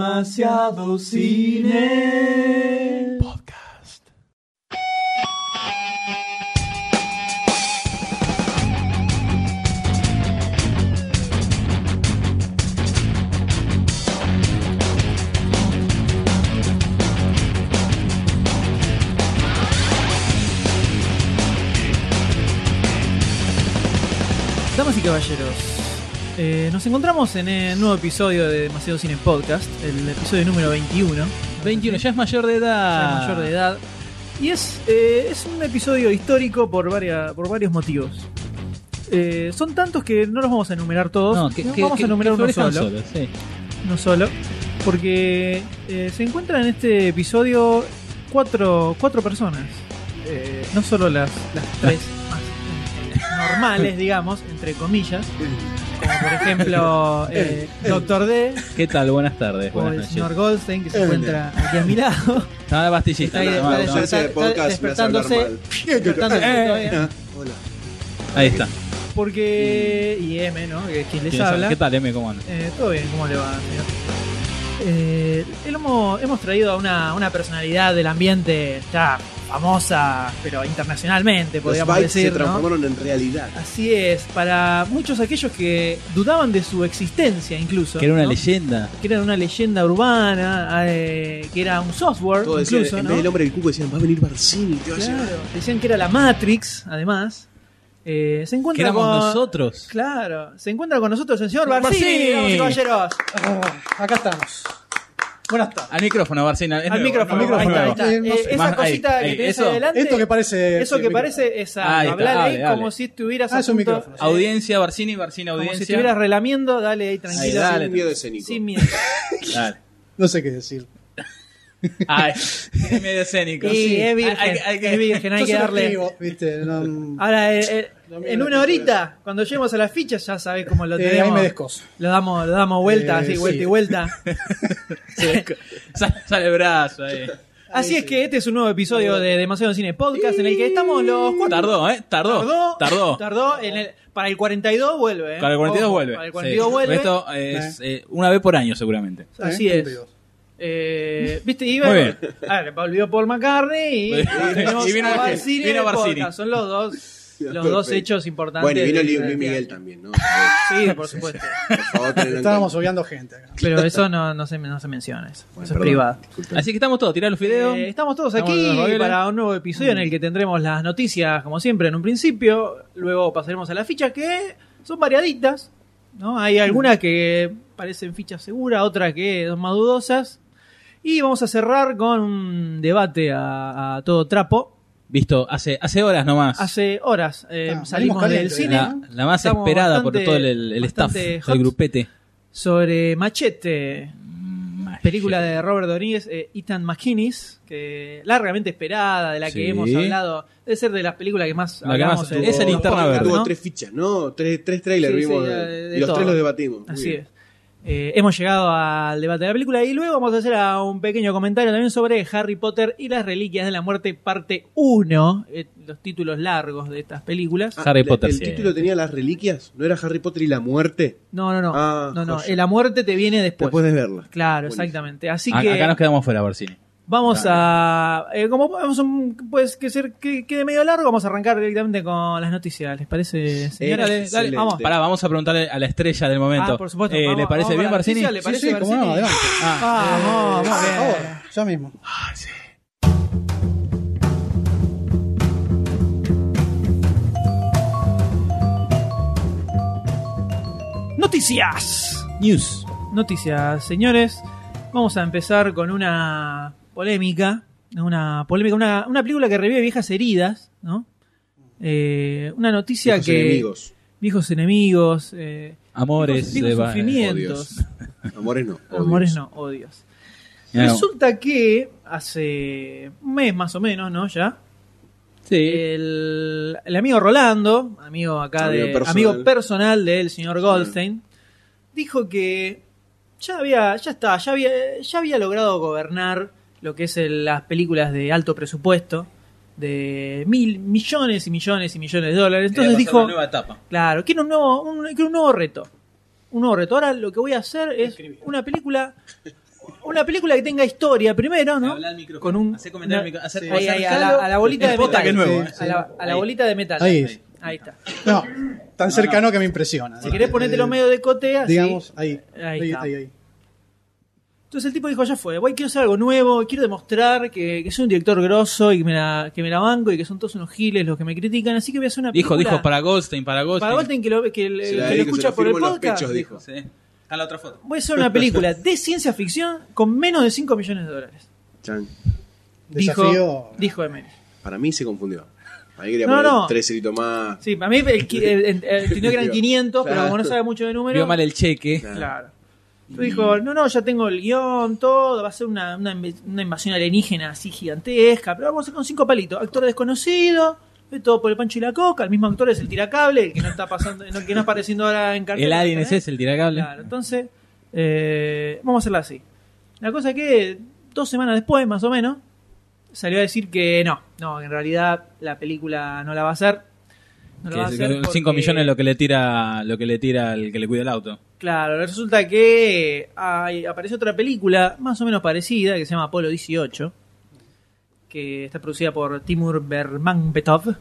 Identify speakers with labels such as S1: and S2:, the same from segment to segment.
S1: Demasiado cine. Podcast.
S2: Damas y caballeros, eh, nos encontramos en el nuevo episodio de Demasiado Cine Podcast, el episodio número 21.
S3: 21, ya es mayor de edad.
S2: Ya es mayor de edad. Y es, eh, es un episodio histórico por, varia- por varios motivos. Eh, son tantos que no los vamos a enumerar todos.
S3: No, que, que-
S2: vamos
S3: que-
S2: a enumerar
S3: que
S2: uno
S3: florezcan
S2: solo,
S3: solos, sí.
S2: uno solo. Porque eh, se encuentran en este episodio cuatro, cuatro personas. Eh, no solo las, las tres más eh, normales, digamos, entre comillas. Como por ejemplo, eh, Doctor D,
S3: ¿Qué tal? Buenas tardes.
S2: o
S3: Buenas
S2: el
S3: noches. Ah,
S2: señor Goldstein, que se encuentra aquí a mi lado.
S3: No, la pastillita.
S2: Está ahí,
S3: nada más,
S2: está
S3: no.
S2: ahí.
S4: Yo sé de podcast, me hace hablar
S2: despertándose.
S4: mal.
S2: Despertándose todavía.
S4: Hola.
S3: Ahí está.
S2: Porque. Y M, ¿no? Que es quien les
S3: ¿Quiénes son?
S2: habla.
S3: ¿Qué tal, M? ¿Cómo andas?
S2: Eh, Todo bien, ¿cómo le va, señor? Eh, el homo- hemos, traído a una, una personalidad del ambiente ya famosa, pero internacionalmente,
S4: Los
S2: podríamos
S4: bytes se
S2: decir. ¿no?
S4: transformaron en realidad.
S2: Así es, para muchos aquellos que dudaban de su existencia incluso.
S3: Que era una
S2: ¿no?
S3: leyenda.
S2: Que era una leyenda urbana, eh, que era un software
S4: Todo decían,
S2: incluso,
S4: en
S2: ¿no?
S4: vez del hombre del cuco decían, va a venir Barcini, te va a
S2: Claro,
S4: llevar.
S2: decían que era la Matrix, además. Eh, se
S3: Que
S2: encuentra
S3: éramos
S2: con...
S3: nosotros.
S2: Claro, se encuentra con nosotros el señor
S3: Barcini.
S2: Barcini, damas y caballeros.
S5: Ah,
S2: acá estamos. Buenas tardes.
S3: Al micrófono, Barcina.
S2: Al
S3: es nuevo,
S2: micrófono,
S3: nuevo,
S2: ahí
S3: es
S2: está, ahí
S5: Eh,
S2: está.
S3: nuevo.
S5: no
S2: Eh,
S5: sé.
S2: esa
S3: Más-
S2: cosita
S3: ahí,
S2: que
S3: ahí,
S2: tenés
S3: eso-
S2: adelante,
S5: Esto que parece.
S2: eso
S5: sí,
S2: que
S5: micro-
S2: parece es
S3: Ahí está,
S2: hablar ahí
S3: dale, dale.
S2: como si estuvieras
S5: Ah,
S2: a
S5: es un
S2: punto-
S5: micrófono.
S2: eh,
S3: Audiencia, Barcini, Barcina,
S2: como si
S3: audiencia.
S2: estuvieras relamiendo, dale ahí
S3: Ahí,
S4: Sin
S2: tranquilo.
S3: dale,
S4: sin miedo escénico.
S2: sin miedo.
S3: Dale.
S5: No sé qué decir.
S3: Ay, es medio escénico.
S2: Y
S3: sí.
S2: es virgen,
S3: Hay- hay que-
S2: es virgen, hay
S5: Yo
S2: que
S5: soy
S2: darle.
S5: activo, ¿viste? No, mm,
S2: Ahora, eh, eh,
S5: No miro
S2: en
S5: la película.
S2: una horita, cuando lleguemos a las fichas, ya sabés cómo lo
S5: eh,
S2: tenemos.
S5: ahí me descoso.
S2: Lo damos, lo damos vuelta,
S5: Eh,
S2: así, vuelta
S5: sí.
S2: y vuelta.
S3: Sale, sale el brazo ahí.
S2: Así es que este es un nuevo episodio de Demasiado Cine Podcast en el que estamos los cuatro.
S3: Tardó, ¿eh? Tardó.
S2: Tardó. Tardó. En el, para el 42 vuelve. ¿eh?
S3: Para el 42
S2: Ojo,
S3: vuelve.
S2: Para el 42
S3: Sí.
S2: vuelve.
S3: Esto eh, es eh, una vez por año, seguramente.
S2: Así
S5: Eh,
S2: es. Eh, Viste, iba.
S3: Muy bien.
S2: Ah, le olvidó Paul McCartney y,
S3: Muy bien.
S2: tenemos
S3: Y vino
S2: a
S3: Barcini.
S2: Barcini en
S3: Vino
S2: el
S3: Barcini.
S2: podcast. Son los dos, los
S4: Perfecto.
S2: dos hechos importantes.
S4: Bueno, y vino
S2: de-
S4: Luis
S2: de-
S4: Luis Miguel también, ¿no?
S2: Sí, por supuesto.
S4: Por favor, tenedlo en
S5: Estábamos
S4: cuenta.
S5: obviando gente. acá.
S2: Pero eso no, no, se, no se menciona. Eso, eso
S4: Bueno,
S2: es
S4: perdón,
S2: privado.
S4: disculpen.
S3: Así que estamos todos, tirá los fideos.
S2: Eh, estamos todos
S3: Estamos
S2: aquí
S3: en la novela.
S2: para un nuevo episodio en el que tendremos las noticias, como siempre, en un principio. Luego pasaremos a las fichas que son variaditas. ¿no? Hay algunas que parecen fichas seguras, otras que son más dudosas. Y vamos a cerrar con un debate a, a todo trapo.
S3: Visto hace, hace horas nomás.
S2: Hace horas eh,
S5: Ah, venimos
S2: salimos del
S5: calientes,
S2: cine
S3: la,
S5: ¿no?
S3: la más
S2: Estamos
S3: esperada
S2: bastante-
S3: por todo el, el staff,
S2: bastante
S3: el
S2: hot.
S3: grupete.
S2: sobre Machete,
S3: Mm,
S2: película de Robert Rodríguez, eh, Ethan McKinnis, que largamente esperada, de la
S3: Sí.
S2: que hemos hablado. Debe ser de las películas que más
S3: La que
S2: hablamos eh,
S3: más
S2: en-
S3: es
S2: en
S3: el
S2: los
S3: Linterna
S2: podcasts,
S3: Verde.
S4: Ah, Tuvo
S2: ¿no?
S4: tres fichas, ¿no? Tres, tres trailers
S2: Sí,
S4: vimos.
S2: sí,
S4: eh,
S2: de- de
S4: y los
S2: todo.
S4: tres los debatimos. Muy
S2: Así
S4: bien.
S2: es. Eh, hemos llegado al debate de la película y luego vamos a hacer a un pequeño comentario también sobre Harry Potter y las Reliquias de la Muerte, parte 1, eh, los títulos largos de estas películas.
S4: Ah,
S3: Harry
S4: la-
S3: Potter,
S4: ¿El
S3: sí.
S4: título tenía las reliquias? ¿No era Harry Potter y la muerte?
S2: No, no, no.
S4: Ah,
S2: no, no.
S4: joya.
S2: Eh, La muerte te viene después.
S4: Después de verla.
S2: Claro,
S4: Buenísimo.
S2: exactamente. Así
S3: A-
S2: que
S3: Acá nos quedamos fuera, Barcini.
S2: vamos a. eh, como vamos a un- pues que ser que quede medio largo, vamos a arrancar directamente con las noticias. ¿Les parece, señora?
S4: dale,
S2: dale, vamos.
S4: excelente.
S3: Pará, vamos a preguntarle a la estrella del momento.
S2: Ah, por supuesto.
S3: Eh,
S2: Vamos-
S3: ¿Le parece
S2: vamos
S3: bien,
S2: a la
S3: Barcini?
S2: noticia, ¿le
S5: Sí,
S2: parece,
S5: sí, cómo
S2: Barcini? Ah,
S5: no, adelante.
S2: Vamos, muy bien.
S5: Ahora, eh, ya mismo.
S2: Noticias.
S3: News.
S2: Noticias, señores. Vamos a empezar con una polémica. Una polémica, una, una película que revive viejas heridas, ¿no? Eh, una noticia
S4: Viejos
S2: que.
S4: enemigos.
S2: Viejos enemigos. eh,
S3: Amores.
S2: viejos,
S3: de
S2: viejos
S3: va-
S2: sufrimientos.
S4: Amores no. odios.
S2: Amores no, odios.
S3: Ya no.
S2: Resulta que hace un mes más o menos, ¿no? Ya. Eh,
S3: Sí.
S2: El, el amigo Rolando, amigo acá
S4: Amigo
S2: de
S4: personal.
S2: amigo personal del señor Goldstein, dijo que ya había, ya está, ya había, ya había logrado gobernar lo que es el- las películas de alto presupuesto de mil millones y millones y millones de dólares. Entonces dijo,
S3: nueva etapa.
S2: claro, quiero un nuevo, un, quiero un nuevo reto. un orto. Ahora lo que voy a hacer es una película, una película que tenga historia primero, ¿no?
S3: Habla al micrófono.
S2: Con un
S3: Hacé comentario al micro- hacer-
S2: ahí, ahí, a,
S3: acercalo.
S2: la, a la bolita de
S3: Posta
S2: metal.
S3: que es nuevo,
S5: Sí,
S3: eh.
S2: A la, a la
S3: Ahí.
S2: bolita de metal.
S5: Ahí es.
S2: Ahí está.
S5: No, tan cercano que me impresiona. Eh,
S2: Si querés ponértelo medio de cote, así.
S5: Digamos, ahí.
S2: Ahí
S5: Ahí, ahí,
S2: está.
S5: ahí.
S2: Entonces el tipo dijo, ya fue, voy, quiero hacer algo nuevo, quiero demostrar que, que soy un director grosso y que me, la, que me la banco y que son todos unos giles los que me critican, así que voy a hacer una
S3: Dijo,
S2: película
S3: dijo, para Goldstein, para Goldstein.
S2: para Goldstein que lo, que el-
S4: Se
S2: el que
S4: la
S2: lo
S4: dedico, se
S2: escucha
S4: la
S2: por el
S4: firmo en los
S2: podcast.
S4: pechos, dijo.
S3: Sí. Está la otra foto.
S2: Voy a hacer una película de ciencia ficción con menos de 5 millones de dólares.
S4: Chan.
S5: Desafío.
S2: Dijo, dijo Emery.
S4: Para mí se confundió. Para mí quería
S2: No,
S4: poner
S2: no.
S4: tres gritos más.
S2: Sí, para mí el, qui- eh, el- el- el- entendió que eran
S4: Claro.
S2: 500, pero como no sabe mucho de números...
S3: Vio mal el cheque.
S4: Claro.
S2: Claro. Entonces dijo, no, no, ya tengo el guión, todo, va a ser una, una inve- una invasión alienígena así gigantesca, pero vamos a hacer con cinco palitos. Actor desconocido, eh, todo por el pancho y la coca, el mismo actor es el tiracable, el que no está pasando, no- que no está apareciendo ahora en cartel.
S3: El alien es ese, el tiracable.
S2: Claro, entonces, eh, vamos a hacerla así. La cosa es que dos semanas después, más o menos, salió a decir que no, no, que en realidad la película no la va a hacer. No la va a hacer
S3: 5
S2: porque-
S3: millones lo que le tira lo que le tira el que le cuida el auto.
S2: Claro, resulta que hay- apareció otra película más o menos parecida que se llama Apolo 18, que está producida por Timur Bermanbetov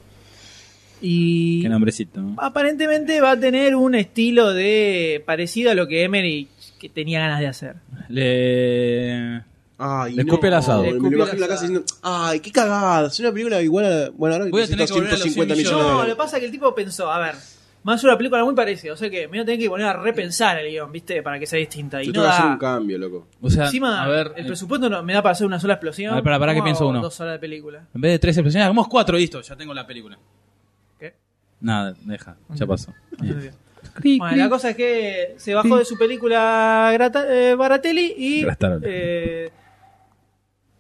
S2: y
S3: Qué nombrecito. ¿no?
S2: aparentemente va a tener un estilo de parecido a lo que Emery que tenía ganas de hacer.
S3: Le...
S4: Ay,
S3: Le escupe el asado.
S4: Me
S2: Le
S4: lo
S2: escupe el
S4: imagino en la casa
S2: asado.
S4: diciendo, ay, qué cagada. Es una película igual a... Bueno, ahora
S3: Voy a
S4: necesito
S3: tener que volver a los 100
S4: 150 millones de
S3: millones.
S2: No, lo
S4: dólares.
S2: que pasa es que el tipo pensó, a ver, más una película muy parecida, o sea que me voy a tener que poner a repensar el guión, ¿viste? Para que sea distinta. Y
S4: Yo
S2: no
S4: tengo que hacer
S2: da.
S4: un cambio, loco.
S3: O sea,
S2: Encima,
S3: a ver,
S2: el
S3: eh,
S2: presupuesto no, me da para hacer una sola explosión.
S3: A ver, pará, pará, que
S2: ¿Cómo
S3: pienso
S2: hago
S3: uno.
S2: Dos horas de película.
S3: en vez de tres expresiones, hagamos cuatro, listo, ya tengo la película.
S2: ¿Qué?
S3: Nada, deja, ya pasó.
S2: No se entiende.
S3: Cri,
S2: Bueno, la
S3: cri.
S2: cosa es que se bajó de su película Grata- eh, Baratelli y
S3: Grastarola.
S2: eh,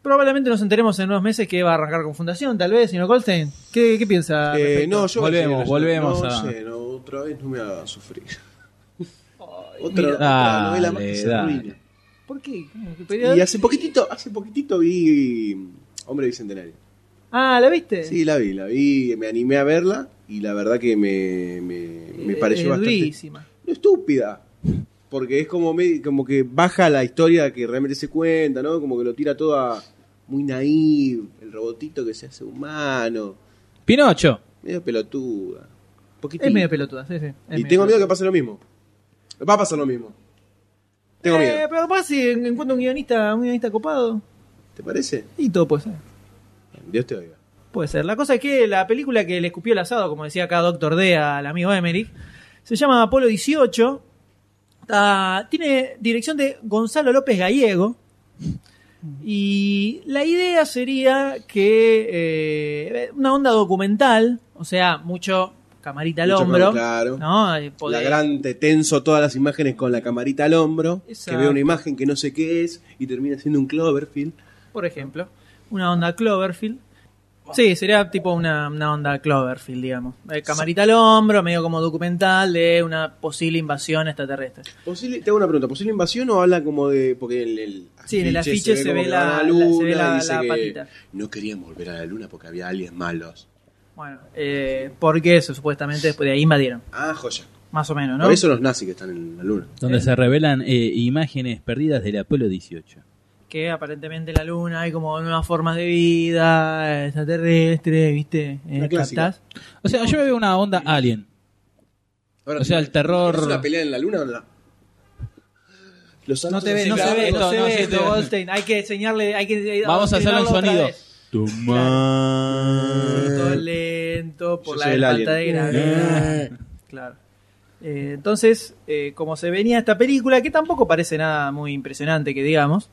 S2: probablemente nos enteremos en unos meses que va a arrancar con Fundación, tal vez, señor Goldstein. ¿Qué, qué piensa? al
S4: Eh,
S2: respecto?
S4: no, yo
S3: Ah, Volvemos, volvemos
S4: no,
S3: a-
S4: sé, no, otra vez no me haga sufrir. otra,
S2: mira.
S4: otra
S3: Dale,
S4: novela más que se
S3: dale.
S4: arruina.
S2: ¿Por qué? ¿Cómo que
S4: Y
S2: pedía-
S4: hace poquitito, hace poquitito vi mm, Hombre Bicentenario.
S2: Ah, ¿la viste?
S4: Sí, la vi, la vi, me animé a verla y la verdad que me, me, me
S2: Eh,
S4: pareció
S2: eh,
S4: bastante
S2: durísima.
S4: no estúpida. Porque es como, me- como que baja la historia que realmente se cuenta, ¿no? Como que lo tira todo a muy naive, el robotito que se hace humano,
S3: Pinocho.
S4: medio pelotuda. Poquitito.
S2: Es medio pelotuda, sí, sí. es
S4: y
S2: medio
S4: tengo miedo
S2: pelotuda.
S4: que pase lo mismo. Va a pasar lo mismo. Tengo
S2: Eh,
S4: miedo.
S2: pero capaz si en- encuentro un guionista, un guionista copado,
S4: ¿Te parece?
S2: y todo puede ser.
S4: Dios te oiga.
S2: Puede ser. La cosa es que la película que le escupió el asado, como decía acá Doctor D al amigo Emmerich, se llama Apolo 18. Está- tiene dirección de Gonzalo López Gallego. Y la idea sería que eh, una onda documental, o sea, mucho camarita al
S4: Mucho
S2: hombro,
S4: más Claro.
S2: ¿no? Eh,
S4: La
S2: poder-
S4: gran te tenso todas las imágenes con la camarita al hombro,
S2: Exacto.
S4: que veo una imagen que no sé qué es y termina siendo un Cloverfield.
S2: Por ejemplo, una onda Cloverfield. Sí, sería tipo una, una onda Cloverfield, digamos. Eh, Camarita al hombro, medio como documental de una posible invasión extraterrestre.
S4: Posible, te hago una pregunta, ¿posible invasión o habla como de.? Porque en el
S2: Sí, en el afiche se
S4: como
S2: ve
S4: que
S2: la-
S4: van
S2: la-
S4: a
S2: se ve la-
S4: y dice
S2: la
S4: que
S2: patita.
S4: No querían volver a la luna porque había aliens malos.
S2: Bueno, eh, porque eso supuestamente después de ahí invadieron,
S4: Ah, joya.
S2: más o menos, ¿no?
S4: Por eso los nazis que están en la luna.
S3: Donde
S2: Eh.
S3: se revelan eh, imágenes perdidas del Apolo 18.
S2: Que aparentemente en la luna hay como nuevas formas de vida, extraterrestre, ¿viste? Eh,
S4: La clásica.
S2: ¿captás?
S3: O sea, yo me veo una onda alien.
S4: Ahora,
S3: O sea, el terror.
S4: ¿Es una pelea en la luna o no? Los santos
S3: te ve,
S4: así,
S2: No se
S4: claro,
S2: ve, no
S3: esto
S2: se
S3: no,
S2: ve
S3: sí,
S2: esto,
S3: te-
S2: Goldstein. Hay que enseñarle, hay que
S3: Vamos a hacerlo en
S2: adoctrinarlo otra
S3: sonido.
S2: vez. Todo
S4: Tomá.
S2: lento, por
S4: Yo
S2: la
S4: soy el
S2: falta de
S4: alien. Eh.
S2: gravedad. Claro. Eh, entonces, eh, como se venía esta película, que tampoco parece nada muy impresionante, que digamos,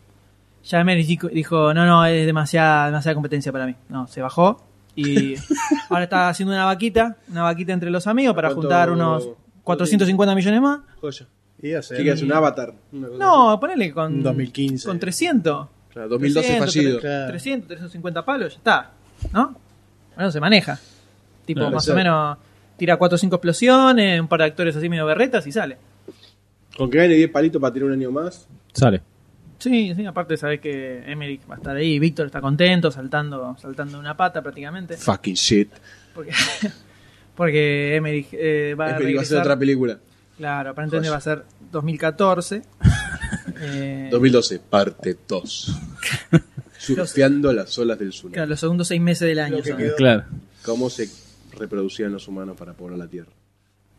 S2: ya Meredith dijo- dijo, no, no, es demasiada, demasiada competencia para mí. No, se bajó y ahora está haciendo una vaquita, una vaquita entre los amigos para
S4: ¿Cuánto-
S2: juntar unos
S4: cuánto tiene?
S2: 450 millones más.
S4: Joya.
S5: Y hacer
S4: Sí, que es un avatar. una cosa así.
S2: No, ponele con
S5: 2015.
S2: con 300.
S4: Claro, 2012 fallido.
S2: 300,
S5: Claro.
S2: 300, 350 palos, ya está. ¿No? Bueno, se maneja. Tipo,
S4: Claro,
S2: más
S4: sí.
S2: o menos tira 4 o 5 explosiones, un par de actores así medio berretas y sale.
S4: Con que gane 10 palitos para tirar un año más.
S3: Sale.
S2: Sí, sí, aparte sabés que Emmerich va a estar ahí, Víctor está contento, saltando saltando una pata prácticamente.
S4: Fucking shit.
S2: Porque, porque Emmerich eh, va a
S4: Emmerich va a hacer
S2: regresar.
S4: otra película.
S2: Claro, aparentemente
S4: Joya.
S2: va a ser 2014. Eh,
S4: 2012, parte 2. Surfeando las olas del tsunami.
S2: claro, los segundos seis meses del año.
S5: que
S2: son.
S5: quedó.
S3: Claro.
S4: Cómo se reproducían los humanos para poblar la Tierra.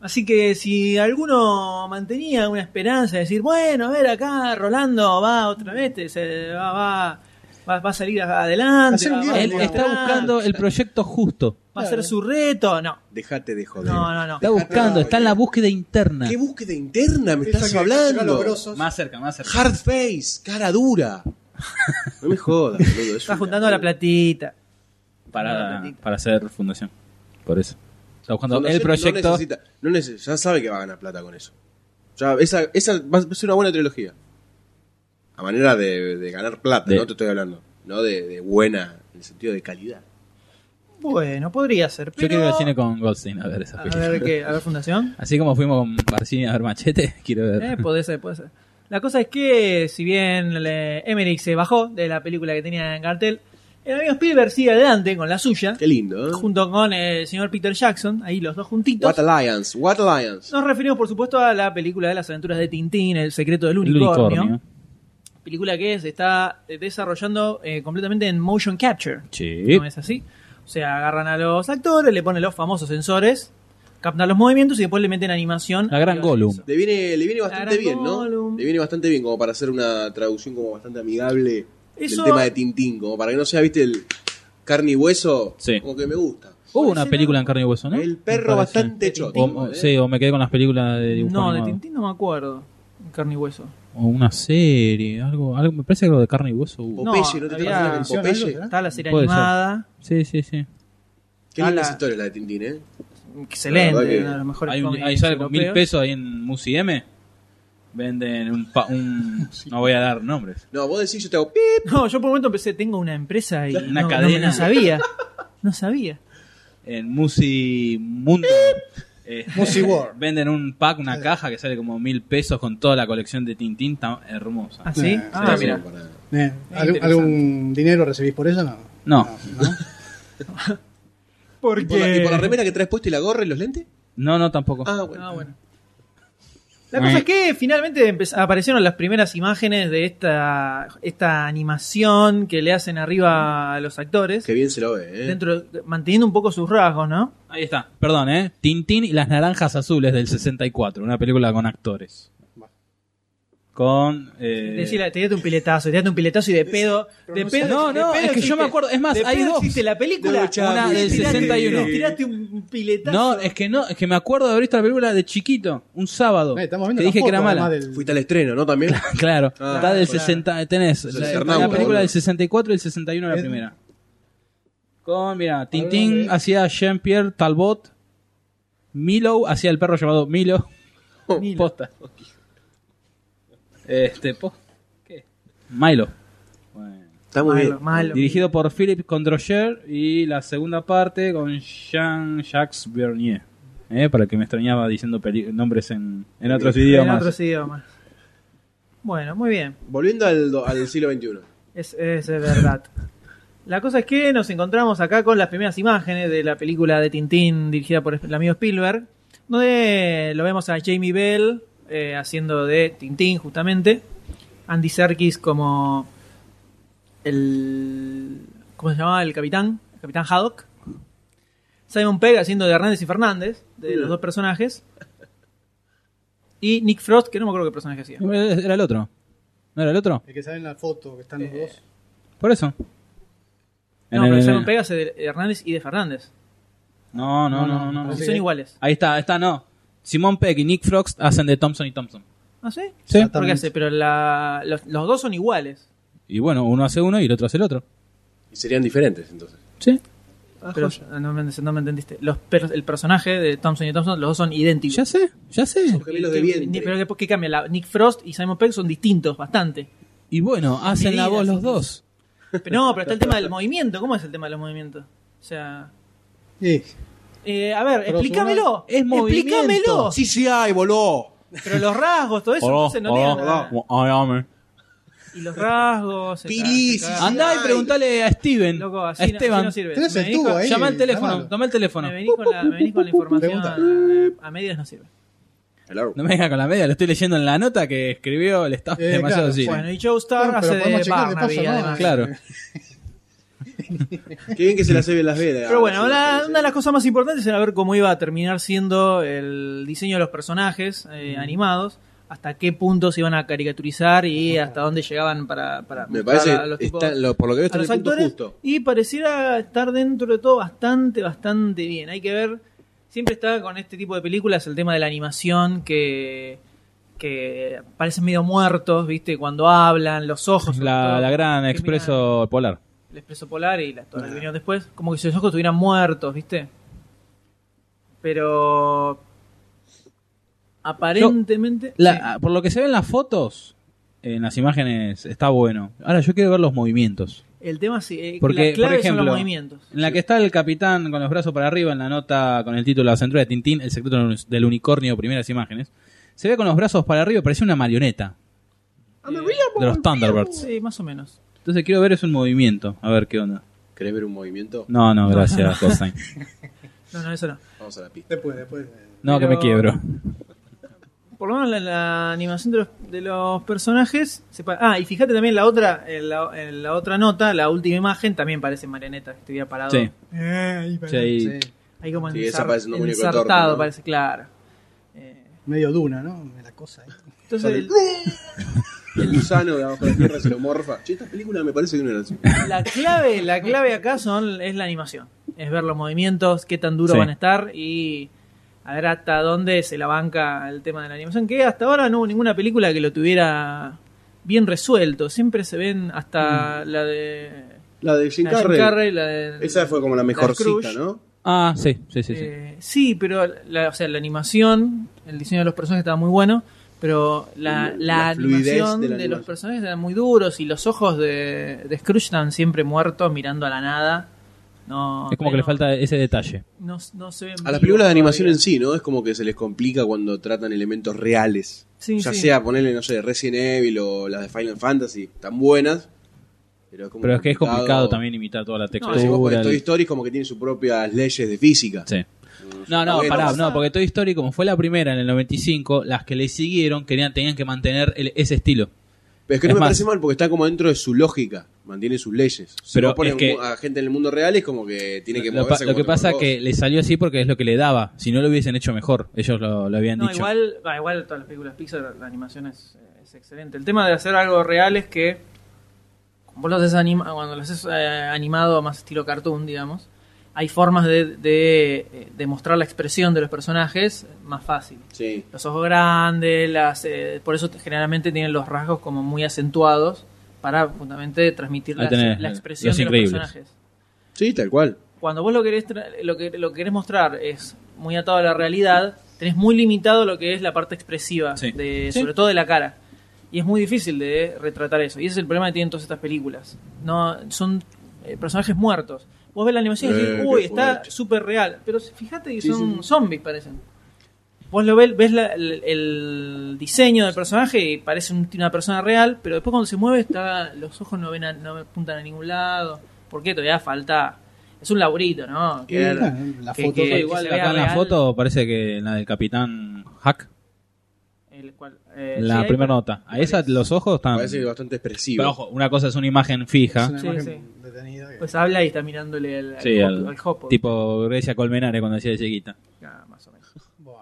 S2: Así que si alguno mantenía una esperanza de decir, bueno, a ver, acá Rolando va otra vez, te- se va, va, va, va a salir a- adelante.
S5: Hacer un
S2: va-
S5: guión,
S2: va a
S3: Él
S5: digamos.
S2: demostrar,
S3: está buscando el proyecto justo.
S2: Va a ser su reto. No,
S4: Dejate de joder.
S2: no, no. no.
S3: Está buscando, está en la búsqueda interna.
S4: ¿Qué búsqueda interna me
S5: Esa
S4: estás
S5: que llega a los
S4: hablando?
S5: grosos.
S3: Más cerca, más cerca.
S4: Hard face, cara dura. No me jodas, boludo.
S2: Está juntando la platita.
S3: Para, para hacer fundación. Por eso. Está buscando el
S4: No
S3: proyecto.
S4: necesita, no neces- ya sabe que va a ganar plata con eso. Ya, esa, esa va a ser una buena trilogía. A manera de, de ganar plata,
S3: De-
S4: no te estoy hablando. No de, de buena, en el sentido de calidad.
S2: Bueno, podría ser.
S3: Yo
S2: Pero...
S3: quiero ir al cine con Goldstein a ver esa
S2: A
S3: película.
S2: ver qué, a ver Fundación.
S3: Así como fuimos con Barcini a ver Machete, quiero ver.
S2: Eh, puede ser, puede ser. La cosa es que, si bien le- Emmerich se bajó de la película que tenía en cartel, el amigo Spielberg sigue adelante con la suya,
S4: Qué lindo, ¿eh?
S2: junto con el señor Peter Jackson, ahí los dos juntitos.
S4: What Alliance, What Alliance.
S2: Nos referimos, por supuesto, a la película de las aventuras de Tintín, El secreto del
S3: El
S2: unicornio. Película que se está eh, desarrollando eh, completamente en motion capture.
S3: Sí.
S2: ¿No es así? O sea, agarran a los actores, le ponen los famosos sensores, captan los movimientos y después le meten animación.
S3: La gran
S2: arriba de
S3: Gollum.
S2: eso.
S4: Le viene, le viene bastante
S2: Aragón.
S4: bien, ¿no? Le viene bastante bien, como para hacer una traducción como bastante amigable
S2: Eso-
S4: del tema de Tintín, como para que no sea, viste, el carne y hueso,
S3: Sí.
S4: como que me gusta.
S3: Hubo una
S2: Parece,
S3: película en carne y hueso, ¿no?
S4: El
S3: Me
S4: perro
S3: parece.
S4: bastante choto. Eh,
S3: O, o- sí, o me quedé con las películas de
S2: eh.
S3: dibujo
S2: No, de
S3: animado.
S2: Tintín no me acuerdo. Carne y hueso.
S3: O una serie, algo, algo. Me parece que algo de carne y hueso hubo.
S2: No,
S4: Popeye, ¿no, te
S2: había- ¿eh?
S4: parece que
S5: ¿Hicieron
S4: Popeye?
S5: algo, será?
S2: Está la serie
S3: ¿Ah? Puede ser.
S2: animada.
S3: Sí, sí, sí.
S4: Qué linda
S2: Ala.
S4: historia la de Tintín, ¿eh? La
S2: Excelente.
S4: verdad que
S2: uno de los mejores
S3: Hay un-
S2: cómics
S3: ahí sale con mil
S2: europeos.
S3: pesos ahí en Musi M. Venden un, pa- un- No voy a dar nombres.
S4: No, vos decís, yo te hago pip.
S2: No, yo por un momento empecé, tengo una empresa y
S3: Una
S2: no,
S3: cadena.
S2: No, no sabía. No sabía.
S3: En Musi Mundo. eh,
S5: Musi World.
S3: Venden un pack, una caja que sale como mil pesos con toda la colección de Tintín, tan hermosa.
S2: ¿Ah, sí?
S5: Eh,
S2: ah,
S4: Sí,
S2: mira.
S4: para-
S5: Eh, ¿algún,
S2: interesante.
S5: algún dinero recibís por eso? No.
S3: No.
S5: no.
S4: ¿Y por, la, y por la remera que traes puesta y la gorra y los lentes?
S3: No, no, tampoco.
S4: Ah, bueno.
S2: Ah, bueno. La cosa es que finalmente empe- aparecieron las primeras imágenes de esta, esta animación que le hacen arriba a los actores,
S4: Qué bien se lo ve, ¿eh?
S2: dentro, manteniendo un poco sus rasgos, ¿no?
S3: Ahí está, perdón, ¿eh? Tintín y las Naranjas Azules del 64, una película con actores. Con. eh,
S2: Decirle, tirate un piletazo, tirate un piletazo y de pedo. De
S5: no
S2: pedo
S3: No,
S2: de
S3: no,
S2: pedo
S3: es que yo
S2: existe-
S3: me acuerdo, es más,
S2: de
S3: hay
S2: pedo
S3: dos.
S2: existe la película.
S4: Dos chapas,
S3: Una del
S2: Tirate-
S3: 61.
S2: Tirate un piletazo.
S3: No, es que no, es que me acuerdo de haber visto la película de chiquito, un sábado.
S5: Eh, estamos viendo
S3: Te dije
S5: la
S3: que era
S5: foto,
S3: mala.
S5: además del-
S4: Fuiste al estreno, ¿no? También.
S3: Claro,
S4: Ah,
S3: está del
S2: claro.
S3: 60, tenés
S4: Del
S3: la,
S4: Eternauta,
S3: la película
S4: boludo.
S3: del 64 y el 61 la
S5: Es-
S3: primera. Con, mira,
S5: Hablando
S3: Tintín
S5: de-
S3: hacía Jean-Pierre Talbot, Milo hacía el perro llamado Milo.
S2: Milo.
S3: Posta. Este, po- ¿qué? Milo. Bueno.
S4: Está muy
S2: Malo,
S4: bien.
S2: malo.
S3: eh, Dirigido por Philip Condroyer y la segunda parte con Jean-Jacques Bernier. Eh, Para el que me extrañaba diciendo peli- nombres en, en otros
S4: En
S2: En
S3: idiomas.
S2: otros idiomas. Bueno, muy bien.
S4: Volviendo al, do- al siglo XXI.
S2: Es, es verdad. La cosa es que nos encontramos acá con las primeras imágenes de la película de Tintín dirigida por el amigo Spielberg, donde lo vemos a Jamie Bell eh, haciendo de Tintín justamente, Andy Serkis como el... ¿Cómo se llamaba? El capitán, el capitán Haddock, Simon Pegg haciendo de Hernández y Fernández, de
S3: Mm.
S2: los dos personajes, y Nick Frost, que no me acuerdo qué personaje hacía.
S3: No, Era el otro. ¿No era el otro?
S5: El que sale en la foto, que están los dos.
S3: Por eso. En
S2: No, pero
S3: el- Ah,
S2: Simon Pegg hace de Hernández y de Fernández.
S3: no, no, no, no, no.
S5: Así
S2: son
S5: que-
S2: iguales.
S3: Ahí está, ahí está, no. Simón Peck y Nick Frost hacen de Thompson y Thompson.
S2: ¿Ah, sí?
S3: Sí.
S2: ¿Por qué hace? Pero la- los, los dos son iguales.
S3: Y bueno, uno hace uno y el otro hace el otro.
S4: Y serían diferentes, entonces.
S3: Sí. Ah,
S2: Pero no me, no me entendiste. Los per- el personaje de Thompson y Thompson, los dos son idénticos.
S3: Ya sé, ya sé.
S4: Son gemelos de
S2: ¿Qué-
S4: vientre.
S2: Pero ¿qué, qué cambia? La- Nick Frost y Simon Pegg son distintos, bastante.
S3: Y bueno, hacen la
S2: Medidas,
S3: voz los
S2: entonces.
S3: dos.
S2: Pero no, pero está el tema del movimiento. ¿Cómo es el tema de los movimientos? O sea...
S5: Sí.
S2: eh, a ver,
S5: Pero
S2: explícamelo.
S3: es movimiento.
S2: explícamelo.
S4: Sí, sí, hay, voló.
S2: Pero los rasgos, todo eso, entonces no tiene nada. Y los rasgos. se
S4: Piris,
S2: caga- se caga.
S3: Andá y preguntale a Steven.
S2: Loco,
S3: a
S2: así, no- así
S3: Esteban.
S2: no sirve.
S5: Tenés
S2: Me
S5: el
S2: venís
S5: tubo
S3: eh.
S2: con-
S5: ahí.
S3: Llama al teléfono,
S5: llamalo.
S3: toma el teléfono.
S2: Me venís con la, me venís con la información eh,
S5: Pregunta.
S2: a, a medias no sirve.
S4: Hello.
S3: No me venga con la media, lo estoy leyendo en la nota que escribió el staff
S5: Eh,
S3: de Demasiado
S5: claro,
S3: Cine.
S2: Bueno, y Joe Star
S5: Bueno, pero
S2: hace
S5: podemos
S2: de
S5: chequear de
S2: Barnaby,
S5: paso, ¿no?
S2: además.
S3: Claro.
S4: Qué bien que se la ve en Las Vegas.
S2: Pero bueno,
S4: Sí,
S2: la-
S4: sí, sí.
S2: una de las cosas más importantes era ver cómo iba a terminar siendo el diseño de los personajes eh, animados, hasta qué puntos iban a caricaturizar y hasta dónde llegaban para, para
S4: Me
S2: mostrar
S4: parece,
S2: a los, tipos-
S4: está- lo- por lo que veo,
S2: a
S4: está en
S2: los
S4: el punto
S2: actores.
S4: justo.
S2: Y pareciera estar dentro de todo bastante, bastante bien. Hay que ver, siempre está con este tipo de películas el tema de la animación que que parecen medio muertos, ¿viste? Cuando hablan, los ojos. sobre
S3: La,
S2: todo.
S3: la gran
S2: Que miran-
S3: expreso polar.
S2: el expreso polar y las todas las que vinieron después, como que sus ojos estuvieran muertos, ¿viste? Pero aparentemente
S3: La-
S2: sí.
S3: ah, Por lo que se ve en las fotos, en las imágenes, está bueno. Ahora yo quiero ver los movimientos.
S2: el tema sí, eh,
S3: Porque,
S2: la clave
S3: por
S2: son los
S3: ejemplo,
S2: movimientos.
S3: En la que está el capitán con los brazos para arriba, en la nota con el título La central de Tintín, El secreto del unicornio, primeras imágenes. Se ve con los brazos para arriba, parece una marioneta
S4: Ah,
S2: Eh,
S3: de los Thunderbirds.
S2: sí, más o menos.
S3: Entonces quiero ver es un movimiento, a ver qué onda.
S4: ¿Querés ver un movimiento?
S3: No, no, gracias, Goldstein.
S2: No, no, eso no.
S4: Vamos a la pista.
S5: Después, después. eh,
S3: No, que
S2: Pero-
S3: me quiebro.
S2: Por lo menos la, la animación de los, de los personajes. se pa- ah, y fíjate también la otra, en la, en la otra nota, la última imagen, también parece marioneta que estuviera parado.
S3: Sí,
S5: eh, ahí,
S3: sí, ahí-
S5: sí.
S2: Ahí como
S4: Sí, esa
S2: ensar-
S4: parece un muñeco de
S2: ensartado,
S4: torta, ¿no?
S2: parece, claro. Eh,
S5: Medio duna, ¿no? La cosa. ahí.
S2: entonces, el-
S4: El gusano de abajo de la tierra se lo morfa. Che, esta película me parece que no era así.
S2: La clave, la clave acá son, es la animación. Es ver los movimientos, qué tan duros
S3: Sí.
S2: van a estar y a ver hasta dónde se la banca el tema de la animación. Que hasta ahora no hubo ninguna película que lo tuviera bien resuelto. Siempre se ven hasta la de.
S4: La de Mm. Jim
S2: la de Jim
S4: Carrey.
S2: Carrey, la de-
S4: Esa fue como la mejorcita,
S2: Scrooge.
S4: ¿no?
S3: Ah, sí, sí, sí. sí.
S2: Eh, sí, pero la, o sea, la animación, el diseño de los personajes estaba muy bueno, pero la, la
S4: La- la
S2: animación
S4: fluidez
S2: de,
S4: de la
S2: los
S4: animación.
S2: personajes eran muy duros y los ojos de, de Scrooge están siempre muertos mirando a la nada. No,
S3: es como que le
S2: no-
S3: falta ese detalle.
S2: No, no se ven
S4: A las
S2: vivos
S4: películas de animación
S2: todavía.
S4: en sí, ¿no? Es como que se les complica cuando tratan elementos reales.
S2: Sí,
S4: ya
S2: sí.
S4: sea ponerle, no sé, Resident Evil o las de Final Fantasy, tan buenas. Pero es, como
S3: Pero es que es complicado también imitar toda la
S4: No, decimos, porque
S3: textura.
S4: Toy
S3: el-
S4: Story es como que tiene sus propias leyes de física.
S3: Sí. No, no,
S4: Bueno,
S3: pará,
S4: pasa-
S3: no, porque Toy Story, como fue la primera en el 95, las que le siguieron querían, tenían que mantener el- ese estilo.
S4: Pero es que
S3: Es
S4: no me
S3: más-
S4: parece mal porque está como dentro de su lógica, mantiene sus leyes. Si
S3: Pero
S4: vos pones
S3: es que-
S4: a gente en el mundo real es como que tiene que
S3: lo, pa-
S4: moverse
S3: lo
S4: como
S3: que
S4: te
S3: pasa
S4: mueves
S3: que le salió así porque es lo que le daba. Si no lo hubiesen hecho mejor, ellos lo, lo habían
S2: No,
S3: dicho.
S2: igual, ah, igual todas las películas Pixar, la animación es, es excelente. El tema de hacer algo real es que vos lo haces anima- cuando lo haces eh, animado más estilo cartoon, digamos, hay formas de, de, eh, de mostrar la expresión de los personajes más fácil.
S4: vos. Sí.
S2: Los ojos grandes, las, eh, por eso te- generalmente tienen los rasgos como muy acentuados para justamente transmitir
S3: Ahí
S2: la,
S3: tenés,
S2: la
S3: eh,
S2: expresión
S3: Los
S2: de los
S3: Increíbles.
S2: personajes
S4: Sí, tal cual.
S2: cuando vos lo querés, tra- lo que, lo que querés mostrar es muy atado a la realidad, tenés muy limitado lo que es la parte expresiva,
S3: Sí.
S2: de,
S3: Sí.
S2: sobre todo de la cara. Y es muy difícil de retratar eso. Y ese es el problema que tienen todas estas películas. No, son eh, personajes muertos. Vos ves la animación y
S4: Eh,
S2: decís,
S4: qué
S2: uy, está
S4: fuerte".
S2: súper real. Pero fíjate que
S4: Sí,
S2: son
S4: sí, sí.
S2: zombies, parecen. Vos lo ves, ves la- el, el diseño del personaje y parece un- una persona real, pero después cuando se mueve está, los ojos no ven a- no apuntan a ningún lado. Porque todavía falta. Es un laburito, ¿no? Querer-
S5: Ah, la
S2: que-
S5: foto.
S2: que-
S5: todo.
S3: Igual
S2: se
S3: acá
S2: vea
S3: en la
S2: real.
S3: foto parece que en la del capitán Hack,
S2: el cual- eh,
S3: en la
S2: sí, hay-
S3: primera nota. A esa los ojos están.
S4: Parece bastante
S3: Ah.
S4: expresivo.
S3: Pero ojo, una cosa es una imagen fija,
S5: Es una
S2: Sí,
S5: imagen detenida. que-
S2: Pues habla y está mirándole al,
S3: Sí,
S2: al,
S3: al
S2: hopo- al hopo.
S3: tipo Grecia Colmenares cuando decía de chiquita.
S2: Ah, más o menos.
S5: Bueno.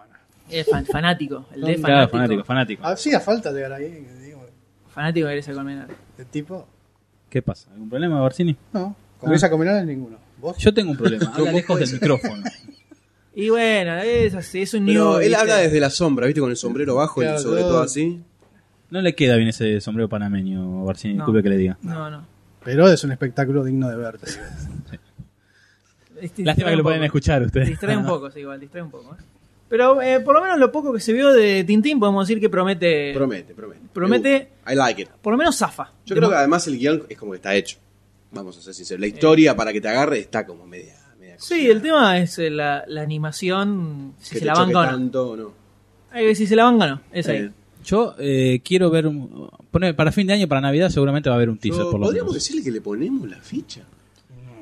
S2: Es fan- fanático. El de fanático.
S3: Claro, fanático, fanático.
S5: Hacía falta llegar ahí, digo,
S2: Fanático de Grecia Colmenar.
S5: de tipo.
S3: ¿Qué pasa? ¿Algún problema, Barcini?
S5: No,
S3: Ah.
S5: con esa combinada ninguno. ¿Vos?
S3: Yo tengo un problema. Habla lejos del micrófono.
S2: Y bueno, es así, es un
S4: Pero
S2: new,
S4: él
S2: ¿viste?
S4: habla desde la sombra, ¿viste? Con el sombrero bajo
S5: Claro,
S4: y sobre
S5: yo-
S4: todo así.
S3: No le queda bien ese sombrero panameño, Barcini,
S2: No.
S3: disculpe que le diga.
S2: No, no.
S5: Pero es un espectáculo digno de ver. te digo.
S2: Este,
S3: Lástima que lo pueden
S2: un poco.
S3: escuchar ustedes.
S2: Distrae un poco, sí, igual, distrae un poco. ¿eh? Pero eh, por lo menos lo poco que se vio de Tintín podemos decir que promete.
S4: Promete, promete.
S2: Promete-
S4: Me gusta. I like it.
S2: Por lo menos zafa.
S4: Yo creo que además el guión es como que está hecho. Vamos a ser sinceros. La historia para que te agarre está como media. media
S2: Eh. Sí,
S4: cocinada.
S2: el tema es eh, la, la animación, si
S4: Que
S2: se
S4: te
S2: la
S4: choque
S2: banca o no.
S4: tanto, o no.
S2: Eh, si se la banca o no, es ahí.
S4: Eh,
S3: Yo eh, quiero ver un, poner- para fin de año, para Navidad, seguramente va a haber un teaser
S4: yo-
S3: por lo
S4: Podríamos
S3: menos.
S4: decirle que le ponemos la ficha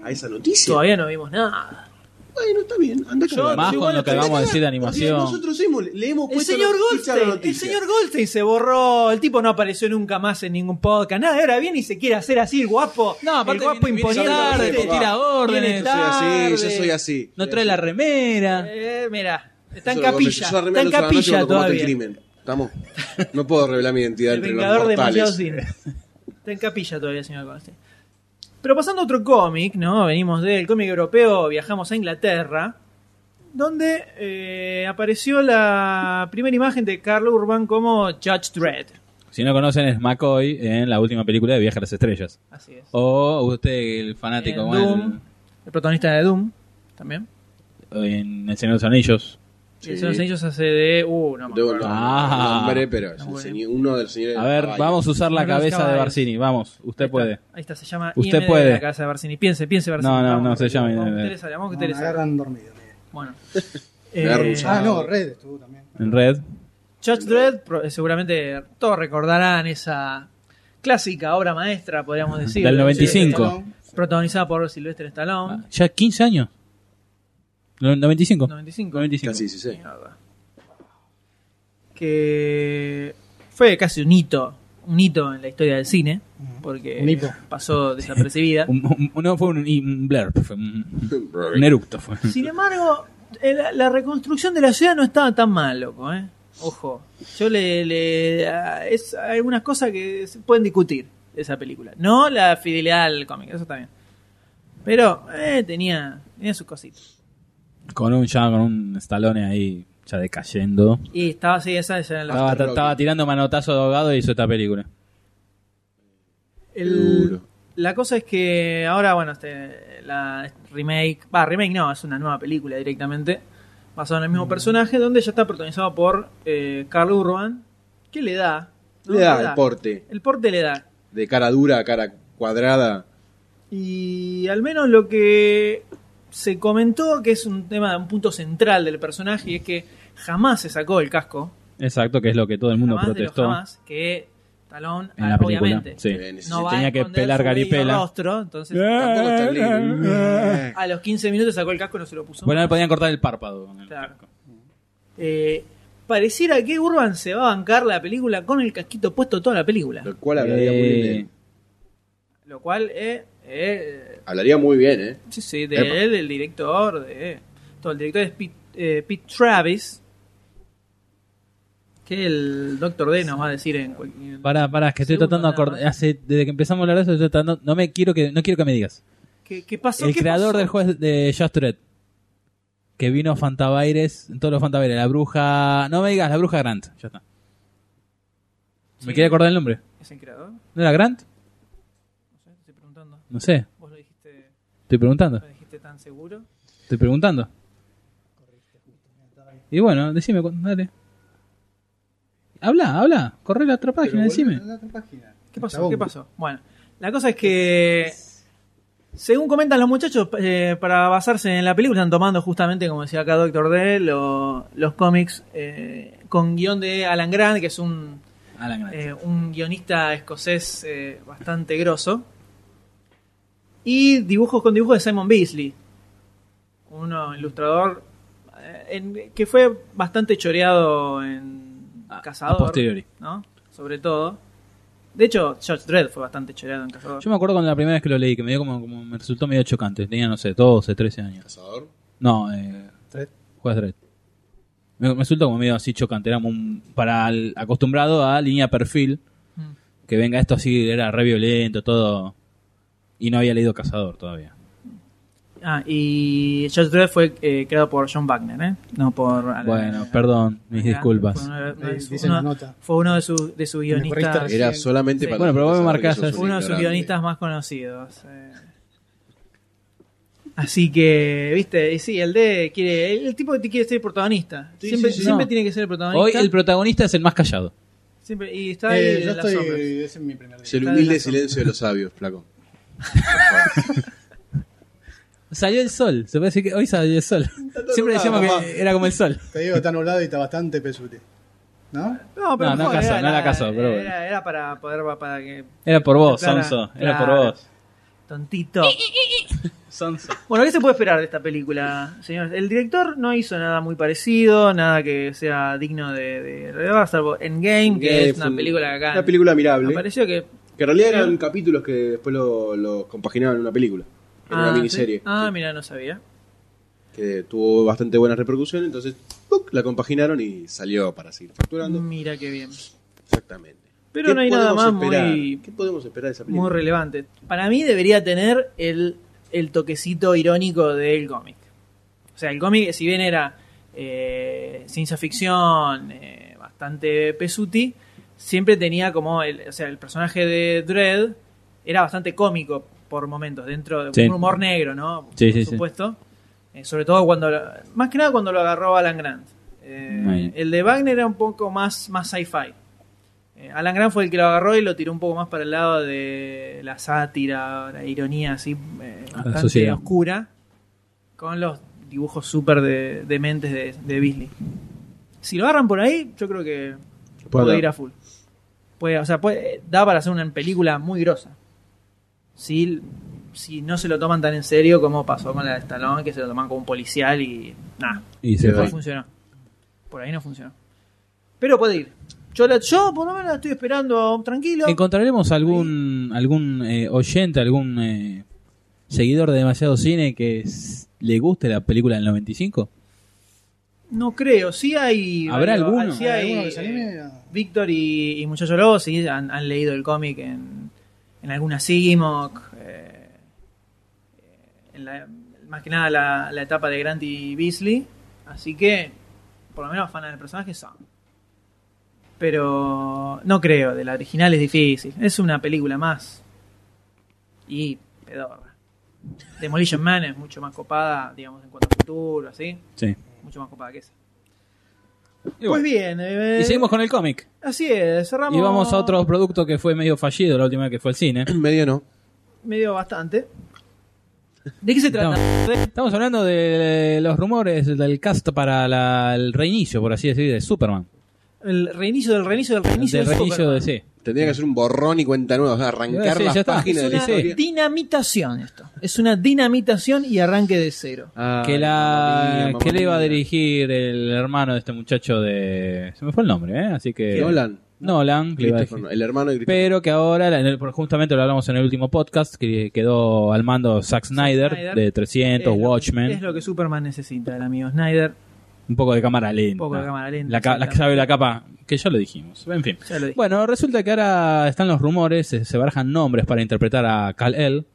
S4: a esa noticia.
S2: Todavía no vimos nada.
S4: Bueno, está bien, anda
S2: Yo-
S4: cagando.
S3: Más
S2: Sí,
S3: con
S2: bueno,
S3: lo que
S2: pero
S3: acabamos de
S4: Anda
S3: decir de
S4: cagando.
S3: animación.
S4: Nosotros hemos, le hemos
S2: El
S4: puesto
S2: señor
S4: la ficha a
S2: Goldstein,
S4: la
S2: el
S4: noticia.
S2: señor Goldstein se borró, el tipo no apareció nunca más en ningún podcast, nada, ahora viene y se quiere hacer así el guapo,
S3: No,
S2: el
S3: aparte
S2: guapo
S3: viene- viene tarde,
S2: imponente,
S4: te tira
S3: órdenes.
S4: Yo soy así, yo soy así.
S3: No
S4: Soy
S3: trae la
S4: así.
S3: remera.
S2: Eh, mira, está en
S4: Yo soy Gómez,
S2: capilla,
S4: yo soy
S2: está
S4: remero
S2: en
S4: de la noche
S2: capilla
S4: cuando combate el
S2: todavía.
S4: crimen. Estamos. No puedo revelar mi identidad
S2: El
S4: entre
S2: Vengador
S4: los
S2: de demasiado
S4: mortales.
S2: cine. Está en capilla todavía, señor Goldstein. Pero pasando a otro cómic, ¿no? Venimos del cómic europeo, viajamos a Inglaterra, donde eh, apareció la primera imagen de Carl Urban como Judge Dredd.
S3: Si no conocen, es McCoy en la última película de Viaje a las Estrellas.
S2: Así es.
S3: O usted, el Oh, fanático,
S2: En
S3: como el-
S2: Eh, Doom. El protagonista de Doom, también.
S3: en El Señor de los Anillos.
S2: Y El Señor de los Anillos hace de... Uh, no me
S4: Debo el
S2: acuerdo.
S3: Ah.
S4: nombre, pero es
S2: Ah,
S4: el
S2: bueno.
S4: señor- uno de los señores.
S3: A ver,
S4: caballo.
S3: vamos a usar
S2: Uno
S3: la
S2: de los
S3: cabeza de
S2: caballos.
S3: Barcini. Vamos,
S2: Ahí
S3: usted
S2: está.
S3: puede.
S2: Ahí está, se llama
S3: Usted
S2: IMDb
S3: puede.
S2: la casa de Barcini. Piense, piense Barcini.
S3: No, no,
S2: Vamos,
S3: no se llama
S2: Vamos
S3: IMDb.
S2: que te le sale, vamos que
S5: No,
S2: te le
S5: me
S2: sale.
S5: agarran dormido. mire.
S2: Bueno.
S4: Me agarra un
S2: Eh,
S5: Ah,
S4: Chao.
S5: no, Red estuvo también.
S3: En red.
S2: Judge Dredd, pro- eh, seguramente todos recordarán esa clásica obra maestra, podríamos decir.
S3: Del
S2: de
S3: 95.
S2: Sylvester Stallone, Protagonizada por Sylvester Stallone.
S3: Ya 15 años. No, 95.
S2: 95.
S3: 95.
S4: Casi 16.
S2: Mierda. Que fue casi un hito, un hito en la historia del cine, porque
S5: Un hipo.
S2: pasó desapercibida.
S3: Un- un- un- no fue un, un blurb, fue un, un eructo. Fue.
S2: Sin embargo, el- la reconstrucción de la ciudad no estaba tan mal, loco, ¿eh? Ojo, yo le... le- ah, es, hay algunas cosas que se pueden discutir de esa película. No la fidelidad al cómic, eso también. Pero eh, tenía, tenía sus cositas.
S3: Con un ya con un estalone ahí ya decayendo.
S2: Y estaba así, esa esa era la...
S3: Estaba,
S4: Rocky.
S3: estaba tirando manotazo de ahogado y hizo esta película.
S2: el-
S4: Duro.
S2: la cosa es que ahora, bueno, este, la remake... Va, remake no, es una nueva película directamente. Basada en el
S4: Mm.
S2: mismo personaje, donde ya está protagonizado por eh, Carl Urban, que le da... ¿no?
S4: Le da el porte.
S2: El porte le da.
S4: De cara dura a cara cuadrada.
S2: Y al menos lo que se comentó, que es un tema, un punto central del personaje, y es que jamás se sacó el casco.
S3: Exacto, que es lo que todo el mundo
S2: jamás de
S3: protestó
S2: los jamás, que Talón,
S3: en la película.
S2: obviamente,
S3: Sí.
S4: Eh,
S2: no va
S3: Tenía
S2: a
S3: que
S2: esconder
S3: pelar
S2: su bello
S3: Garipela. ¡Eh!
S2: rostro, entonces
S4: Tampoco está libre.
S2: a los 15 minutos sacó el casco y no se lo puso.
S3: Bueno,
S2: más.
S3: le podían cortar el párpado. con el
S2: Claro.
S3: casco.
S2: Eh, pareciera que Urban se va a bancar la película con el casquito puesto toda la película.
S4: Lo cual hablaría muy bien. de él.
S3: Eh,
S2: Lo cual eh, eh,
S4: Hablaría muy bien, ¿eh?
S2: Sí, sí, de
S4: Epa.
S2: él, del director, de todo. El director es Pete, eh, Pete Travis, que el Doctor D nos va a decir en cualquier...
S3: Pará, pará, que estoy
S2: Segundo,
S3: tratando de
S2: nada
S3: acordar.
S2: más.
S3: hace- Desde que empezamos a hablar de eso, estoy tratando. No me quiero que, no quiero que me digas.
S2: ¿Qué, qué pasó?
S3: El
S2: ¿Qué
S3: creador
S2: pasó?
S3: del juez de Just Dredd, Que vino a Fantabaires, todos los Fantabaires, la bruja. No me digas, la bruja Grant. Ya está.
S2: Sí.
S3: ¿Me quiere acordar el nombre?
S2: ¿Es el creador?
S3: ¿No era Grant?
S2: No sé, te estoy preguntando.
S3: No sé,
S2: ¿Vos lo dijiste,
S3: estoy preguntando.
S2: lo dijiste tan seguro?
S3: Estoy preguntando. Y bueno, decime, cu- dale. Habla, habla, corre la otra página, decime.
S5: La otra página.
S2: ¿Qué pasó?
S5: Chabón.
S2: ¿Qué pasó? Bueno, la cosa es que... Según comentan los muchachos, eh, para basarse en la película están tomando justamente, como decía acá Doctor D, lo- los cómics eh, con guión de Alan Grant, que es un
S3: Alan Grant.
S2: eh, un guionista escocés eh, bastante grosso. Y dibujos con dibujos de Simon Beasley, uno ilustrador eh, en- que fue bastante choreado en
S3: A- a
S2: Cazador,
S3: posteriori.
S2: ¿no? Sobre todo. De hecho, George Dredd fue bastante choreado en Cazador.
S3: Yo me acuerdo cuando la primera vez que lo leí, que me dio como, como me resultó medio chocante. Tenía, no sé, 12, 13 años.
S4: Cazador.
S3: No, eh,
S5: Tres.
S3: Juez Dredd. Me, me resultó como medio así chocante. Era como un- para el- acostumbrado a línea perfil.
S2: Mm.
S3: Que venga esto así, era re violento, todo. Y no había leído Cazador todavía.
S2: Ah, y George Dredd fue eh, creado por John Wagner, ¿eh? No por... Alan-
S3: Bueno, perdón,
S2: Alan
S3: mis
S2: Grant.
S3: disculpas.
S2: Fue uno de- uno de
S5: Ahí
S2: sus-
S5: Dice la
S2: uno-
S5: nota.
S2: fue uno de sus de sus guionistas.
S5: corriste
S4: Era
S5: Sí.
S4: solamente
S2: Sí.
S4: para.
S3: Bueno, pero vos me
S4: saber que
S3: marcás
S4: sos
S3: eso.
S4: un
S2: Fue uno de sus
S4: ignorante.
S2: guionistas más conocidos. eh. Así que, viste, y sí, el D quiere. El, el tipo que te quiere ser protagonista.
S4: Sí,
S2: siempre
S4: sí, sí.
S2: siempre
S3: No.
S2: tiene que ser el protagonista.
S3: Hoy el protagonista es el más callado.
S2: Siempre- y está ahí
S5: Eh,
S2: en
S5: yo
S2: las
S5: estoy.
S2: sombras.
S5: Ese es mi primer
S4: Es
S5: día.
S4: el
S2: Está
S4: humilde
S2: de la sombra.
S4: silencio de los sabios, flaco.
S3: Salió el sol, se parece que hoy salió el sol.
S4: todo
S3: Siempre decíamos
S4: nublado,
S3: que era como el sol.
S5: Te digo, está nublado y está bastante pesute. ¿No?
S2: No,
S3: No, no
S2: joder,
S3: casó,
S2: era
S3: no la casó, pero bueno. Oh,
S2: Era, era para poder. Para que,
S3: Era por vos,
S2: Clara,
S3: Sonso, era por
S2: Clara.
S3: vos.
S2: Tontito.
S3: Sansa.
S2: Bueno, ¿qué se puede esperar de esta película, señores? El director no hizo nada muy parecido, nada que sea digno de, de rebar, salvo Endgame, que es
S4: fue
S2: una película que acá
S4: Una película mirable.
S2: me pareció que...
S4: Que en realidad eran capítulos que después lo, lo compaginaban en una película. En
S2: Ah,
S4: una
S2: ¿sí?
S4: miniserie.
S2: Ah,
S4: sí,
S2: mira, no sabía.
S4: Que tuvo bastante buena repercusión, entonces ¡puc! la compaginaron y salió para seguir facturando.
S2: Mira qué bien.
S4: Exactamente.
S2: Mm. Pero
S4: ¿Qué
S2: no hay nada
S4: podemos
S2: más
S4: esperar?
S2: muy,
S4: ¿Qué podemos esperar de esa película?
S2: muy relevante. Para mí debería tener el, el toquecito irónico del cómic. O sea, el cómic, si bien era eh, ciencia ficción, eh, bastante pesuti, siempre tenía como, el, o sea, el personaje de Dredd era bastante cómico por momentos, dentro de
S3: Sí.
S2: un humor negro, ¿no?
S3: Sí,
S2: por
S3: sí, sí.
S2: supuesto. Eh, sobre todo cuando, lo- más que nada cuando lo agarró Alan Grant. Eh,
S3: Ahí.
S2: el de Wagner era un poco más, más sci-fi. Eh, Alan Grant fue el que lo agarró y lo tiró un poco más para el lado de la sátira, la ironía así, eh,
S3: La
S2: bastante
S3: sociedad.
S2: oscura, con los dibujos súper de, dementes de, de Beasley. Si lo agarran por ahí, yo creo que
S4: Puede
S2: puede
S4: dar.
S2: ir a full. Puede, o sea, puede- da para hacer una película muy grosa. Si, si no se lo toman tan en serio como pasó con la de Stallone, que se lo toman como un policial y nada,
S3: Y
S4: se
S3: se
S4: fue.
S2: no funcionó. Por ahí no funcionó. Pero puede ir. Yo, la- yo por lo menos la estoy esperando tranquilo.
S3: ¿Encontraremos algún, algún eh, oyente, algún eh, seguidor de demasiado cine que s- le guste la película del 95?
S2: No creo, sí hay.
S3: ¿Habrá
S2: varios-
S3: alguno?
S2: sí
S5: ¿Hay
S2: hay,
S5: alguno que se anime?
S2: eh, Víctor y, y Muchacho Lobo sí han, han leído el cómic en, en alguna Sigimoc. eh, en la- más que nada la, la etapa de Grant y Beasley. Así que, por lo menos, fanas del personaje son. Pero no creo, de la original es difícil. Es una película más. Y pedorra. Demolition Man es mucho más copada, digamos, en cuanto a futuro, así
S3: Sí.
S2: mucho más copada que esa.
S3: Y,
S2: Pues
S3: bueno,
S2: bien, eh,
S3: y seguimos con el cómic.
S2: así es, cerramos.
S3: Y vamos a otro producto que fue medio fallido la última vez que fue al cine.
S4: Medio no.
S2: Medio bastante. ¿De qué se trata?
S3: Estamos hablando de los rumores del cast para la- el reinicio, por así decir, de Superman.
S2: El reinicio del reinicio del reinicio
S3: del
S2: del
S3: reinicio
S2: Superman.
S3: de sí.
S4: Tendría que hacer un borrón y cuenta nueva, o sea, arrancar
S3: Sí, ya
S4: las
S3: está.
S4: páginas de
S2: Es
S4: la
S2: una
S4: historia.
S2: dinamitación esto. Es una dinamitación y arranque de cero.
S4: Ay,
S3: que la
S4: mamá mía,
S3: que
S4: mamá
S3: le iba a
S4: mía.
S3: dirigir el hermano de este muchacho de se me fue el nombre, ¿eh? así que
S4: Nolan.
S3: Nolan, que le iba a
S4: Christopher,
S3: dirigir.
S4: el hermano de Christopher.
S3: pero que ahora la- en el- justamente lo hablamos en el último podcast que quedó al mando Zack Snyder,
S2: Snyder.
S3: de 300
S2: Es lo-
S3: Watchmen,
S2: Es lo que Superman necesita, el amigo Snyder.
S3: un poco de cámara lenta,
S2: Un poco de cámara lenta,
S3: Ah, la, ca- la
S2: exactamente.
S3: llave de la capa que ya lo dijimos, en fin.
S2: Ya lo dije.
S3: Bueno, resulta que ahora están los rumores, se, se barajan nombres para interpretar a Kal-El,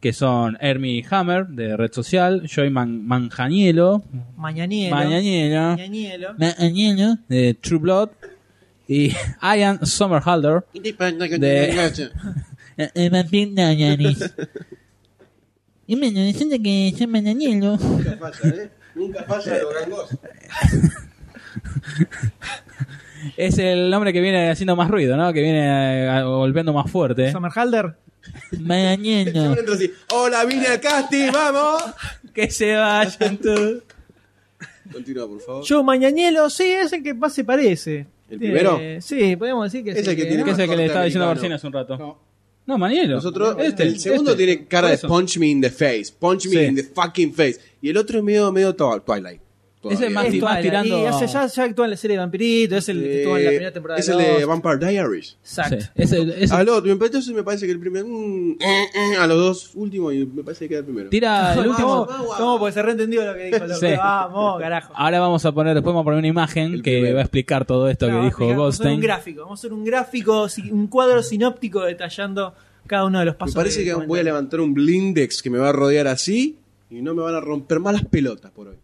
S3: que son Hermie Hammer de Red Social, Joy Man- Manganiello,
S2: Mañanielo.
S3: Manganiello,
S2: Mañanielo.
S3: Manganiello eh, de True Blood y Ian Somerhalder de Eh, eh, Vampir Diaries. Y bueno, resulta que Joy Manganiello
S4: Nunca falla, ¿eh? Nunca falla lo gangoso.
S3: es el nombre que viene haciendo más ruido, ¿no? Que viene eh, golpeando más fuerte.
S2: Summerhalder.
S3: Manganiello.
S4: Siempre entra así, Hola, vine al casting, vamos.
S3: Que se vayan todos.
S4: Continúa, por favor.
S2: Yo, Mañanielo, sí, es el que más se parece.
S4: ¿El primero?
S2: Eh, sí, podemos decir que es,
S4: Es el que tiene
S3: Que es el que le
S4: Corte
S3: estaba diciendo a Barcina
S4: americano.
S3: hace un rato. No,
S5: No.
S3: Manielo.
S4: Nosotros,
S3: Este,
S4: el segundo
S3: este.
S4: tiene cara
S3: Por
S4: de
S3: eso.
S4: punch me in the face, punch me
S3: Sí.
S4: in the fucking face. Y el otro es medio, medio to- Twilight.
S3: Ese es más-
S2: Es
S3: más
S2: Twilight,
S3: tirando-
S2: y hace- ya, ya actúa en la serie de Vampirito, es el que estuvo en la primera temporada.
S4: Eh, Es el
S2: de
S4: de
S2: Lost.
S4: Vampire Diaries.
S2: Exacto.
S3: Sí, es el- es el-
S4: Al otro, entonces me parece que el primero. mm, eh, eh, a los dos últimos, y me parece que queda el primero.
S2: Ah,
S3: tira el último.
S2: ¿Cómo? ¿Cómo? Porque se reentendió lo que dijo. el
S3: Sí. Ah,
S2: otro. Vamos, carajo.
S3: Ahora vamos a poner, después vamos a poner una imagen
S4: El
S3: que
S4: primero.
S3: va a explicar todo esto
S2: No,
S3: que
S2: vamos a
S3: dijo
S2: explicar, vamos a hacer
S3: Goldstein.
S2: un gráfico, vamos a hacer un gráfico, si- un cuadro sinóptico detallando cada uno de los
S4: Me
S2: pasos.
S4: parece que voy a
S2: comentario.
S4: levantar un blindex que me va a rodear así y no me van a romper más las pelotas por hoy.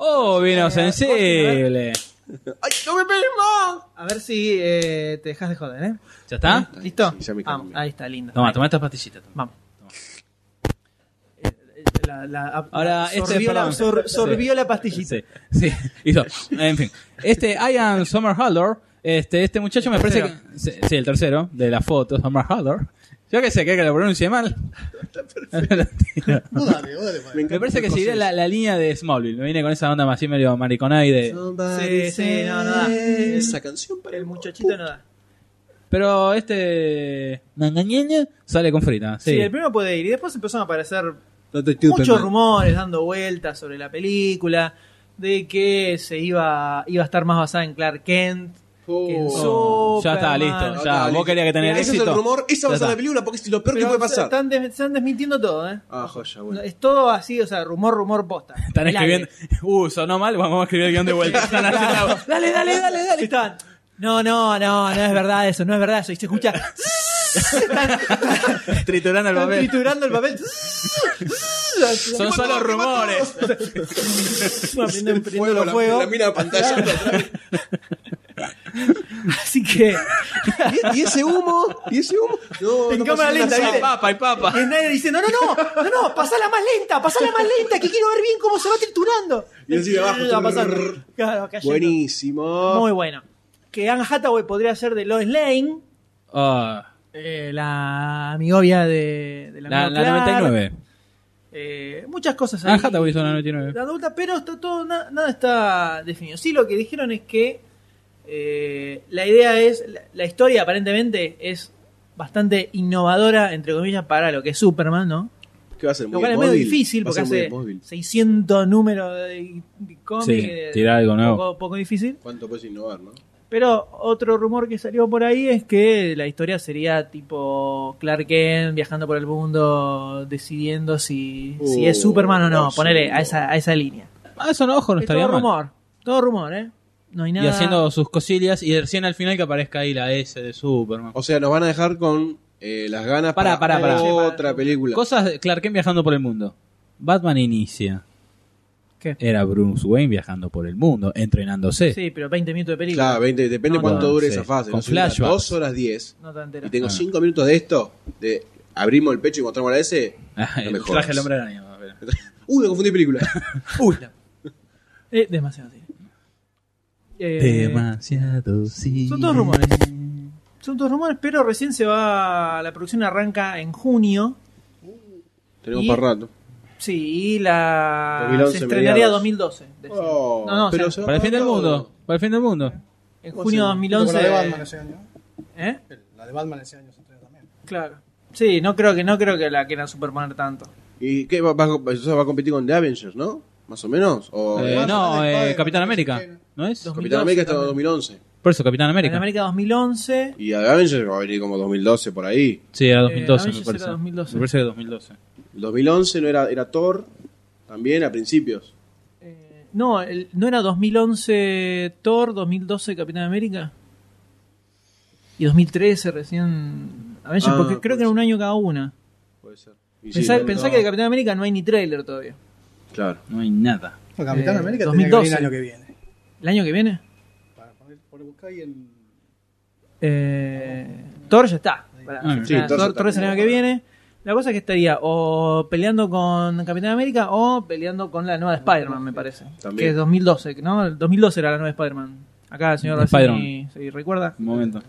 S3: Oh, vino sensible.
S4: ¡Ay, no me peguen más!
S2: A ver si eh, te dejas de joder, ¿eh?
S3: ¿Ya está?
S4: Ahí,
S2: ¿Listo?
S4: sí, ya me
S2: Vamos,
S4: cambié.
S2: ahí está, lindo.
S3: Toma, toma estas pastillitas.
S2: Vamos. Eh, eh, La, la-
S3: Ahora, este,
S2: sorbió, la,
S3: perdón.
S2: sor-
S3: Sí.
S2: sorbió la pastillita.
S3: Sí, sí, hizo. En fin. Este Ian Somerhalder, este, este muchacho me parece
S2: tercero.
S3: que. Sí, sí, el tercero de la foto, Somerhalder. Yo que sé, ¿querés que lo pronuncie mal.
S5: Vos dale, vos dale. pues. padre.
S3: me parece que seguiría la, la línea de Smallville. Me viene con esa onda más así medio mariconay de.
S2: Sí,
S4: Somebody
S2: sí, no, no da.
S4: say Esa canción para
S2: El
S4: el
S2: muchachito no da.
S3: Pero este. Nangañeña sale con frita.
S2: Sí.
S3: Sí.
S2: el primero puede ir. Y después empezaron a aparecer
S3: Doctor Stupid
S2: Muchos
S3: Man.
S2: rumores dando vueltas sobre la película, de que se iba, iba a estar más basada en Clark Kent. que en
S3: Oh, ya está,
S2: Superman.
S3: listo.
S4: está,
S3: Ya, vos
S4: listo.
S3: querías que tener
S4: Mira, ese
S3: éxito.
S4: es el rumor, esa va a
S3: Ya
S4: ser la
S3: está.
S4: película porque es lo peor que
S2: Pero
S4: puede pasar.
S2: Están, des- están desmintiendo todo, ¿eh?
S4: Ah, joya, bueno.
S2: No, Es todo así, o sea, rumor, rumor, posta.
S3: Están
S2: El aire.
S3: escribiendo. Uh, sonó mal, vamos a escribir el guión de vuelta. Están haciendo- dale, dale, dale, dale.
S2: Están, No, no, no, no es verdad eso, no es verdad eso. Y se escucha. están,
S3: Triturando el
S2: están
S3: papel.
S2: triturando el papel.
S3: Son solo rumores.
S2: Prendiendo-
S4: Fuego,
S2: prendiendo
S4: la,
S2: fuego.
S4: la mina de pantalla.
S2: Así que.
S4: ¿Y, y ese humo, y ese humo. No,
S2: En
S4: no
S2: cámara
S4: pasó
S2: lenta,
S4: nada.
S2: ¿viste?
S3: papa y papa.
S2: Y Snyder diciendo, no, no, no, no, pasala más lenta, pasala más lenta, que quiero ver bien cómo se va triturando.
S4: Y así abajo,
S2: Va pasando.
S4: trrr.
S2: Claro, cayendo.
S4: Buenísimo.
S2: Muy bueno. Que Anne Hathaway podría ser de Lois Lane,
S3: Ah,
S2: eh, la amigovia de, de la,
S3: la,
S2: amiga
S3: la
S2: Clark.
S3: 99.
S2: Eh, muchas cosas ahí.
S3: Ah, Hathaway hizo la 99.
S2: La adulta, pero está todo, na- nada está definido. Sí, lo que dijeron es que eh, la idea es, la, la historia aparentemente es bastante innovadora, entre comillas, para lo que es Superman, ¿no?
S4: ¿Qué va a ser?
S2: Lo
S4: Muy
S2: cual es medio
S4: móvil.
S2: difícil
S4: Va a
S2: porque
S4: ser muy
S2: hace
S4: móvil.
S2: 600 números de de cómic.
S3: Sí,
S2: eh,
S3: tira algo nuevo.
S2: poco, poco difícil.
S4: ¿Cuánto puedes innovar, no?
S2: Pero otro rumor que salió por ahí es que la historia sería tipo Clark Kent viajando por el mundo decidiendo si, si
S4: Oh,
S2: es Superman o no.
S4: sí,
S2: Ponele a
S4: no.
S2: esa, a esa línea.
S3: Ah, eso no, ojo, no
S2: es todo
S3: estaría mal.
S2: rumor. Todo rumor, ¿eh? No hay nada.
S3: Y haciendo sus cosillas y recién al final que aparezca ahí la S de Superman.
S4: O sea, nos van a dejar con eh, las ganas
S3: Pará,
S4: para
S3: pará, pará.
S4: otra película.
S3: Cosas de Clark Kent viajando por el mundo. Batman inicia.
S2: ¿Qué?
S3: Era Bruce Wayne viajando por el mundo, entrenándose.
S2: Sí, pero 20 minutos de película.
S4: Claro, 20, depende
S2: No,
S4: cuánto
S3: no,
S4: dure
S3: sí.
S4: esa fase.
S3: Con
S4: ¿no? Si dura
S3: flashbacks.
S4: Dos horas 10.
S2: No te enteras.
S4: Y tengo
S3: Ah.
S4: 5 minutos de esto, de abrimos el pecho y mostramos la S.
S3: Ah,
S4: No
S3: el
S4: me jodas.
S3: traje el hombre araña. a ver.
S4: Uy, me confundí película.
S2: Uy, la- Eh, demasiado cine. Eh,
S3: Demasiado sí.
S2: Son todos rumores. Son todos rumores, pero recién se va. La producción arranca en junio.
S4: Tenemos
S2: Y-
S4: para rato.
S2: Sí, y la.
S4: 2011
S2: se estrenaría
S4: mediados.
S2: 2012. decían.
S4: Oh,
S2: no, no, o
S4: pero
S2: sea,
S4: se va
S3: Para el fin del
S4: todo.
S3: mundo. Para el fin del mundo.
S2: en junio de
S5: Junto con
S2: 2011.
S5: La de Batman ese año.
S2: ¿Eh?
S5: La de Batman ese año se estrenó también.
S2: Claro. Sí, no creo que no creo que la quieran superponer tanto.
S4: ¿Y qué va, va- entonces va a competir con The Avengers, no? Más o menos. O
S3: Eh, no,
S5: Batman,
S3: eh,
S5: Spider-Man,
S3: Capitán América.
S5: Spider-Man.
S3: ¿No es?
S4: Capitán
S2: 2012
S4: América está en
S2: también.
S4: 2011.
S3: Por eso, Capitán América.
S2: En América 2011.
S4: Y The Avengers va a venir como 2012 por ahí.
S3: Sí, era
S2: Eh,
S3: 2012, me
S2: Avengers
S3: parece.
S2: era 2012.
S3: Me parece que 2012.
S4: El 2011 no era, era Thor también a principios.
S2: eh, no, el- no era 2011 Thor, 2012 Capitán América. Y 2013 recién Avengers,
S4: Ah,
S2: porque creo
S4: puede
S2: que era un año cada una.
S4: Puede ser. Y sí,
S2: Pensá,
S4: no,
S2: pensá
S4: no.
S2: que de Capitán América no hay ni trailer todavía.
S4: Claro.
S3: No hay nada.
S5: No, Capitán
S2: Eh,
S5: América tenía que venir
S2: 2012.
S5: el año que viene.
S2: ¿El año que viene?
S5: Para poner, por buscar ahí en.
S2: Eh, Thor ya está. Pará,
S3: Ah,
S2: ya
S4: sí,
S2: está.
S4: Thor ya
S2: Thor,
S4: está.
S2: Thor es el año que viene. La cosa es que estaría o peleando con Capitán América o peleando con la nueva de Spider-Man, me parece.
S4: También.
S2: Que es 2012, ¿no? El 2012 era la nueva de Spider-Man. Acá el señor Rossini
S3: Spider-Man.
S2: se recuerda.
S3: Un momento.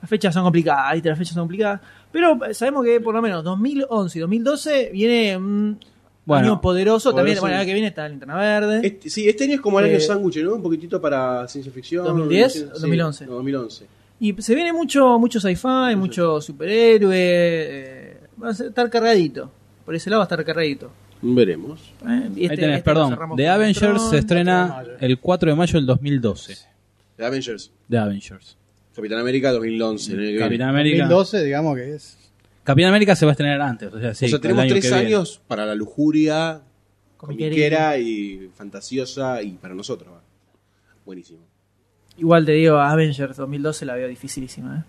S2: Las fechas son complicadas, ¿viste? las fechas son complicadas. Pero eh, sabemos que por lo menos 2011 y 2012 viene un
S3: Bueno,
S2: año poderoso. También,
S4: poderoso.
S2: bueno, el año que viene está la Linterna Verde.
S4: Este- sí, este año es como el año
S2: Eh,
S4: sándwich, ¿no? Un poquitito para ciencia ficción.
S2: 2010,
S4: Sí,
S2: 2011.
S4: no, 2011.
S2: Y se viene mucho, mucho sci-fi, mucho superhéroe. eh, va a ser- estar cargadito. Por ese lado va a estar cargadito.
S4: Veremos.
S2: ¿eh? Y
S3: Ahí
S2: este- este
S3: tenés,
S2: lo
S3: perdón.
S2: cerramos
S3: The
S2: con
S3: Avengers
S2: Ultron.
S3: se estrena
S5: 4 de mayo.
S3: el 4 de mayo del 2012.
S4: The Avengers.
S3: The Avengers.
S4: Capitán América 2011. el año que viene.
S3: Capitán América.
S5: 2012, digamos que es.
S3: Capitán América se va a estrenar antes. O sea, sí,
S4: o sea,
S3: el
S4: tenemos
S3: año que
S4: tres
S3: viene.
S4: años para la lujuria
S2: Comiquería.
S4: comiquera y fantasiosa y para nosotros. va. Buenísimo.
S2: Igual te digo, Avengers 2012 la veo dificilísima. ¿eh?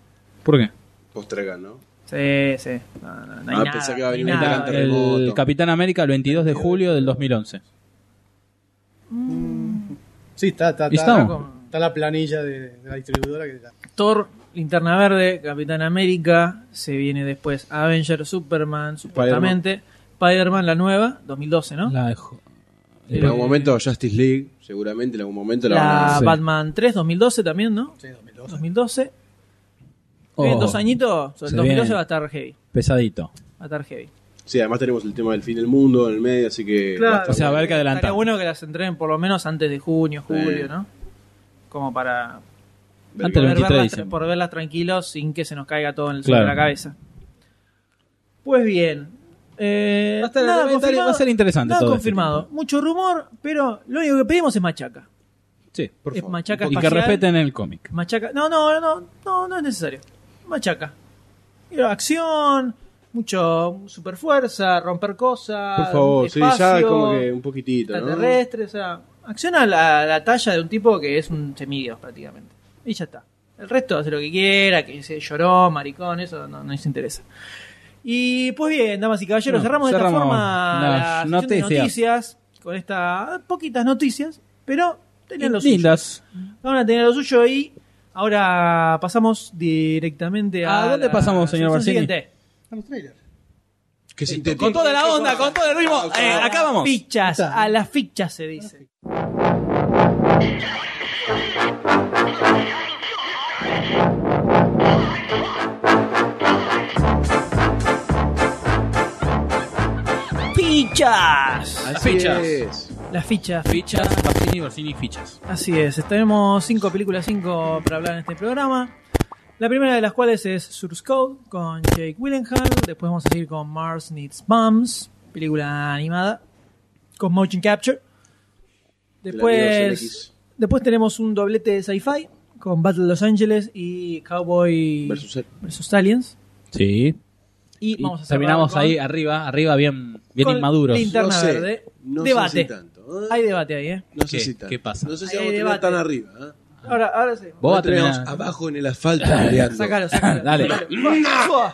S3: ¿Por qué?
S4: Postrega, ¿no?
S2: Sí, sí. No, no, no hay
S4: Ah,
S2: nada,
S4: pensé que iba a
S2: no hay
S4: venir un
S2: nada.
S4: gran
S3: El
S4: terremoto.
S3: Capitán América el 22 de julio del 2011.
S5: Sí, está, está,
S3: Y
S5: está.
S3: estamos.
S2: Con
S5: Está la planilla de, de la distribuidora que está.
S2: Thor, Linterna Verde, Capitán América. Se viene después Avengers, Superman, supuestamente. Spider-Man, la nueva, 2012, ¿no?
S3: La de jo- Eh,
S4: En algún momento Justice League, seguramente en algún momento la, van
S2: La
S4: a
S3: Sí.
S2: Batman 3, 2012 también, ¿no?
S5: Sí,
S2: Ah.
S5: 2012.
S2: 2012.
S3: Oh,
S2: Bien, dos añitos.
S3: Se
S2: El 2012
S3: viene.
S2: va a estar heavy.
S3: Pesadito.
S2: Va a estar heavy.
S4: Sí, además tenemos el tema del fin del mundo en el medio, así que... va a estar
S3: O sea, va a
S4: bueno.
S3: haber que adelantar.
S2: Estaría bueno que las entreguen por lo menos antes de junio, julio,
S4: Sí.
S2: ¿no? Como para
S4: Ver
S3: antes
S4: qué-
S2: poder
S3: del 23 de
S2: verlas,
S3: diciembre.
S2: por verlas tranquilos sin que se nos caiga todo en el
S3: Claro.
S2: suelo de la cabeza. Pues bien, Eh,
S3: Va a estar-
S2: nada
S3: va a estar-
S2: confirmado,
S3: va a ser interesante
S2: Nada
S3: todo este
S2: confirmado. Mucho rumor, pero lo único que pedimos es machaca.
S3: Sí, por
S2: es
S3: favor.
S2: machaca
S3: Y que
S2: espacial.
S3: respeten el cómic.
S2: Machaca. No, no, no, no, no es necesario. Machaca. Quiero Acción, mucho super fuerza, romper cosas.
S4: Por favor, sí, ya
S2: espacio,
S4: como que un poquitito, ¿no?
S2: Extraterrestre, o sea. Acción a la, a la talla de un tipo que es un semidios prácticamente. Y ya está. El resto hace lo que quiera, que se lloró, maricón, eso no, no nos interesa. Y pues bien, damas y caballeros,
S3: No,
S2: cerramos, de esta
S3: cerramos
S2: forma
S3: las
S2: la sección de
S3: noticias.
S2: noticias con estas poquitas noticias, pero tenían los
S3: Lindas.
S2: Van a tener lo suyo y ahora pasamos directamente a.
S3: ¿A dónde
S2: la
S3: pasamos, señor
S2: sección
S3: Barcini? Eh,
S2: siguiente.
S5: A los trailers.
S4: Que
S3: Con toda la onda, con todo el ritmo. Eh, acá vamos.
S2: Fichas,
S5: Está.
S2: a las fichas se dice. ¡Fichas!
S4: Así
S3: Fichas.
S4: es.
S2: Las fichas.
S3: Fichas, Barcini, Barcini, fichas.
S2: Así es, tenemos cinco películas, cinco para hablar en este programa. La primera de las cuales es Source Code con Jake Willenhall. Después vamos a seguir con Mars Needs Moms, película animada con motion capture.
S4: Del amigo
S2: Después,
S4: Zemeckis.
S2: después tenemos un doblete de sci-fi con Battle Los Angeles y Cowboy
S4: Versus
S2: versus,
S4: Zed.
S2: Aliens.
S3: Sí.
S2: Y,
S3: Y
S2: vamos a cerrar
S3: terminamos
S2: con-
S3: ahí arriba, arriba bien, bien
S2: con
S3: inmaduros.
S2: Linterna
S4: No sé,
S2: Verde.
S4: no sé
S2: debate.
S4: si tanto, ¿eh?
S2: Hay debate ahí, ¿eh?
S4: No sé
S3: ¿Qué?
S4: si tanto.
S3: ¿Qué pasa?
S4: No sé
S2: Hay
S4: si vamos a terminar
S2: debate.
S4: tan arriba. ¿eh?
S2: Ahora, ahora sí.
S3: Vos vas a
S4: No terminamos
S3: terminar-
S4: abajo en el asfalto. peleando.
S2: Sácalo, sácalo.
S3: Dale.
S2: Sácalo.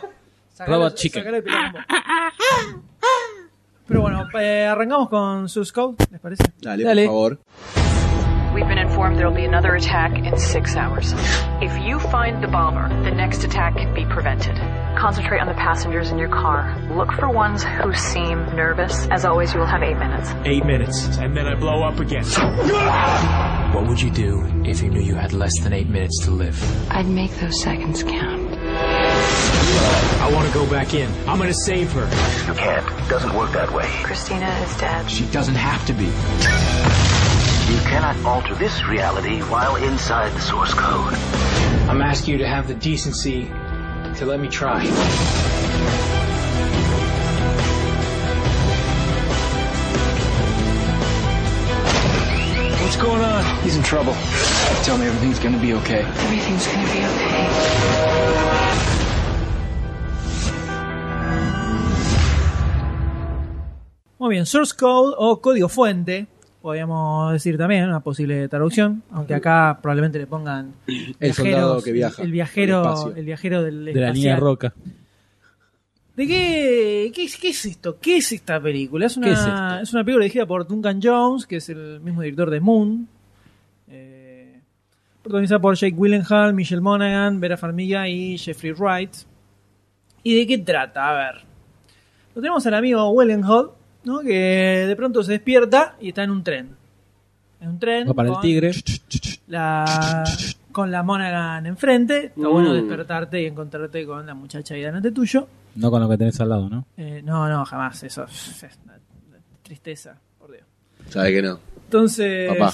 S2: Sácalo,
S3: Robot Chicken.
S2: sácalo y pegalo con vos. Pero bueno, eh, arrancamos con Source Code, ¿les parece?
S4: Dale,
S3: Dale.
S4: por favor.
S1: We've been informed there'll be another attack in six hours. If you find the bomber, the next attack can be prevented. Concentrate on the passengers in your car. Look for ones who seem nervous. As always, you will have eight minutes.
S6: Eight minutes, and then I blow up again. What would you do if you knew you had less than eight minutes to live?
S1: I'd make those seconds count.
S6: I want to go back in. I'm going to save her.
S7: You can't. Doesn't work that way.
S1: Christina is dead.
S6: She doesn't have to be.
S7: You cannot alter this reality while inside the source code.
S6: I'm asking you to have the decency to let me try. What's going on? He's in trouble. Tell me everything's going to be okay.
S1: Everything's gonna be okay.
S2: Muy bien, Source Code o código fuente, podríamos decir también, una posible traducción, aunque acá probablemente le pongan
S4: El soldado
S2: viajeros,
S4: que viaja.
S2: El, viajero,
S4: espacio.
S2: el viajero del
S3: De la línea
S2: espacial.
S3: roca.
S2: ¿De qué, qué, es- qué es esto? ¿Qué es esta película? Es una,
S3: ¿Qué es
S2: es
S3: esto?
S2: una película dirigida por Duncan Jones, que es el mismo director de Moon. Eh, protagonizada por Jake Willenhall, Michelle Monaghan, Vera Farmiga y Jeffrey Wright. ¿Y de qué trata? A ver. Lo tenemos al amigo Willenhall, ¿no? que de pronto se despierta y está en un tren. En un tren.
S3: Va para el
S2: con-
S3: tigre.
S2: la, con la Monaghan enfrente. Está bueno
S4: Mm.
S2: despertarte y encontrarte con la muchacha ahí delante tuyo.
S3: No con lo que tenés al lado, ¿no?
S2: Eh, no, no, jamás. Eso es es una tristeza, por Dios.
S4: Sabe que no.
S2: Entonces.
S4: Papá.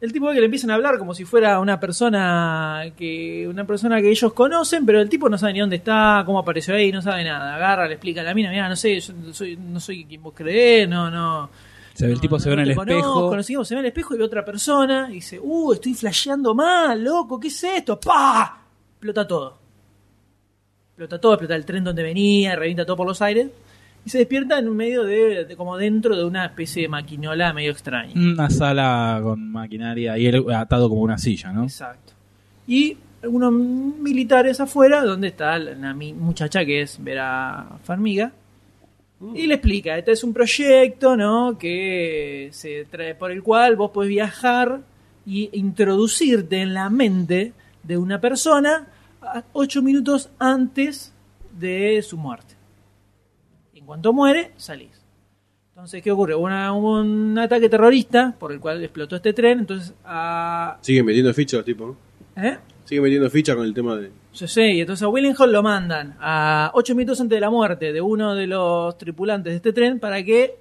S2: El tipo que le empiezan a hablar como si fuera una persona que una persona que ellos conocen, pero el tipo no sabe ni dónde está, cómo apareció ahí, no sabe nada. Agarra, le explica a la mina, mira, no sé, yo no soy, no soy quien vos creés, no, no.
S3: Se ve, el tipo
S2: no,
S3: se ve
S2: no
S3: en el
S2: te conozco,
S3: espejo.
S2: no sé qué, se ve en el espejo y ve otra persona y dice, uh, estoy flasheando mal, loco, ¿qué es esto? ¡Pah! Explota todo. Explota todo, explota el tren donde venía, revienta todo por los aires. Y se despierta en medio de, de- como dentro de una especie de maquinola medio extraña.
S3: Una sala con maquinaria y él atado como una silla, ¿no?
S2: Exacto. Y algunos militares afuera, donde está la, la mi- muchacha que es Vera Farmiga. Y le explica, este es un proyecto, ¿no? Que se trae por el cual vos podés viajar y introducirte en la mente de una persona a- ocho minutos antes de su muerte. En cuanto muere, salís. Entonces, ¿qué ocurre? Una- hubo un ataque terrorista por el cual explotó este tren, entonces a,
S4: Siguen metiendo fichas, tipo. ¿no?
S2: ¿Eh?
S4: Siguen metiendo fichas con el tema de.
S2: Yo sé, y entonces a Willinghall lo mandan a 8 minutos antes de la muerte de uno de los tripulantes de este tren para que,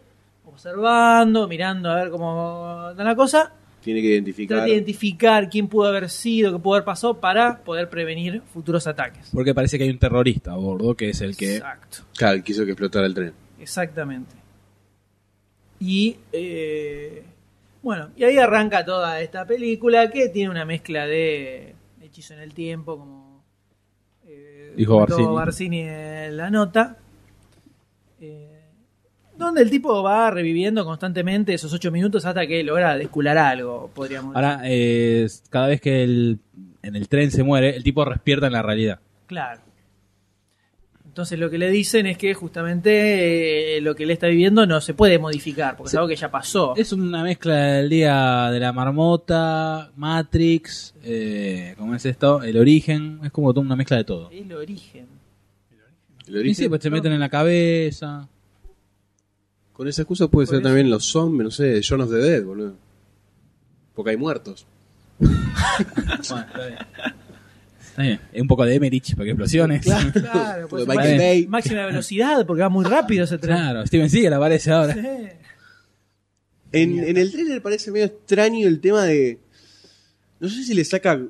S2: observando, mirando a ver cómo da la cosa,
S4: Tiene que identificar.
S2: Trata de identificar quién pudo haber sido, qué pudo haber pasado para poder prevenir futuros ataques.
S3: Porque parece que hay un terrorista a bordo que es el que.
S2: Exacto.
S4: Claro, quiso que explotara el tren.
S2: Exactamente. Y eh, bueno, y ahí arranca toda esta película que tiene una mezcla de hechizo en el tiempo, como eh,
S3: Dijo
S2: comentó
S3: Barcini.
S2: Barcini en la nota, eh, donde el tipo va reviviendo constantemente esos ocho minutos hasta que logra descular algo, podríamos
S3: Ahora, eh, cada vez que el, en el tren se muere, el tipo despierta en la realidad.
S2: Claro. Entonces lo que le dicen es que justamente eh, lo que él está viviendo no se puede modificar, porque
S3: Sí.
S2: es algo que ya pasó.
S3: Es una mezcla del día de la marmota, Matrix, eh, ¿cómo es esto? El origen, es como toda una mezcla de todo.
S2: El origen.
S4: ¿El
S3: Y
S4: origen?
S3: sí, pues se meten en la cabeza.
S4: Con esa excusa puede
S2: Por
S4: ser
S2: eso.
S4: también los zombies, no sé, de John of the Dead, boludo. Porque hay muertos.
S3: Bueno, está bien. Está bien. Es un poco de Emerich, porque explosiones. Claro,
S2: Claro,
S4: Porque
S2: pues,
S4: Michael
S2: máxima-
S4: Bay-
S2: máxima velocidad, porque va muy rápido ese tren. Eh,
S3: Steven Seagal aparece ahora.
S2: Sí.
S4: En, en el trailer parece medio extraño el tema de. No sé si le saca.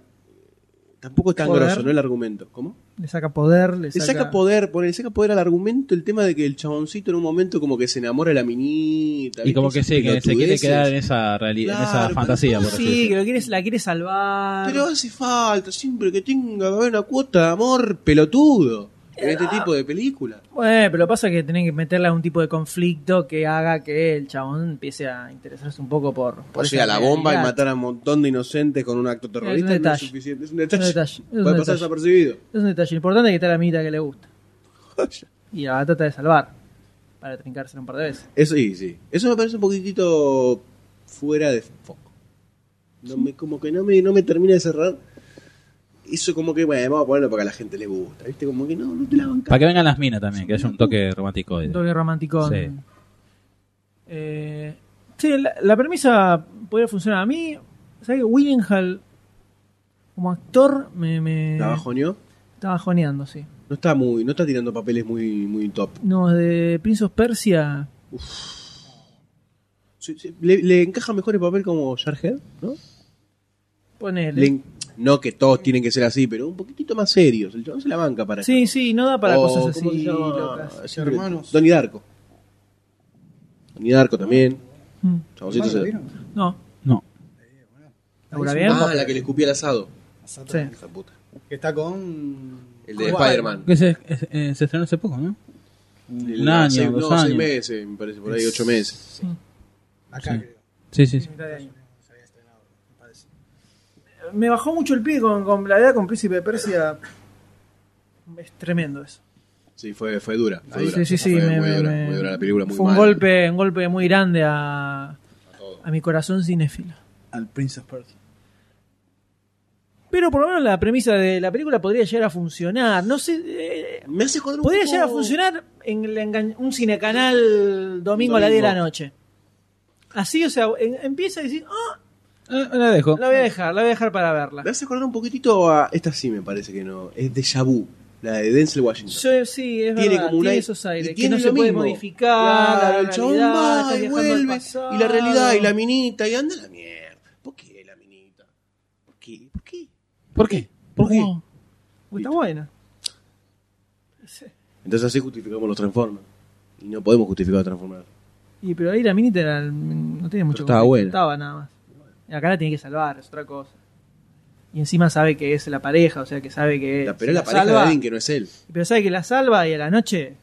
S4: Tampoco es tan
S2: Poder.
S4: grosso, ¿no? El argumento. ¿Cómo?
S2: Le saca poder, le
S4: Le
S2: saca,
S4: saca poder, pone, le saca poder al argumento el tema de que el chaboncito en un momento como que se enamora de la minita.
S3: Y como que sí,
S4: se
S3: que se quiere quedar en esa, reali- en
S4: Claro,
S3: esa
S4: pero
S3: fantasía, por
S4: ¿cómo
S3: así
S4: sí?
S2: Sí,
S3: decirlo.
S2: que lo quiere- la quiere salvar.
S4: Pero hace falta siempre que tenga que haber una cuota de amor pelotudo en este tipo de película.
S2: Bueno, pero lo que pasa es que tienen que meterle algún tipo de conflicto que haga que el chabón empiece a interesarse un poco por... por
S4: O sea,
S2: esa
S4: la bomba y
S2: realidad.
S4: matar a un montón de inocentes con un acto terrorista
S2: Es un
S4: no es
S2: detalle.
S4: suficiente. Es un detalle.
S2: Es un detalle, es un
S4: Puede pasar
S2: detalle.
S4: desapercibido.
S2: Es un detalle importante que está la minita que le gusta. Y la trata de salvar. Para trincársela un par de veces.
S4: Eso sí, sí. Eso me parece un poquitito fuera de foco. No me, como que no me, no me termina de cerrar. Eso como que, bueno, vamos a ponerlo porque a la gente le gusta. ¿Viste? Como que no, no te la bancas.
S3: Para que vengan las minas también, que haya un toque romántico.
S2: Un toque romántico.
S3: Sí.
S2: Eh, sí, la, la premisa podría funcionar a mí. ¿Sabes que Willinghall, como actor, me, me
S4: ¿La bajoneó?
S2: está bajoneando, sí.
S4: No está muy, no está tirando papeles muy, muy top.
S2: No, de Prince of Persia.
S4: Sí, sí. Le, le encaja mejor el papel como Jarhead, ¿no?
S2: Ponele.
S4: Le en- no que todos tienen que ser así, pero un poquitito más serios. El chabón se la banca para
S2: Sí, sí, no da para
S4: O,
S2: cosas
S4: Oh, ¿cómo
S2: así
S4: se llama?
S2: locas.
S4: Siempre-
S5: Hermanos.
S4: Donnie Darko. Donnie Darko también.
S2: Mm,
S4: Chaboncito
S5: ¿Lo
S4: se-
S5: vieron?
S2: No.
S3: No.
S2: ¿Laura bien?
S4: Ah, la que le escupía el asado.
S2: Sí.
S4: Esa puta.
S5: Que está con.
S4: El de
S5: con-
S4: Spider-Man.
S3: Que se, es- eh, se estrenó hace poco, ¿no?
S4: El-
S3: Un año,
S4: seis-
S3: dos
S4: no,
S3: años.
S4: seis meses, me parece, por ahí ocho meses.
S5: Acá,
S3: Sí.
S5: creo.
S3: Sí, sí, sí.
S5: Se había estrenado, me parece.
S2: Me bajó mucho el pie con, con la idea con Príncipe de Persia. Es tremendo eso.
S4: Sí, fue, fue dura. Fue dura.
S2: Sí, sí, sí.
S4: Fue
S2: me-
S4: muy,
S2: me-
S4: dura
S2: me-
S4: muy dura la película, muy
S2: fue un
S4: mala.
S2: golpe, un golpe muy grande a, a mi corazón cinéfilo.
S5: Al Prince of Persia.
S2: Pero por lo menos la premisa de la película podría llegar a funcionar. No sé. eh,
S4: Me hace joder un
S2: podría
S4: poco-
S2: llegar a funcionar en el engan- un cinecanal domingo a las 10 de la
S4: Domingo.
S2: noche. Así, o sea, en- empieza a decir, ah,
S3: Eh, la dejo.
S2: la voy a dejar, la voy a dejar para verla.
S4: Me hace acordar un poquitito a. Esta sí me parece que no. Es de Vu, la de Denzel Washington.
S2: Yo- sí, es
S4: tiene
S2: verdad,
S4: como un
S2: tiene
S4: aire-
S2: esos aires
S4: y
S2: que no
S4: tiene
S2: se
S4: lo
S2: puede
S4: mismo.
S2: modificar.
S4: Claro,
S2: la
S4: el chabón
S2: realidad,
S4: va
S2: estás
S4: y
S2: viajando al
S4: vuelve.
S2: pasado.
S4: Y la realidad, y la minita, y anda a la mierda. ¿Por qué la minita? ¿Por qué? ¿Por qué?
S3: ¿Por qué? ¿Por qué?
S2: Uy, está buena. Sí.
S4: Entonces así justificamos los Transformers. Y no podemos justificar los Transformers.
S2: Y pero ahí la minita era- no tiene mucho
S4: Pero estaba
S2: conflicto,
S4: buena.
S2: Estaba nada más. Y acá la tiene que salvar, es otra cosa. Y encima sabe que es la pareja, o sea que sabe que.
S4: La,
S2: si
S4: pero es la pareja
S2: Eh, salva,
S4: de alguien que no es él.
S2: Pero sabe que la salva y a la noche.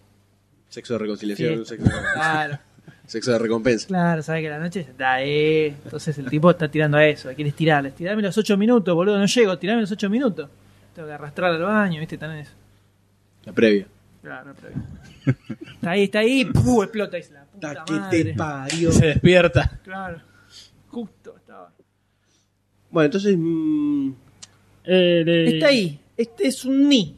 S4: Sexo de reconciliación,
S2: Fiesta.
S4: sexo,
S2: Claro,
S4: sexo de recompensa.
S2: claro, sabe que a la noche ya está eh. Entonces el tipo está tirando a eso, quiere estirarle. Tirame los 8 minutos, boludo, no llego, tirame los 8 minutos. Tengo que arrastrar al baño, viste, tan en eso.
S4: La previa.
S2: Claro, pero. Está ahí, está ahí, ¡pum! explota y dice, la puta madre.
S4: parió.
S3: Se despierta.
S2: Claro. Justo estaba.
S4: Bueno, entonces. mm,
S2: Está ahí. Este es un ni.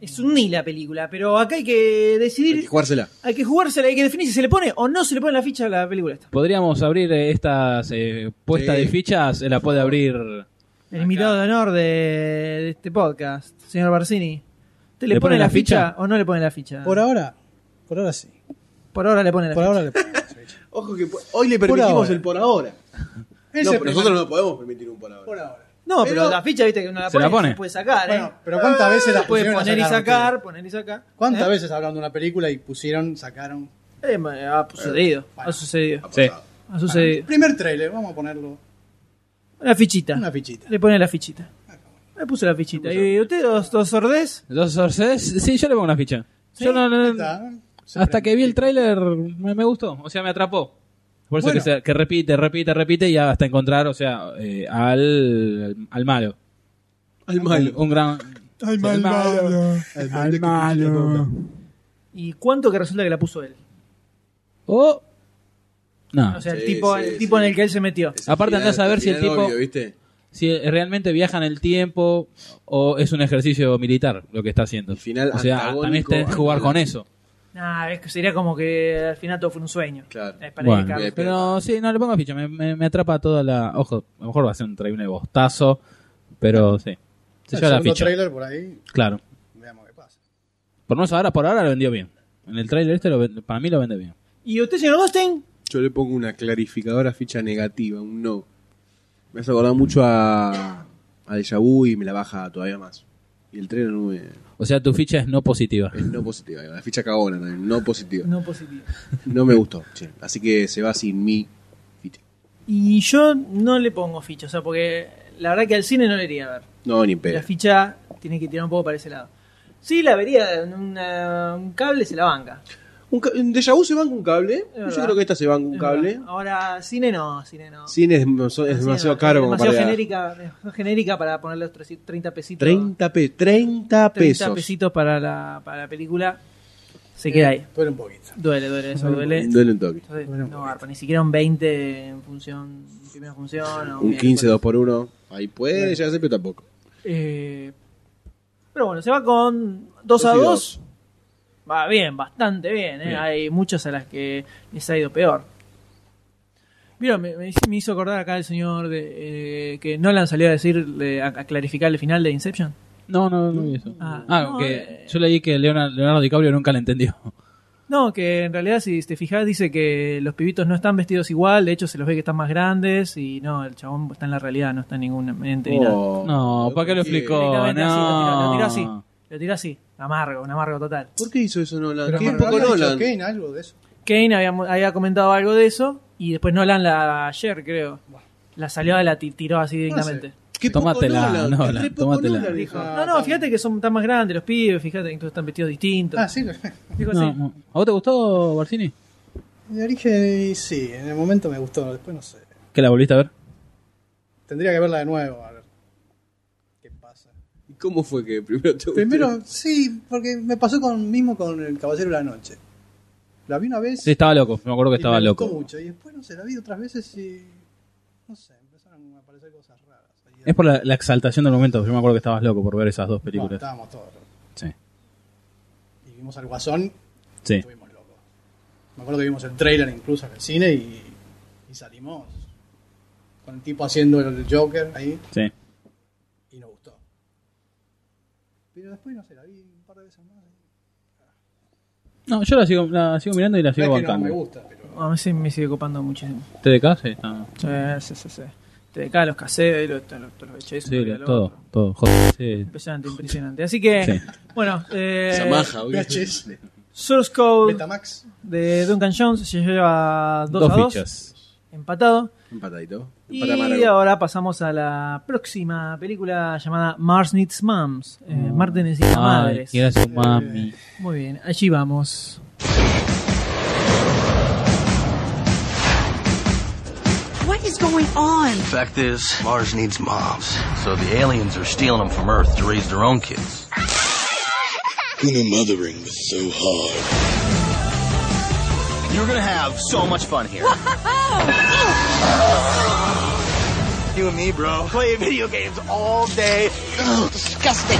S2: Es un ni la película. Pero acá hay que
S4: hay que
S2: decidir.
S4: jugársela.
S2: Hay que jugársela, hay que definir si se le pone o no se le pone la ficha a la película esta.
S3: Podríamos abrir eh, estas eh, puestas
S4: Sí.
S3: de fichas, eh, la puede abrir.
S2: El invitado de honor de, de este podcast, señor Barcini. ¿Usted le, pone la ficha? o no le pone la ficha?
S5: Por ahora, por ahora sí.
S2: Por ahora le pone la
S5: Por
S2: ficha.
S5: ahora le pongo.
S4: Ojo que po- hoy le
S5: Por
S4: permitimos
S5: ahora.
S4: el por ahora.
S5: Ese es el
S4: No, nosotros
S5: primer-
S4: no podemos permitir un por ahora.
S5: Por ahora.
S2: No, pero,
S5: Pero-
S2: la ficha, viste, que uno la
S3: Se
S2: pone,
S3: la pone.
S2: se puede sacar, ¿eh?
S5: Bueno, pero ¿cuántas veces las
S2: puede
S5: pusieron a
S2: poner y
S5: sacar,
S2: sacar, poner y sacar.
S5: ¿Cuántas
S2: ¿Eh?
S5: veces hablaron de una película y pusieron, sacaron?
S2: Eh, me- ha sucedido, ha
S5: Eh, Bueno.
S2: sucedido,
S4: Ha pasado.
S2: ha sucedido.
S5: Primer trailer, vamos a ponerlo.
S2: Una fichita.
S5: Una fichita.
S2: Le pone la fichita. Le puse la fichita. ¿Y usted, dos, dos sordés?
S3: ¿Dos sorces? Sí, yo le pongo una ficha. Yo no- no-
S5: Está, se
S3: hasta
S5: prende.
S3: que vi el tráiler me, me gustó, o sea, me atrapó. Por eso
S5: Bueno.
S3: que, se- que repite, repite, repite y hasta encontrar, o sea, eh, al, al malo.
S4: Al malo.
S3: Un, un gran... Al malo. Al malo.
S2: ¿Y cuánto que resulta que la puso él?
S3: O... No.
S2: O sea, el
S4: Sí,
S2: tipo,
S4: sí,
S2: el
S4: sí.
S2: tipo en el que él se metió.
S4: Es
S3: Aparte
S4: final-
S3: andás a ver si el
S4: final
S3: tipo-
S4: obvio, ¿viste?
S3: si realmente viaja en el tiempo o es un ejercicio militar lo que está haciendo.
S4: El final
S3: o sea,
S4: antagónico
S3: también está
S4: al-
S3: jugar con eso.
S2: Nah, es que sería como que al final todo fue un sueño.
S4: Claro.
S2: Es para
S3: Bueno,
S2: dedicarlo.
S4: bien.
S3: pero sí, no le pongo ficha, me, me- me atrapa toda la... Ojo, a lo mejor va a ser un trailer de bostazo, pero sí. Se
S5: El
S3: lleva la
S5: segundo
S3: ficha.
S5: trailer por ahí,
S3: Claro.
S5: veamos qué pasa.
S3: Por no ahora, por ahora lo vendió bien. En el trailer este, lo ven- para mí lo vende bien.
S2: ¿Y usted, señor Gosten?
S4: Yo le pongo una clarificadora ficha negativa, un no. Me hace acordar mucho a, a Deja Vu y me la baja todavía más. Y el tren no me,
S3: O sea, tu ficha es no positiva.
S4: es no positiva. La ficha cagona también, no positiva.
S2: No positivo.
S4: No me gustó. che. Así que se va sin mi ficha.
S2: Y yo no le pongo ficha, o sea, porque la verdad que al cine no le iría a ver.
S4: No, ni
S2: La
S4: pedo.
S2: ficha tiene que tirar un poco para ese lado. Sí, la vería en una- un cable, se la banca.
S4: Un, ca- un Deja Vu se banca un cable.
S2: verdad.
S4: Yo creo que esta se banca un
S2: Es
S4: cable.
S2: verdad. Ahora, cine no, cine no.
S4: Cine es, mo- so- es
S2: Cine
S4: demasiado
S2: no,
S4: caro
S2: es
S4: como
S2: demasiado
S4: para...
S2: genérica, demasiado genérica para ponerle los 300 30 pesitos.
S4: 30, pe- 30 pesos.
S2: 30 pesitos para la, para la película. Se queda ahí.
S5: Duele un poquito.
S2: Duele, duele, eso duele.
S4: Duele un toque.
S2: Entonces,
S5: Duele un
S2: no
S5: poquito.
S2: garpa, ni siquiera un 20 en función, en primera función. o
S4: Un
S2: bien,
S4: 15,
S2: cual-
S4: 2 por 1 Ahí puede, ya sé, pero tampoco.
S2: Eh, pero bueno, se va con 2 a
S4: Dos y
S2: 2. Va bien, bastante bien, ¿eh?
S3: Bien.
S2: Hay muchas a las que les ha ido peor. Mira, me, me hizo- me hizo acordar acá el señor de, eh, que Nolan salió a decir, de- a, a clarificar el final de Inception.
S3: No, no, no vi eso.
S2: Ah,
S3: Ah,
S2: no,
S3: que
S2: eh.
S3: yo leí que Leonardo, Leonardo DiCaprio nunca la entendió.
S2: No, que en realidad si te fijas dice que los pibitos no están vestidos igual, de hecho se los ve que están más grandes y no, el chabón está en la realidad, no está en ningún mente ni nada.
S4: Oh.
S3: No, ¿para qué lo
S4: Sí.
S3: explicó?
S2: Directamente así, lo tiró- lo tiró así.
S3: No.
S2: Lo tira así, amargo, un amargo total.
S4: ¿Por qué hizo eso Nolan?
S5: Pero
S4: ¿Qué
S5: bueno,
S4: poco
S5: ¿no había dicho
S4: Nolan?
S5: Kane algo de eso?
S2: Kane había, había comentado algo de eso y después Nolan la ayer, creo. La salió, la ti- tiró así directamente.
S4: ¿Qué
S3: Tómatela, Nolan,
S4: ¿Qué poco
S3: tómatela.
S4: Nolan,
S2: Dijo,
S4: hija?
S2: no, no, fíjate que son tan más grandes los pibes, fíjate que todos están vestidos distintos.
S5: Ah, sí. lo-
S2: Dijo
S3: No,
S2: así.
S3: no. ¿A vos te gustó, Barcini?
S5: De origen, sí, en el momento me gustó, después no sé.
S3: ¿Que la volviste a ver?
S5: Tendría que verla de nuevo, a ver. ¿Qué pasa?
S4: ¿Y ¿Cómo fue que primero te gustó?
S5: Primero, sí, porque me pasó con mismo con El Caballero de la Noche. La vi una vez.
S3: Sí, estaba loco. Me acuerdo que
S5: y
S3: estaba
S5: me
S3: loco.
S5: gustó mucho. Y después, no sé, la vi otras veces y. No sé, empezaron a aparecer cosas raras. Ahí
S3: Es por la, la exaltación del momento. Yo me acuerdo que estabas loco por ver esas dos
S5: No,
S3: películas.
S5: estábamos todos. locos.
S3: Sí.
S5: Y vimos al Guasón,
S3: Sí.
S5: estuvimos locos. Me acuerdo que vimos el trailer incluso en el cine y, y salimos. Con el tipo haciendo el Joker ahí
S3: Sí.
S5: y nos gustó. Pero después, no sé, la vi un par de veces más.
S3: No, yo la sigo, la sigo mirando y la
S5: No es
S3: sigo
S5: que no
S3: bancando.
S5: me gusta, pero.
S2: A mí sí me sigue copando muchísimo.
S3: ¿TDK? Sí, está-
S2: Sí, sí, sí. sí. Te cae los caseros, los, los, los VHS,
S3: sí,
S2: lo- lo
S3: todo,
S2: otro.
S3: todo. Joder, sí.
S2: Impresionante, impresionante. Así que,
S3: Sí.
S2: bueno, eh,
S4: Yamaha, obvio.
S5: VHS,
S2: Source Code
S5: Betamax.
S2: de Duncan Jones se lleva 2
S3: Dos
S2: a 2,
S3: fichas.
S2: empatado.
S4: Empatadito.
S2: Y
S4: Empate amargo.
S2: ahora pasamos a la próxima película llamada Mars Needs Moms. Eh, Marte necesita
S3: Mm. Ay,
S2: madres.
S3: que era su mami.
S2: Muy bien, allí vamos.
S8: What is going on?
S7: Fact is, Mars needs moms. So the aliens are stealing them from Earth to raise their own kids.
S9: Kuna mothering was so hard.
S7: You're gonna have so much fun here.
S8: Oh,
S7: you and me, bro. Play video games all day.
S8: Ugh, disgusting.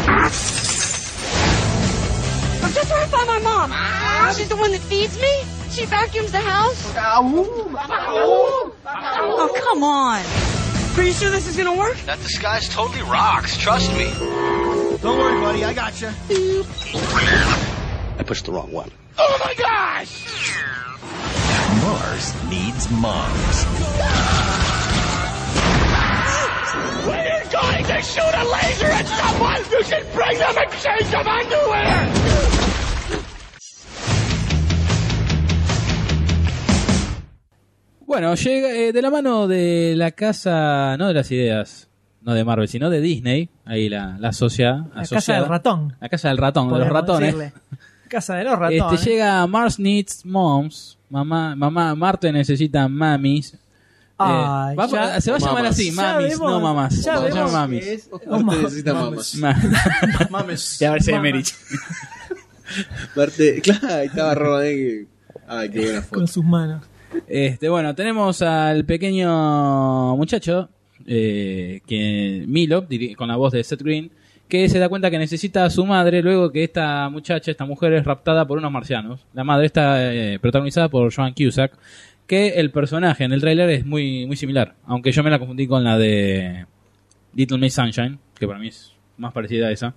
S8: I'm just right by my mom. She's the one that feeds me. She vacuums the house. Oh, come on. Pretty sure this is gonna work?
S7: That disguise totally rocks, trust me. Don't worry, buddy, I got you.
S9: I pushed the wrong one.
S7: Oh my gosh! Mars needs moms.
S10: to shoot a laser at someone, you should bring them a change of underwear!
S3: Bueno, llega eh, de la mano de la casa, no de las ideas, no de Marvel, sino de Disney, ahí la, la asocia,
S2: La casa del ratón.
S3: La casa del ratón, de los
S2: podemos
S3: ratones.
S2: decirle. Casa de los ratones.
S3: Este, llega Mars Needs Moms, mamá, mamá, Marte necesita mamis. Eh,
S2: Ay,
S3: va-
S2: ya-
S3: se va a llamar
S2: Mamas.
S3: así,
S2: Ya
S3: mamis,
S2: vemos-
S3: no mamás.
S2: ya
S3: se va a llamar
S2: vemos
S3: mamis.
S2: que es-
S4: Marte necesita mamas.
S5: Mames.
S3: Y a ver si hay
S2: Mamas.
S3: Merich.
S4: Marte, claro, ahí estaba Robin. Ay, qué buena foto.
S2: Con sus manos.
S3: Este, bueno, tenemos al pequeño muchacho, eh, que Milo, diri- con la voz de Seth Green, que se da cuenta que necesita a su madre luego que esta muchacha, esta mujer, es raptada por unos marcianos. La madre está eh, protagonizada por Joan Cusack, que el personaje en el tráiler es muy, muy similar, aunque yo me la confundí con la de Little Miss Sunshine, que para mí es más parecida a esa.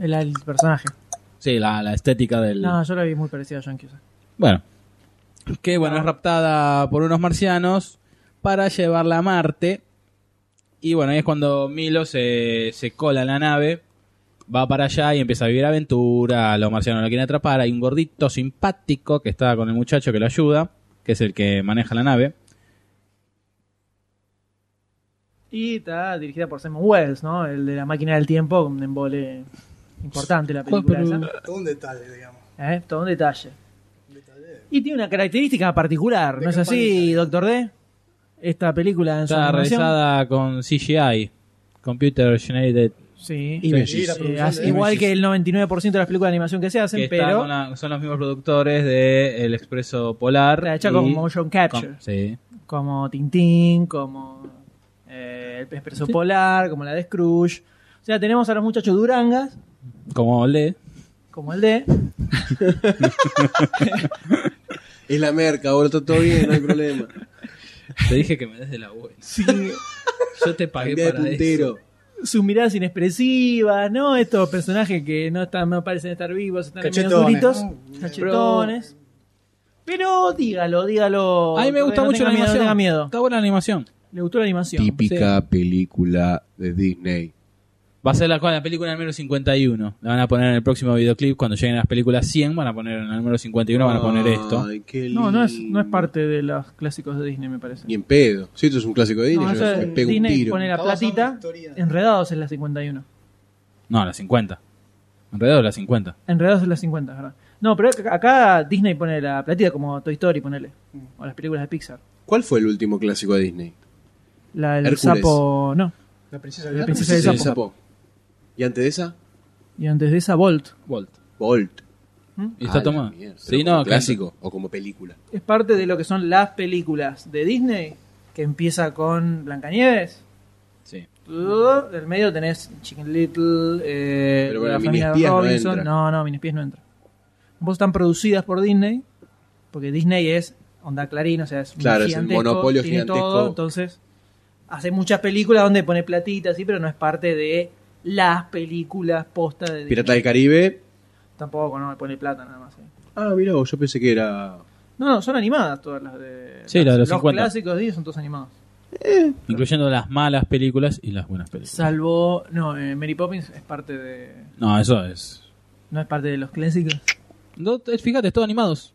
S2: El, el personaje.
S3: Sí, la, la estética del...
S2: No, yo la vi muy parecida a John Cusack.
S3: Bueno. Que bueno, es raptada por unos marcianos para llevarla a Marte. Y bueno, ahí es cuando Milo se, se cola en la nave, va para allá y empieza a vivir aventura. Los marcianos lo quieren atrapar. Hay un gordito simpático que está con el muchacho que lo ayuda, que es el que maneja la nave.
S2: Y está dirigida por Simon Wells, ¿no? El de la máquina del tiempo, un embole importante la película
S3: Joder,
S2: esa.
S3: pero-
S5: Todo un detalle, digamos.
S2: ¿Eh? Todo un detalle. Y tiene una característica particular, ¿no es así, Doctor D? Esta película en su
S3: Está
S2: animación.
S3: realizada con CGI, Computer Generated
S2: Sí.
S3: Images.
S5: Sí, la
S2: Eh,
S5: producción
S2: hace-
S5: de-
S2: igual que el 99% de las películas de animación que se hacen,
S3: que está
S2: pero
S3: con la- son los mismos productores de El Expreso Polar.
S2: está hecha
S3: y-
S2: con motion capture.
S3: con- sí.
S2: como Tintín, como eh, El Pez Preso Polar, como la de Scrooge. O sea, tenemos a los muchachos durangas,
S3: Como le
S2: como el de,
S4: Es la merca, boludo, está todo bien, no hay problema.
S3: Te dije que me des de la buena. Yo te pagué
S4: Cambia de
S3: para eso.
S4: puntero.
S2: sus miradas inexpresivas, ¿no? Estos personajes que no están no parecen estar vivos, están medio
S5: Cachetones,
S2: duritos,
S5: ¿no?
S2: cachetones. Pero dígalo, dígalo.
S3: A mí me gusta
S2: no
S3: mucho
S2: tenga
S3: la
S2: miedo, no
S3: animación.
S2: tenga miedo.
S3: Está buena la animación.
S2: Le gustó la animación.
S4: Típica película de Disney.
S3: Va a ser la, la película número 51. La van a poner en el próximo videoclip. Cuando lleguen las películas 100, van a poner en el número 51, van a poner esto.
S4: Ay, qué
S2: No, no es,
S4: lindo.
S2: no es parte de los clásicos de Disney, me parece.
S4: Ni en pedo. Si esto es un clásico de Disney,
S2: No,
S4: yo
S2: eso
S4: me
S2: es-
S4: pego un
S2: Disney
S4: tiro.
S2: pone la
S5: Está basado en
S2: platita
S5: historia.
S2: enredados en la 51.
S3: No, la 50. Alrededor de la 50.
S2: Enredados en las 50, ¿verdad? No, pero ac- acá Disney pone la platita como Toy Story, ponele.
S5: Mm.
S2: O las películas de Pixar.
S4: ¿Cuál fue el último clásico de Disney?
S2: La del
S4: Hércules.
S2: sapo, no.
S5: La princesa
S2: La
S5: de
S2: princesa del
S4: Sí, el
S2: sapo.
S4: sapo. ¿Y antes de esa?
S2: Y antes de esa, Bolt.
S3: Volt.
S4: Bolt.
S3: Y está
S4: Ah, la
S3: tomada.
S4: mierda.
S3: Sí,
S4: Pero
S3: no,
S4: como
S3: claro.
S4: clásico o como película.
S2: Es parte de lo que son las películas de Disney, que empieza con Blancanieves.
S3: Sí.
S2: Uh, Del medio tenés Chicken Little, eh,
S4: Pero bueno,
S2: la familia
S4: Miniespías no
S2: Robinson.
S4: entra.
S2: No, no, Minispies no entra. Vos están producidas por Disney, porque Disney es onda clarín, o sea, es un
S4: Claro, es el
S2: gigantesco,
S4: monopolio
S2: tiene todo,
S4: gigantesco.
S2: entonces, hace muchas películas donde pone platitas, sí, pero no es parte de las películas posta de Disney.
S4: Pirata del Caribe.
S2: Tampoco, no, pone plata nada más. sí.
S4: Ah, mira, yo pensé que era.
S2: No, no, son animadas todas las de.
S3: Sí, las de los 50.
S2: clásicos de Disney son todos animados.
S3: Incluyendo las malas películas y las buenas películas.
S2: Salvo. No, eh, Mary Poppins es parte de.
S3: No, eso es.
S2: No es parte de los clásicos.
S3: No, te- fíjate, es todo animados.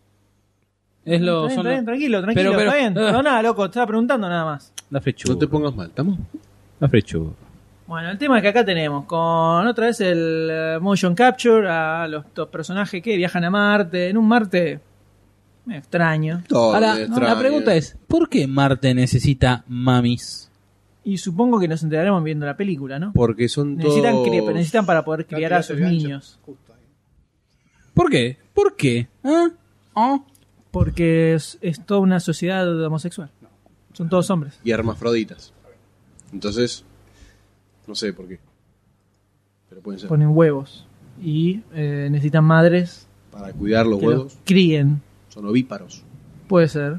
S3: Es lo,
S2: Está bien,
S3: son
S2: está bien,
S3: lo-
S2: tranquilo, tranquilo,
S3: Pero- pero-
S2: está bien.
S3: ah.
S2: No, nada, loco, estaba preguntando nada más.
S3: la fechuga.
S4: No te pongas mal, ¿estamos?
S3: La fechuga.
S2: Bueno, el tema es que acá tenemos con otra vez el eh, motion capture a los dos personajes que viajan a Marte, en un Marte medio extraño.
S4: Todo
S3: Ahora,
S4: me
S3: la
S4: extraña.
S3: pregunta es, ¿por qué Marte necesita mamis?
S2: Y supongo que nos enteraremos viendo la película, ¿no?
S4: Porque son
S2: Necesitan,
S4: todos.
S2: cri- necesitan para poder criar a sus niños.
S3: ¿Por qué? ¿Por qué? ¿Ah? ¿Ah?
S2: Porque es, es toda una sociedad homosexual. Son todos hombres.
S4: Y hermafroditas. Entonces. No sé por qué. Pero pueden ser.
S2: Ponen huevos. Y eh, necesitan madres
S4: Para cuidar los
S2: que
S4: huevos,
S2: los críen.
S4: son ovíparos.
S2: Puede ser.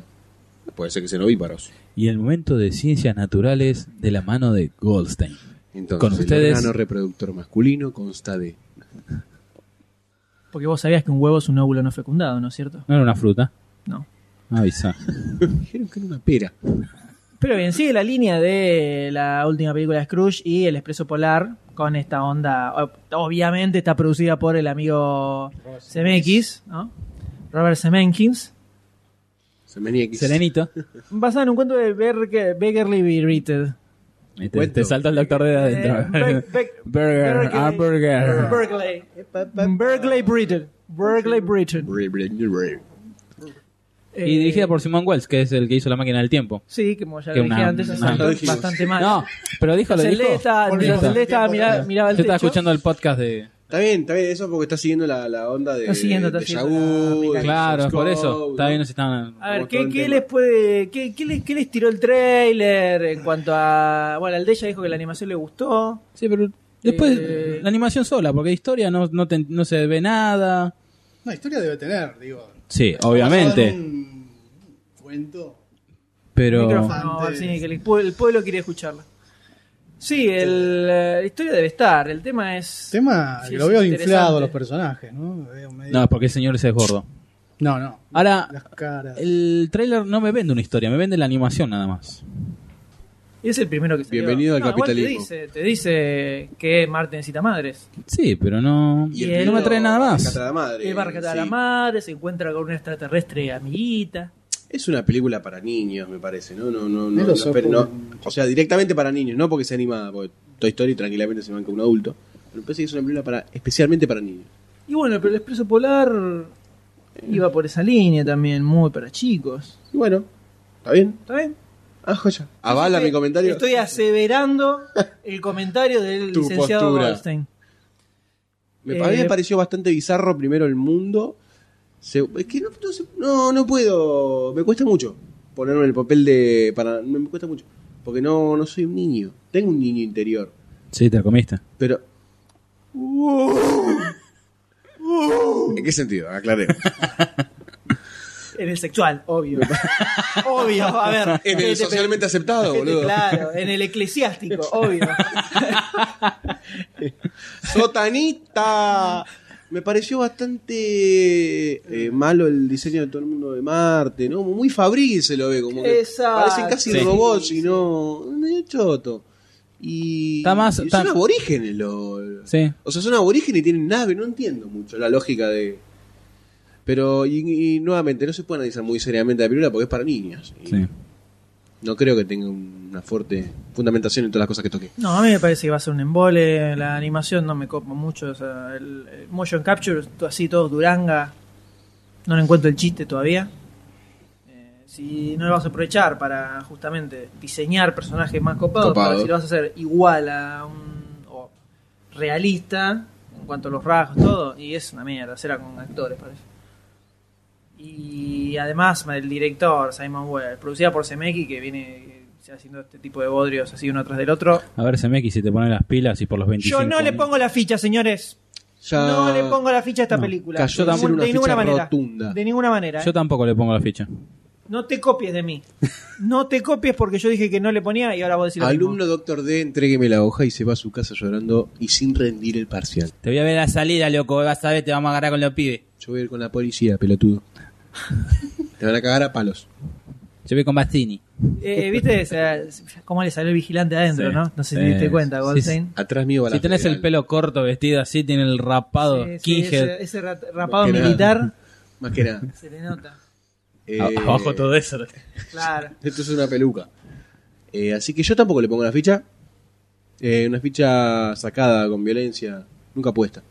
S4: Puede ser que sean ovíparos.
S3: Y el momento de ciencias naturales de la mano de Goldstein.
S4: Entonces,
S3: Con
S4: el
S3: ustedes-
S4: órgano reproductor masculino consta de.
S2: Porque vos sabías que un huevo es un óvulo no fecundado, ¿no es cierto?
S3: No era una fruta.
S2: No.
S3: Avisa.
S4: Dijeron que era una pera.
S2: Pero bien, sigue la línea de la última película de Scrooge y El Expreso Polar con esta onda. ob- Obviamente está producida por el amigo Zemeckis, ¿no? Robert Zemeckis.
S4: Se venía aquí.
S3: Serenito.
S2: Basada en un cuento de Berke- Beggarly Be Rated.
S3: Y te,
S4: Cuento.
S3: te salta el doctor de
S2: Eh,
S3: adentro.
S2: Be- Be-
S3: burger,
S2: Berkeley.
S3: a burger.
S2: Berkeley. Berkeley Britain. Berkeley Britain.
S4: Bre, bre, bre.
S3: Y
S2: Eh,
S3: dirigida por Simon Wells, que es el que hizo La Máquina del Tiempo.
S2: Sí, como ya
S3: Que
S2: lo dije
S3: una-
S2: antes, es
S3: una-
S2: bastante mal.
S3: No, pero dijo, lo dijo.
S2: Zelda estaba-
S5: Volviendo
S2: Zelda
S5: al
S2: estaba
S5: tiempo
S2: miraba,
S5: real.
S2: miraba
S3: Yo
S2: el
S3: estaba
S2: techo.
S3: escuchando el podcast de...
S4: Está bien, está bien, eso porque está siguiendo la, la onda de,
S2: Está siguiendo, está
S4: de
S2: siguiendo
S4: Yahoo,
S2: la-
S4: de
S3: Claro,
S4: Fox
S3: por
S4: Cove,
S3: eso. Está
S4: ¿no?
S3: bien, no se estaban...
S2: A ver,
S4: Como todo
S2: ¿qué,
S4: el
S2: qué
S4: tema.
S2: les puede, qué, qué les, qué les tiró el trailer en cuanto a... Bueno, el de ella dijo que la animación le gustó.
S3: Sí, pero después
S2: Eh,
S3: la animación sola, porque historia no, no, te- no se ve nada.
S5: No, historia debe tener, digo.
S3: Sí,
S5: Está basado en
S3: obviamente.
S5: un cuento.
S3: Pero
S2: Micrófono,
S5: Antes.
S2: sí, que el, pue- el pueblo quiere escucharla. Sí, el, eh, la historia debe estar. El tema es...
S5: El tema,
S2: Sí,
S5: que
S2: es
S5: lo veo
S2: interesante.
S5: inflado los personajes, ¿no? Veo medio-
S3: no, es porque el señor ese es gordo.
S5: no, no.
S3: Ahora,
S5: Las caras.
S3: el trailer no me vende una historia, me vende la animación nada más.
S2: Es el primero que salió.
S4: Bienvenido al
S2: No, igual
S4: capitalismo.
S2: Te dice, te dice que Marte necesita madres.
S3: Sí, pero no.
S2: Y
S4: el
S2: él
S4: tío
S2: no me
S3: trae nada más.
S4: Catra la madre.
S2: Eh, barca a la
S4: sí.
S2: madre, se encuentra con una extraterrestre amiguita.
S4: Es una película para niños, me parece, ¿no? No, no, no,
S5: Mira
S4: no,
S5: los
S4: pero
S5: ojos.
S4: no- O sea, directamente para niños, no porque sea animada, porque Toy Story tranquilamente se banca un adulto. Pero me parece que es una película para, especialmente para niños.
S2: Y bueno, pero el expreso polar iba por esa línea también, muy para chicos.
S4: Y bueno, ¿está bien?
S2: ¿Está bien?
S4: Ah, joya. Avala mi comentario.
S2: Estoy aseverando el comentario del
S4: Tu
S2: licenciado
S4: postura.
S2: Goldstein.
S4: Me, a mí me
S2: Eh,
S4: pareció bastante bizarro primero el mundo. Se- es que no, no, se- no, no puedo. Me cuesta mucho ponerme en el papel de. Para, me, me cuesta mucho. Porque no, no soy un niño. Tengo un niño interior.
S3: Sí, te la comiste.
S4: Pero. ¡Uh! ¿En qué sentido? Aclaré.
S2: En el sexual, obvio. obvio, a ver.
S4: En
S2: que
S4: el
S2: te-
S4: socialmente aceptado,
S2: que te-
S4: boludo.
S2: Claro, en el eclesiástico, obvio.
S4: ¡Sotanita! Me pareció bastante eh, malo el diseño de todo el mundo de Marte, ¿no? Muy Fabril se lo ve, como que
S2: Exacto.
S4: parecen casi
S3: Sí.
S4: robots y no. medio choto. Y.
S3: Está más-
S4: y
S3: está-
S4: Son aborígenes los.
S3: Sí.
S4: O sea, son aborígenes y tienen nave, no entiendo mucho la lógica de. Pero, y, y nuevamente, no se puede analizar muy seriamente la película porque es para niños. Y
S3: Sí.
S4: No creo que tenga una fuerte fundamentación en todas las cosas que toqué.
S2: No, a mí me parece que va a ser un embole. La animación no me copa mucho. O sea, el, el motion capture, to- así todo Duranga. No le encuentro el chiste todavía. Eh, si no lo vas a aprovechar para justamente diseñar personajes más copados,
S4: Copado.
S2: pero si lo vas a hacer igual a un. o realista, en cuanto a los rasgos, todo, y es una mierda. Será con actores, parece. Y además el director, Simon Wells, producida por Semeki, que viene eh, haciendo este tipo de bodrios así uno tras del otro.
S3: A ver, CMX, si te ponen las pilas y por los 25.
S2: Yo no le pongo la ficha, señores.
S4: Ya-
S2: No le pongo la ficha a esta
S3: No,
S2: película.
S4: cayó
S2: de,
S4: también
S2: ningún-
S4: una
S2: de ninguna
S4: ficha
S2: manera.
S4: rotunda.
S2: De ninguna manera.
S3: Yo
S2: eh.
S3: tampoco le pongo la ficha.
S2: No te copies de mí. No te copies porque yo dije que no le ponía y ahora vos decís lo mismo.
S4: Alumno doctor D, entrégueme la hoja y se va a su casa llorando y sin rendir el parcial.
S3: Te voy a ver la salida, loco. Vas a ver, te vamos a agarrar con los pibes.
S4: Yo voy a ir con la policía, pelotudo. Te van a cagar a palos.
S3: Yo voy con Bastini.
S2: Eh, ¿Viste O sea, cómo le salió el vigilante adentro,
S3: Sí.
S2: no? No sé si
S3: Sí.
S2: te diste cuenta,
S3: Sí,
S2: Goldstein.
S4: Atrás mío va la
S3: Si tenés el
S4: federal.
S3: pelo corto, vestido así, tiene el rapado,
S2: Sí, sí,
S3: skinhead.
S2: ese, ese rat- rapado
S4: Más que nada.
S2: militar
S4: Más que nada.
S2: se le nota.
S4: Eh,
S3: A- Abajo todo eso.
S2: Claro.
S4: Esto es una peluca. Eh, así que yo tampoco le pongo la ficha. Eh, una ficha sacada con violencia, nunca puesta.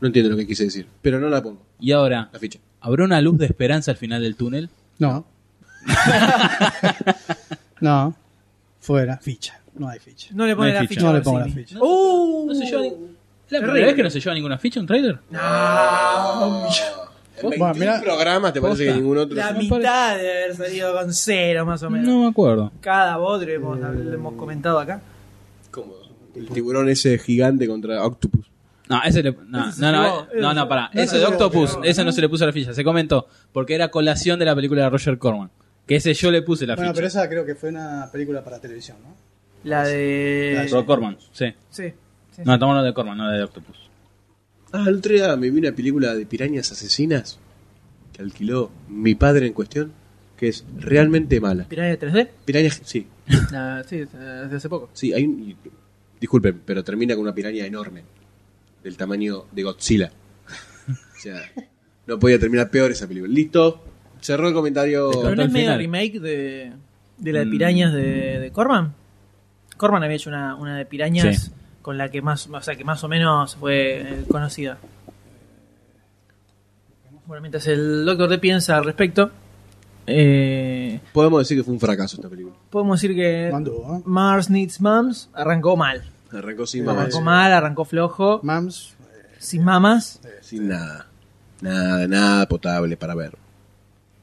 S4: No entiendo lo que quise decir, pero no la pongo,
S3: Y ahora,
S4: la ficha.
S3: ¿habrá una luz de esperanza al final del túnel?
S5: No. no. Fuera. Ficha. No hay ficha.
S2: No le pone
S3: No
S2: la
S3: hay ficha.
S2: ficha.
S5: No le
S2: Goldstein.
S5: pongo la ficha.
S2: ¡Uh!
S3: No se lleva ni- ¿La
S2: Terrible.
S3: primera vez que no se lleva ninguna ficha un trailer?
S4: En
S5: Bueno,
S4: 21
S5: mirá.
S4: Oh. programas te parece
S3: Posta.
S4: que ningún otro.
S2: La
S3: Me
S2: mitad de haber salido con cero, más o menos.
S3: No me acuerdo.
S2: Cada bodre hemos, hemos comentado acá.
S4: Cómodo. El tiburón ese gigante contra Octopus.
S3: No, ese le- no,
S2: Ese se
S3: no, no,
S2: llevó.
S3: eh, no, no, pará.
S2: No,
S3: Ese
S2: no,
S3: de
S2: no,
S3: Octopus,
S2: no, no.
S3: ese no se le puso la ficha, se comentó, porque era colación de la película de Roger Corman. Que ese yo le puse la
S5: Bueno, pero
S3: ficha.
S5: esa creo que fue una película para televisión, ¿no?
S2: La de.
S3: Roger Corman, sí.
S2: Sí. sí.
S3: No, estamos hablando de Corman, no de Octopus.
S4: Ah, el otro día me vi una película de pirañas asesinas que alquiló mi padre en cuestión, que es realmente mala.
S2: ¿Piranha 3D?
S4: Pirañas, sí,
S2: Ah, sí, eh, desde hace poco.
S4: Sí, hay un. y- Disculpen, pero termina con una piraña enorme. Del tamaño de Godzilla. o sea, no podía terminar peor esa película. Listo. Cerró el comentario.
S2: Pero no es medio remake de, de la de pirañas de, de Corman. Corman había hecho una, una de pirañas
S3: Sí.
S2: con la que más, o sea, que más o menos fue eh, conocida. Bueno, mientras el Doctor D piensa al respecto, eh,
S4: Podemos decir que fue un fracaso esta película.
S2: podemos decir que
S5: Mandó, ¿eh?
S2: Mars Needs Moms arrancó mal.
S4: Arrancó sin mamá.
S2: Arrancó mal, arrancó flojo,
S5: Mams.
S2: sin mamas,
S4: Sin nada. Nada, nada potable para ver.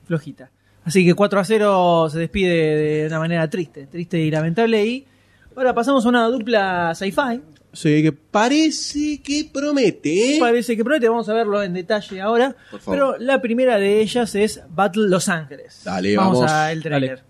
S2: flojita. Así que 4 a 0 se despide de una manera triste, triste y lamentable. Y ahora pasamos a una dupla sci-fi.
S4: Sí, que parece que promete. ¿eh?
S2: Parece que promete, vamos a verlo en detalle ahora.
S4: Por favor.
S2: Pero la primera de ellas es Battle Los Ángeles.
S4: Dale, vamos.
S2: al trailer.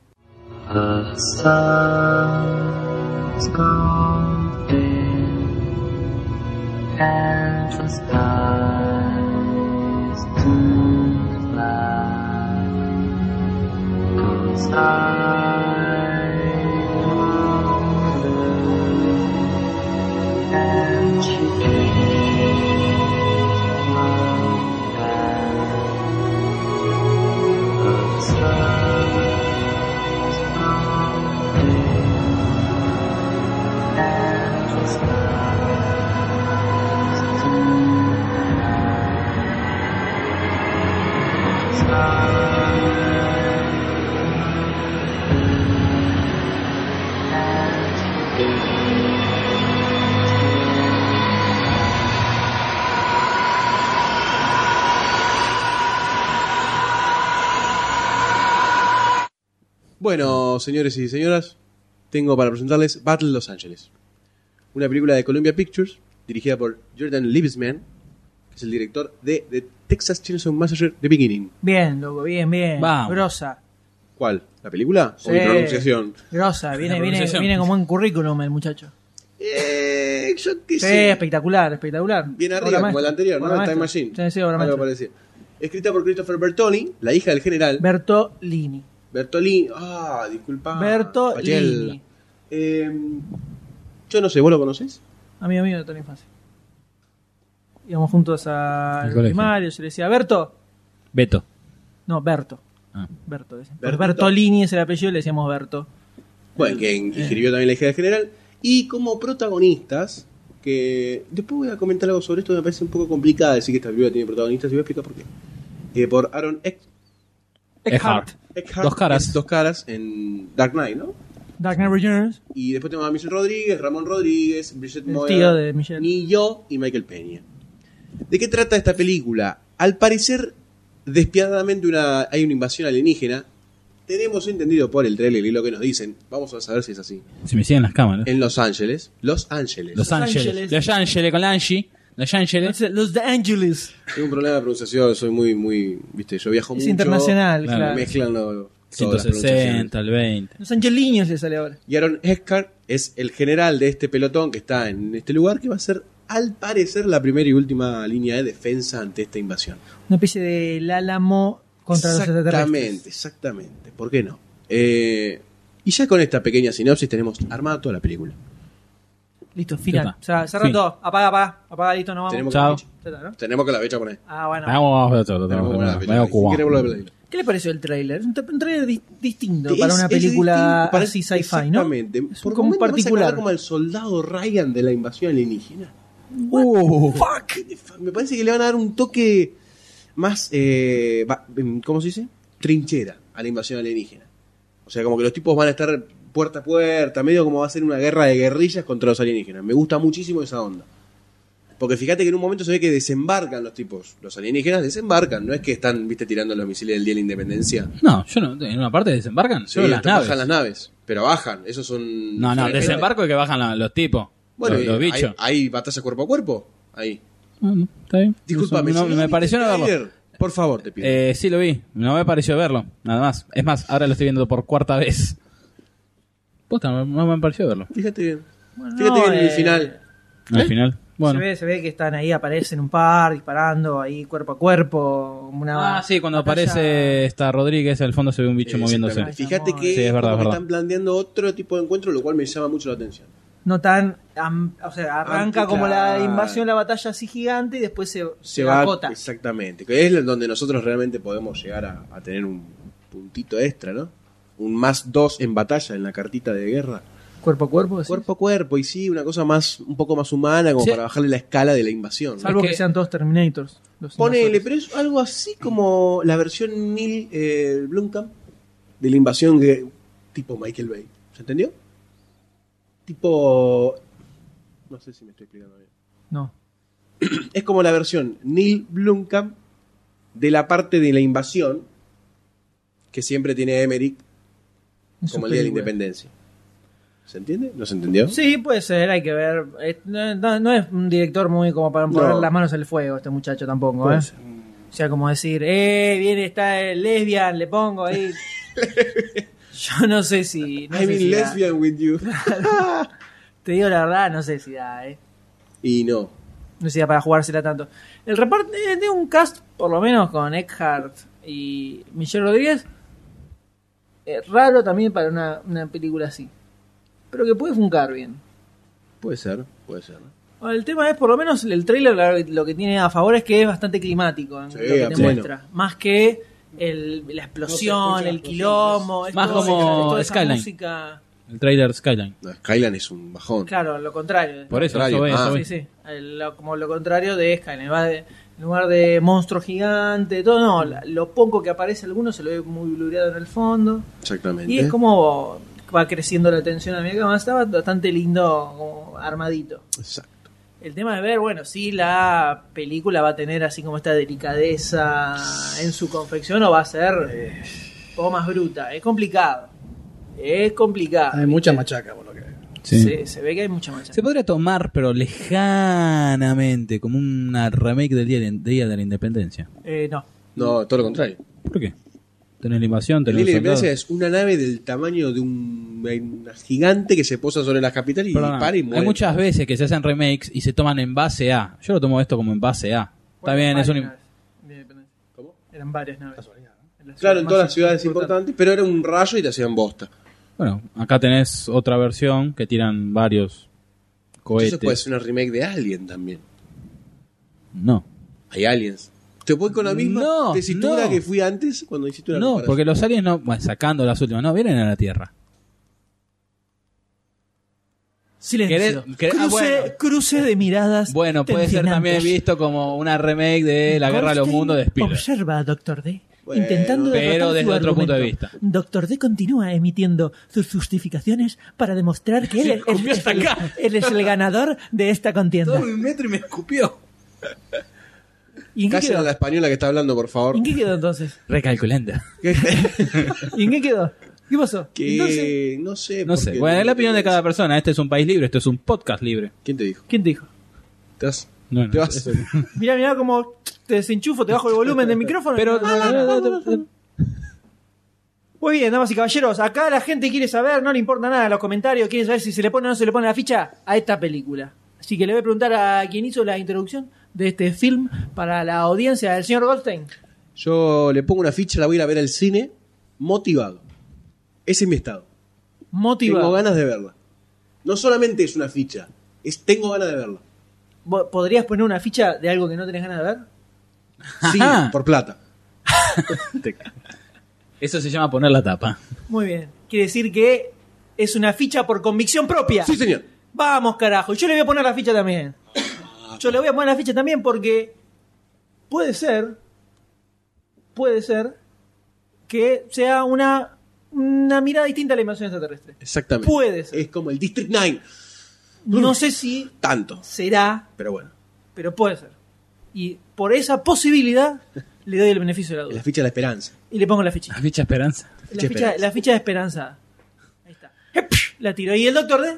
S4: Bueno, señores y señoras, tengo para presentarles Battle Los Ángeles. Una película de Columbia Pictures, dirigida por Jordan Liebesman, que es el director de The Texas Chainsaw Massacre The Beginning.
S2: Bien, loco, bien, bien.
S3: Vamos.
S2: Grosa.
S4: ¿Cuál? ¿La película? ¿O mi
S2: Sí.
S4: pronunciación?
S2: Grosa, viene,
S3: La
S2: viene,
S3: pronunciación.
S2: viene con buen currículum el muchacho.
S4: Eh, yo qué
S2: Sí,
S4: sé.
S2: espectacular, espectacular.
S4: Bien
S2: Obra
S4: arriba, como
S2: maestra,
S4: el anterior, ¿no?
S2: obra
S4: Time
S2: maestra.
S4: Machine.
S2: Sí, sí, obra
S4: Algo
S2: maestra.
S4: parecido. Escrita por Christopher Bertoli, la hija del general.
S2: Bertolini.
S4: Bertolini. Ah, disculpa. Pachel.
S2: Bertolini.
S4: Eh, yo no sé, ¿vos lo conocés?
S2: Amigo mío de toda la infancia. Íbamos juntos al
S3: El colegio.
S2: primario, yo le decía, Berto.
S3: Beto.
S2: No, Berto.
S3: Ah.
S2: Berto, decía.
S4: Bertito.
S2: Bertolini es el apellido, le decíamos Berto.
S3: Eh,
S4: Bueno, que escribió también la hija del general. Y como protagonistas, que después voy a comentar algo sobre esto, me parece un poco complicado decir que esta película tiene protagonistas y voy a explicar por qué. Eh, por Aaron Eck-
S3: Eckhart.
S4: Eckhart.
S3: Dos caras.
S4: en Dos caras en Dark Knight, ¿no?
S2: Dark Knight Returns,
S4: Y después tenemos a Michelle Rodríguez, Ramón Rodríguez, Bridget
S2: el
S4: Moyer,
S2: tío de Michelle.
S4: Ni yo y Michael Peña. ¿De qué trata esta película? Al parecer, despiadadamente una, hay una invasión alienígena. Tenemos entendido por el trailer y lo que nos dicen. Vamos a saber si es así.
S3: Si me siguen las cámaras.
S4: En Los Ángeles. Los Ángeles.
S3: Los Ángeles.
S2: Ángeles.
S3: Los Ángeles con la Angie. Los Ángeles.
S2: Entonces, Los de Angeles.
S4: Tengo un problema de pronunciación. Soy muy, muy. Viste, yo viajo
S2: Es
S4: mucho.
S2: internacional,
S3: Claro,
S2: claro.
S4: Me mezclan lo- todas las pronunciaciones.
S3: 160, el 20.
S2: Los angeliños le sale ahora.
S4: Y Aaron Eckhart es el general de este pelotón que está en este lugar que va a ser, al parecer, la primera y última línea de defensa ante esta invasión.
S2: Una especie del álamo contra los
S4: Exactamente,
S2: extraterrestres.
S4: exactamente. ¿Por qué no? Eh, y ya con esta pequeña sinopsis tenemos armada toda la película.
S2: Listo, final.
S3: Ya
S2: O sea, cerra
S3: Fin.
S2: todo. Apaga, apaga. Apaga, listo, nos vamos.
S4: Tenemos,
S3: Chao.
S4: Que,
S2: Ya está, ¿no?
S4: tenemos que la fecha poner.
S2: Ah, bueno.
S3: Vamos a ver todo.
S4: Tenemos que poner la fecha. Si queremos la película.
S2: ¿Qué le pareció el tráiler? Es Un, tra- un tráiler di- distinto
S4: Es-
S2: para una
S4: es
S2: película
S4: distinto, parece-
S2: así sci-fi, ¿no?
S4: Exactamente.
S2: Es
S4: Por
S2: como un
S4: momentos vas a acordar
S2: particular.
S4: como el soldado Ryan de la invasión alienígena.
S3: Uh.
S4: Fuck. Me parece que le van a dar un toque más, eh, va- ¿cómo se dice? Trinchera a la invasión alienígena. O sea, como que los tipos van a estar puerta a puerta, medio como va a ser una guerra de guerrillas contra los alienígenas. Me gusta muchísimo esa onda. Porque fíjate que en un momento se ve que desembarcan los tipos. Los alienígenas desembarcan, no es que están, viste, tirando los misiles del Día de la Independencia.
S3: No, yo no. En una parte desembarcan.
S4: Sí,
S3: yo las
S4: hasta
S3: naves.
S4: bajan las naves, pero bajan. Esos son.
S3: No, no,
S4: son
S3: desembarco y que bajan la- los tipos.
S4: Bueno,
S3: los, los
S4: eh,
S3: bichos. Ah,
S4: Hay, hay batalla cuerpo a cuerpo. Ahí.
S3: No, no, está bien.
S4: Disculpame.
S3: No,
S4: si
S3: me
S4: viste
S3: pareció
S4: el
S3: no verlo.
S4: tráiler, Por favor, te pido.
S3: Eh, sí, lo vi. No me pareció verlo. Nada más. Es más, ahora lo estoy viendo por cuarta vez. Posta, no, no me pareció verlo.
S4: Fíjate bien.
S2: Bueno,
S4: Fíjate bien en el
S2: eh,
S4: final.
S3: Al final. Bueno.
S2: Se, ve, se ve que están ahí, aparecen un par, disparando ahí cuerpo a cuerpo. como Una,
S3: Ah, sí, cuando aparece esta Rodríguez, al fondo se ve un bicho moviéndose.
S4: Exactamente. Fíjate que,
S3: Sí, es verdad,
S4: como
S3: es
S4: que
S3: verdad.
S4: están planteando otro tipo de encuentro, lo cual me llama mucho la atención.
S2: No tan. am- o sea, arranca
S4: Anti-
S2: como la
S4: claro.
S2: invasión, la batalla así gigante y después se,
S4: Se va
S2: acota.
S4: exactamente, que es donde nosotros realmente podemos llegar a, a tener un puntito extra, ¿no? Un más dos en batalla en la cartita de guerra.
S2: Cuerpo a cuerpo. decís.
S4: Cuerpo a cuerpo y sí, una cosa más un poco más humana como
S3: Sí.
S4: para bajarle la escala de la invasión. ¿no?
S2: Salvo
S3: Es
S2: que,
S3: que-
S2: sean todos Terminators. los
S4: Ponele,
S2: invasores.
S4: pero es algo así como la versión Neil eh, Blomkamp de la invasión que- tipo Michael Bay. ¿Se entendió? Tipo... No sé si me estoy explicando bien.
S2: No.
S4: Es como la versión Neil Blomkamp de la parte de la invasión que siempre tiene Emmerich
S2: Es
S4: como
S2: un
S4: el Día de la
S2: película.
S4: Independencia. ¿Se entiende? ¿No se entendió?
S2: Sí, puede ser, hay que ver. Eh, No, no- no es un director muy como para poner las manos al fuego este muchacho tampoco,
S4: Puede
S2: ¿eh?
S4: ser.
S2: O sea, como decir, eh, viene, está el lesbian, le pongo ahí. Yo no sé si. No
S4: I
S2: sé
S4: mean
S2: si da.
S4: lesbian with you.
S2: Te digo la verdad, no sé si da, ¿eh?
S4: y no.
S2: No sé si da para jugársela tanto. El reparto eh, de un cast, por lo menos con Eckhart y Michelle Rodríguez, es raro también para una, una película así. Pero que puede funcar bien.
S4: Puede ser, puede ser.
S2: Bueno, el tema es, por lo menos, el trailer lo, lo que tiene a favor es que es bastante climático en
S4: Sí,
S2: lo que te
S4: absoluto.
S2: muestra. Más que el- la explosión,
S5: escucha la
S2: el
S5: explosión,
S2: quilombo. es
S3: Más
S2: todo-
S3: como
S2: es toda esa
S3: Skyline.
S2: música.
S3: El trailer Skyline.
S4: No, Skyland es un bajón.
S2: Claro, lo contrario.
S3: Por eso,
S4: Contrario,
S3: eso ve,
S4: ah.
S3: eso
S2: Sí,
S3: ve.
S2: sí. El- lo- como lo contrario de Skyline. Va de- en lugar de monstruo gigante, todo, no. la- lo poco que aparece alguno se lo ve muy blureado en el fondo.
S4: Exactamente.
S2: Y es como va creciendo la tensión a medida que avanza, Estaba bastante lindo, como armadito.
S4: Exacto.
S2: El tema de ver, bueno, si la película va a tener así como esta delicadeza en su confección o va a ser eh, un poco más bruta. Es complicado. Es complicado.
S5: Hay mucha machaca, por lo que veo.
S3: Sí.
S2: Se, se ve que hay mucha mancha.
S3: Se podría tomar, pero lejanamente, como una remake del Día de, Día de la Independencia.
S2: Eh, no.
S4: No, todo lo contrario.
S3: ¿Por qué? Tenés la invasión,
S4: El
S3: tenés
S4: Lili
S3: Mm. los
S4: de
S3: soldados.
S4: Venecia es una nave del tamaño de un una gigante que se posa sobre la capital y
S3: Perdona,
S4: dispara y muere.
S3: hay muchas veces que se hacen remakes y se toman en base a. Yo lo tomo esto como en base a. Está bien, es un.
S4: ¿Cómo?
S2: Eran varias naves.
S4: Claro, en todas las ciudades
S2: importantes
S4: importantes, pero era un rayo y te hacían bosta.
S3: Bueno, acá tenés otra versión que tiran varios
S4: Entonces pues, puede
S3: cohetes.
S4: ser una remake de Alien también.
S3: No.
S4: Hay Aliens. Te voy con la misma
S3: No,
S4: tesitura
S3: no.
S4: que fui antes cuando hiciste una
S3: No,
S4: comparación.
S3: porque los aliens no, bueno, sacando las últimas, no vienen a la Tierra.
S2: Silencio.
S3: ¿Querés- querés-
S2: cruce,
S3: ah, bueno.
S2: cruce de miradas.
S3: Bueno, puede ser también
S2: tensionantes.
S3: visto como una remake de La Guerra de los
S2: Goldstein
S3: Mundos de Spielberg.
S2: Observa, Doctor D.
S4: Bueno,
S2: intentando
S3: pero
S2: derrotar
S3: desde
S2: su
S3: otro punto de
S2: argumento.
S3: vista.
S2: Doctor D continúa emitiendo sus justificaciones para demostrar que él, es- es el, él es el ganador de esta contienda.
S3: Todo un metro y me escupió.
S2: ¿Y en qué
S4: Callen a
S2: quedó?
S4: la española que está hablando, por favor.
S2: ¿En qué quedó entonces?
S3: Recalculando.
S2: ¿Y en qué quedó? ¿Qué pasó?
S4: que
S2: Entonces,
S4: no sé.
S3: No sé.
S4: porque-
S3: Bueno, es la opinión de cada persona. Este es un país libre, esto es un podcast libre.
S4: ¿Quién te dijo?
S2: ¿Quién te dijo?
S4: ¿Te vas?
S3: No, no,
S4: ¿Te vas?
S3: eso-
S2: Mirá, mirá como te desenchufo, te bajo el volumen del micrófono.
S3: Pero
S2: Muy bien, damas y caballeros, acá la gente quiere saber, no le importa nada los comentarios, quiere saber si se le pone o no se le pone la ficha a esta película. Así que le voy a preguntar a quien hizo la introducción de este film para la audiencia del señor Goldstein.
S4: Yo le pongo una ficha, la voy a ir a ver al cine motivado. Ese es mi estado. Tengo
S2: Motivado.
S4: ganas de verla. No solamente es una ficha, es tengo ganas de verla.
S2: ¿Vos ¿Podrías poner una ficha de algo que no tenés ganas de ver?
S4: Sí,
S3: Ajá.
S4: por plata.
S3: eso se llama poner la tapa.
S2: Muy bien. Quiere decir que es una ficha por convicción propia.
S4: Sí, señor.
S2: Vamos, carajo. Yo le voy a poner la ficha también. Yo le voy a poner la ficha también porque puede ser, puede ser que sea una, una mirada distinta a la invasión extraterrestre.
S4: Exactamente.
S2: Puede ser.
S4: Es como el District 9.
S2: No sé si
S4: Tanto.
S2: será,
S4: Pero bueno.
S2: pero puede ser. Y por esa posibilidad le doy el beneficio de la
S4: La
S2: duda.
S4: ficha de la esperanza.
S2: Y le pongo la ficha.
S3: La ficha esperanza.
S2: La ficha, la ficha de esperanza. Ahí está. La tiro. ¿Y el doctor D?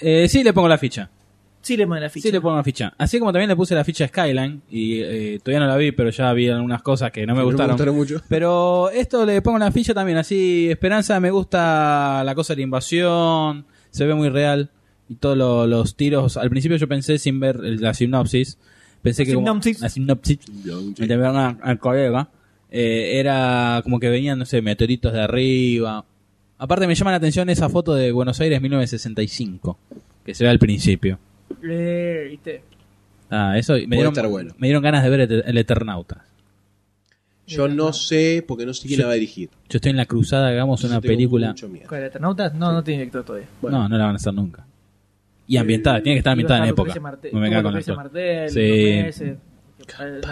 S3: Eh, sí, le pongo la ficha.
S2: Sí le pone la ficha.
S3: Sí, le pongo la ficha. Así como también le puse la ficha a Skyline. Y eh, todavía no la vi, pero ya vi algunas cosas que no me
S4: Pero
S3: gustaron.
S4: mucho.
S3: Pero esto le pongo la ficha también. Así, Esperanza me gusta la cosa de la invasión. Se ve muy real. y todos lo- los tiros. Al principio yo pensé, sin ver el- la sinopsis, pensé que como-
S2: Sinopsis.
S3: la sinopsis, el de ver a- al colega, eh, era como que venían, no sé, meteoritos de arriba. Aparte me llama la atención esa foto de Buenos Aires 1965, que se ve al principio.
S2: Eh, ¿viste?
S3: Ah, eso me dieron,
S4: estar bueno.
S3: me dieron ganas de ver el, el Eternauta.
S4: Yo no sé, porque no sé quién
S3: Yo-
S4: la va a dirigir.
S3: Yo estoy en la cruzada, hagamos
S4: Yo
S3: una
S4: tengo
S3: película.
S4: mucho miedo.
S2: ¿Cuál, Eternautas? No, no tiene director todavía.
S4: Bueno. Eh,
S3: No, no la van a hacer nunca. Y ambientada, tiene que estar ambientada en
S2: Iba a
S3: Ah, época.
S2: estar Lucrecia Martel-
S3: No me cago
S2: estuvo
S3: en
S2: Lucrecia
S3: el actor.
S2: Martel,
S3: Sí.
S2: unos meses.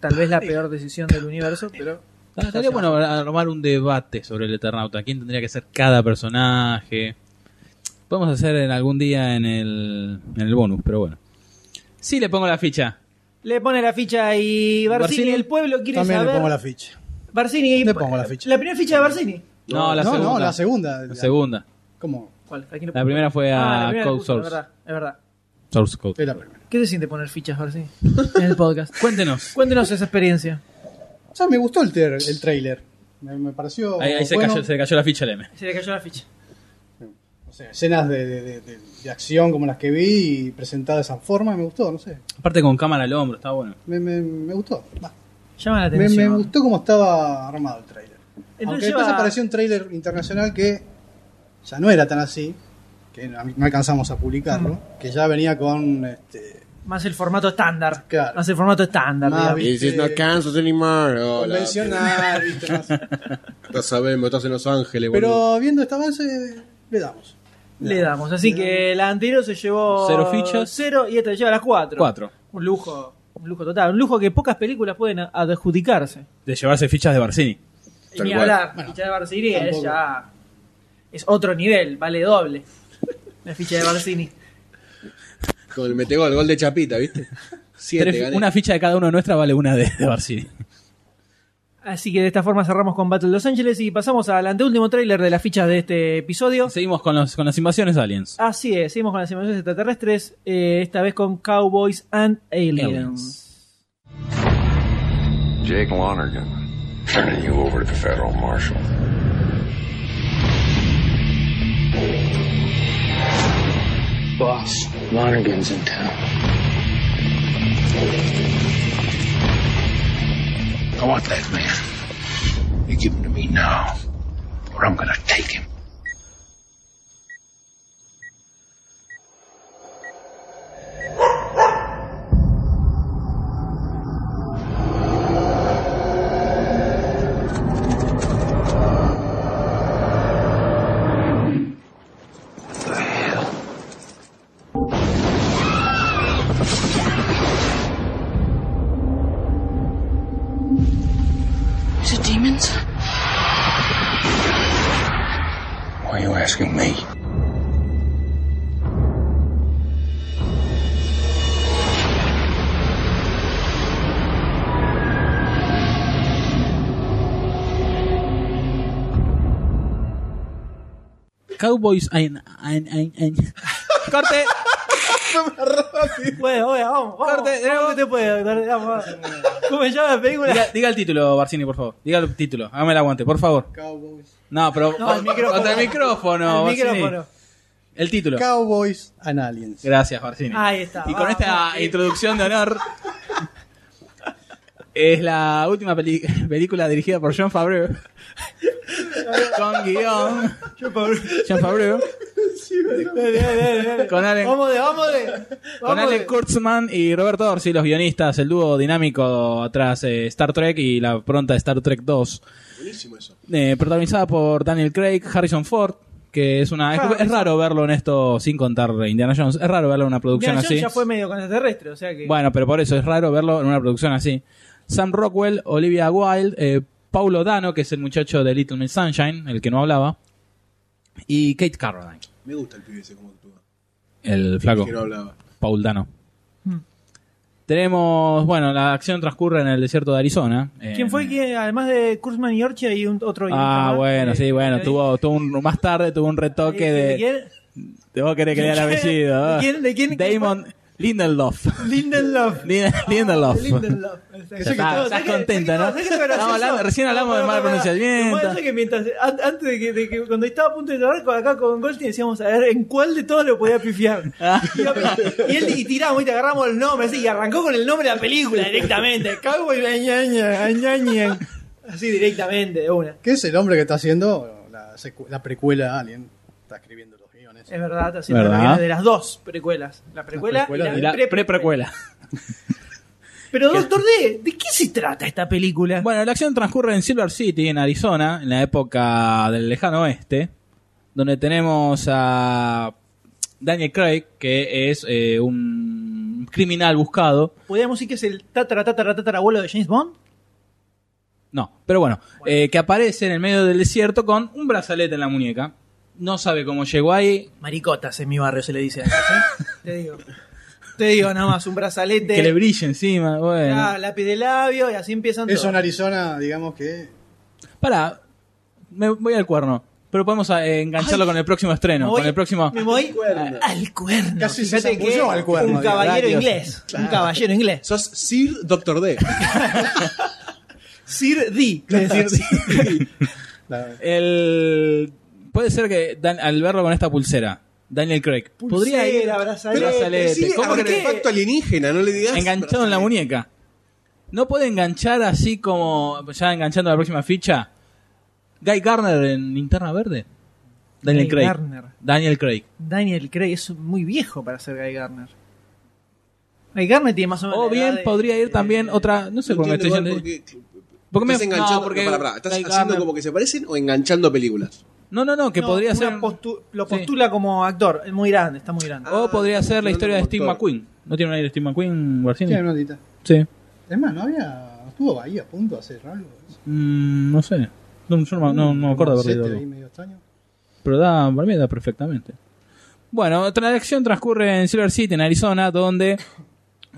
S2: Tal vez la peor decisión del universo, pero.
S3: Ah, Estaría bueno armar un debate sobre el Eternauta. ¿Quién tendría que ser cada personaje? Podemos hacer en algún día en el, en el bonus, pero bueno. Sí, le pongo la ficha.
S2: Le pone la ficha y Barcini,
S5: Barcini,
S2: el pueblo quiere
S5: También
S2: saber.
S5: le pongo la ficha.
S2: Barcini,
S5: Le pongo la ficha.
S2: primera ficha de Barcini.
S3: No, la
S5: no,
S3: segunda.
S5: no, la segunda.
S3: La segunda.
S5: ¿Cómo?
S2: ¿Cuál? ¿A quién le
S3: La
S2: puso?
S3: primera fue
S2: Ah, la
S3: a
S2: primera le
S3: Code
S2: puso, Es
S3: Source.
S2: verdad, es verdad.
S3: Source Code.
S5: Es la primera.
S2: ¿Qué te siente poner fichas, Barcini? En el podcast.
S3: Cuéntenos.
S2: Cuéntenos esa experiencia.
S5: O sea, me gustó el, ter- el trailer. Me, me pareció.
S3: Ahí, ahí se,
S5: oh, bueno.
S3: cayó, se le cayó la ficha al M.
S2: Se le cayó la ficha.
S5: O sea, escenas de, de- de- de- de acción como las que vi y presentadas de esa forma. Me gustó, no sé.
S3: Aparte con cámara al hombro, está bueno.
S5: Me, me- me gustó. Va.
S2: Llama la
S5: Me,
S2: atención.
S5: me gustó cómo estaba armado el trailer. Aunque
S2: Entonces
S5: después
S2: lleva-
S5: apareció un trailer internacional que ya no era tan así, que no no alcanzamos a publicarlo, que ya venía con este,
S2: Más el formato estándar.
S5: Claro. Ah,
S2: Más el formato estándar.
S5: Más
S2: digamos.
S5: bien.
S4: This is not Kansas anymore. Hola.
S5: convencional, ¿viste? No sé.
S4: Ya sabemos, estás en Los Ángeles, boludo.
S5: pero viendo este avance le damos.
S2: Le damos. Así que la anterior se llevó.
S3: Cero fichas.
S2: Cero y esta lleva las cuatro.
S3: Cuatro.
S2: Un lujo. Un lujo total. Un lujo que pocas películas pueden adjudicarse.
S3: De llevarse fichas de Barcini.
S2: Y
S4: Tal
S2: ni
S4: cual.
S2: hablar.
S5: Bueno,
S2: ficha de Barcini es
S5: tampoco.
S2: ya. Es otro nivel. Vale doble. La ficha de Barcini.
S4: Con el metegol, gol de Chapita, ¿viste? Siete,
S3: Tres-
S4: gané.
S3: una ficha de cada uno nuestra vale una de, de Barcini.
S2: Así que de esta forma cerramos con Battle Los Ángeles y pasamos al anteúltimo tráiler de las fichas de este episodio.
S3: Seguimos con, los, con las invasiones aliens.
S2: Así es, seguimos con las invasiones extraterrestres, eh, esta vez con Cowboys and Aliens.
S3: Aliens.
S9: Jake Lonergan. Turning you over to the federal marshal.
S7: Boss, Lonergan's in town.
S9: I want that man. You give him to me now, or I'm gonna take him.
S8: Is it demons?
S9: Why are you asking me?
S3: Cowboys and, and- and- and- Corte.
S2: Bueno, bueno, vamos, vamos.
S3: Corte,
S2: vamos que te puedo, dale, vamos, vamos. ¿Cómo se llama la película?
S3: Diga, diga el título, Barcini, por favor. Diga el título. Hágame el aguante, por favor.
S5: Cowboys.
S3: No, pero
S2: No, el micrófono.
S3: contra el micrófono.
S2: El
S3: Barcini.
S2: micrófono.
S3: El título.
S5: Cowboys and Aliens.
S3: Gracias, Barcini.
S2: Ahí está.
S3: Y con
S2: vamos.
S3: esta introducción de honor. Es la última peli- película dirigida por John Favreau. con guión. John Favreau.
S2: Dale, dale, dale.
S3: Con Alan-
S2: Vamos de, vamos de.
S3: Con
S2: vamos
S3: Alec
S2: de.
S3: Kurtzman y Roberto Orsi, los guionistas, el dúo dinámico tras eh, Star Trek y la pronta Star Trek 2.
S4: Buenísimo eso.
S3: Eh, protagonizada por Daniel Craig, Harrison Ford, que es una... es- Es, raro verlo en esto, sin contar Indiana Jones, es raro verlo en una producción
S2: Indiana Jones
S3: así.
S2: ya fue medio con extraterrestre, o sea que.
S3: Bueno, pero por eso es raro verlo en una producción así. Sam Rockwell, Olivia Wilde, eh, Paulo Dano, que es el muchacho de Little Miss Sunshine, el que no hablaba, y Kate Carradine,
S4: Me gusta el pibe ese como actúa.
S3: el flaco.
S4: Que no hablaba.
S3: Paul Dano.
S2: Hmm.
S3: Tenemos, bueno, la acción transcurre en el desierto de Arizona.
S2: ¿Quién fue
S3: quien?
S2: que, eh? además de Kurzman y Orche, hay un otro.
S3: Ah, bueno, sí, bueno, tuvo, tuvo un, más tarde tuvo un retoque
S2: ¿De
S3: de...
S2: quién?
S3: Te vos querés que lea el
S2: ¿De quién?
S3: apellido.
S2: ¿De quién? ¿De quién?
S3: Damon, Lindelof.
S2: Lindelof.
S3: Lindelof.
S2: Lindelof.
S3: Ya está, estás contenta, ¿no? Estamos hablando- recién hablamos de mal pronunciamiento.
S2: que mientras, an- antes de que, de que- cuando estaba a punto de grabar con- acá con Goldstein decíamos a ver en cuál de todos lo podía pifiar.
S3: Ah.
S2: Y, y él, y tiramos y te agarramos el nombre así, y arrancó con el nombre de la película directamente. Cowboy Ñaña, Ñaña. Así directamente, de una.
S5: ¿Qué es el hombre que está haciendo la, secu- la precuela a Alien? Está escribiendo los guiones.
S2: Es verdad, está haciendo la guerra de las dos precuelas. La precuela y la,
S3: Y la
S2: pre-
S3: pre-precuela.
S2: Pero Doctor D, ¿de qué se trata esta película?
S3: Bueno, la acción transcurre en Silver City, en Arizona, en la época del lejano oeste, donde tenemos a Daniel Craig, que es eh, un criminal buscado.
S2: ¿Podríamos decir que es el tatara tatara tatara abuelo de James Bond?
S3: No, pero bueno, eh, que aparece en el medio del desierto con un brazalete en la muñeca. No sabe cómo llegó ahí.
S2: Maricotas en mi barrio se le dice. a eso, ¿sí? Te digo. Te digo nada más, un brazalete.
S3: Que le brille encima. Bueno.
S2: ah, lápiz de labio y así empiezan
S5: Eso en
S2: todos.
S5: Arizona, digamos que.
S3: Pará, me voy al cuerno. Pero podemos eh, engancharlo
S2: Ay,
S3: con el próximo
S2: Me
S3: estreno,
S2: voy-
S3: con el próximo...
S2: Me voy
S4: Cuerno.
S2: al cuerno.
S5: Casi se
S2: Fíjate
S5: zambulló
S2: que
S5: al cuerno,
S2: Un caballero
S5: digo,
S2: inglés. Un caballero inglés.
S4: Sos Sir Doctor D.
S2: Sir D. le decía.
S5: la-
S3: El... Puede ser que Dan- al verlo con esta pulsera, Daniel Craig, podría ir
S2: Pulsera, brazalete.
S3: Brazalete.
S4: Decile
S3: ¿Cómo que-
S4: artefacto alienígena, no le digas.
S3: enganchado en la muñeca. No puede enganchar así como, ya enganchando la próxima ficha, Guy Garner en Linterna Verde. Daniel
S2: Guy
S3: Craig.
S2: Garner.
S3: Daniel Craig.
S2: Daniel Craig es muy viejo para ser Guy Garner. Guy Garner tiene más o menos.
S3: O
S2: la edad
S3: bien
S2: de-
S3: podría ir
S2: de-
S3: también otra, no sé por qué me estoy
S4: igual
S3: yendo.
S4: porque-
S3: ¿Por qué me-
S4: ¿Estás enganchando?
S3: no, porque
S4: no, pará, pará. ¿Estás
S3: Guy
S4: haciendo
S3: Garner-
S4: como que se parecen o enganchando películas?
S3: No, no, no, que
S2: No,
S3: podría
S2: una
S3: ser
S2: postu- lo
S3: Sí.
S2: postula como actor. Es muy grande, está muy grande.
S3: o
S4: Ah,
S3: podría ser la
S4: no,
S3: historia de
S4: como
S3: Steve
S4: actor.
S3: McQueen. ¿No tiene un aire Steve McQueen, Barcini?
S5: Tiene una notita.
S3: Sí.
S5: Es más, no había. Estuvo Bahía a punto de hacer algo.
S3: Mm, no sé. No, yo no, me- no- no me acuerdo de
S5: Un
S3: haber
S5: sete
S3: leído
S5: ahí
S3: algo.
S5: medio extraño.
S3: Pero da, para mí da perfectamente. Bueno, la acción transcurre en Silver City, en Arizona, donde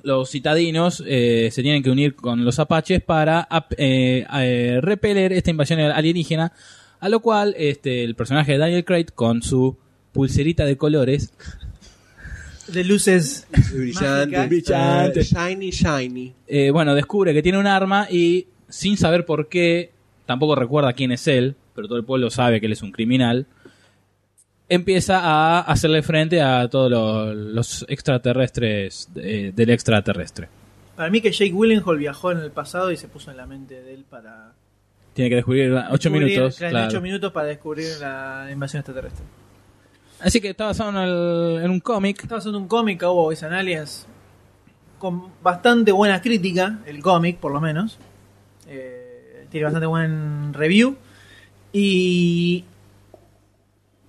S3: los citadinos eh, se tienen que unir con los apaches para ap- eh, eh, repeler esta invasión alienígena. A lo cual este, el personaje de Daniel Craig, con su pulserita de colores,
S2: De luces.
S4: Brillante.
S3: Brillante.
S4: Shiny, shiny.
S3: eh, bueno, descubre que tiene un arma y sin saber por qué, tampoco recuerda quién es él, pero todo el pueblo sabe que él es un criminal, empieza a hacerle frente a todos los, los extraterrestres eh, del extraterrestre.
S2: Para mí que Jake Willenhall viajó en el pasado y se puso en la mente de él para...
S3: Tiene que descubrir 8
S2: descubrir-
S3: minutos.
S2: claro,
S3: claro.
S2: ocho minutos para descubrir la invasión extraterrestre.
S3: Así que está basado en, el- en un cómic.
S2: Estaba haciendo un cómic, hubo ese análisis con bastante buena crítica, el cómic por lo menos. Eh, tiene bastante buen review. Y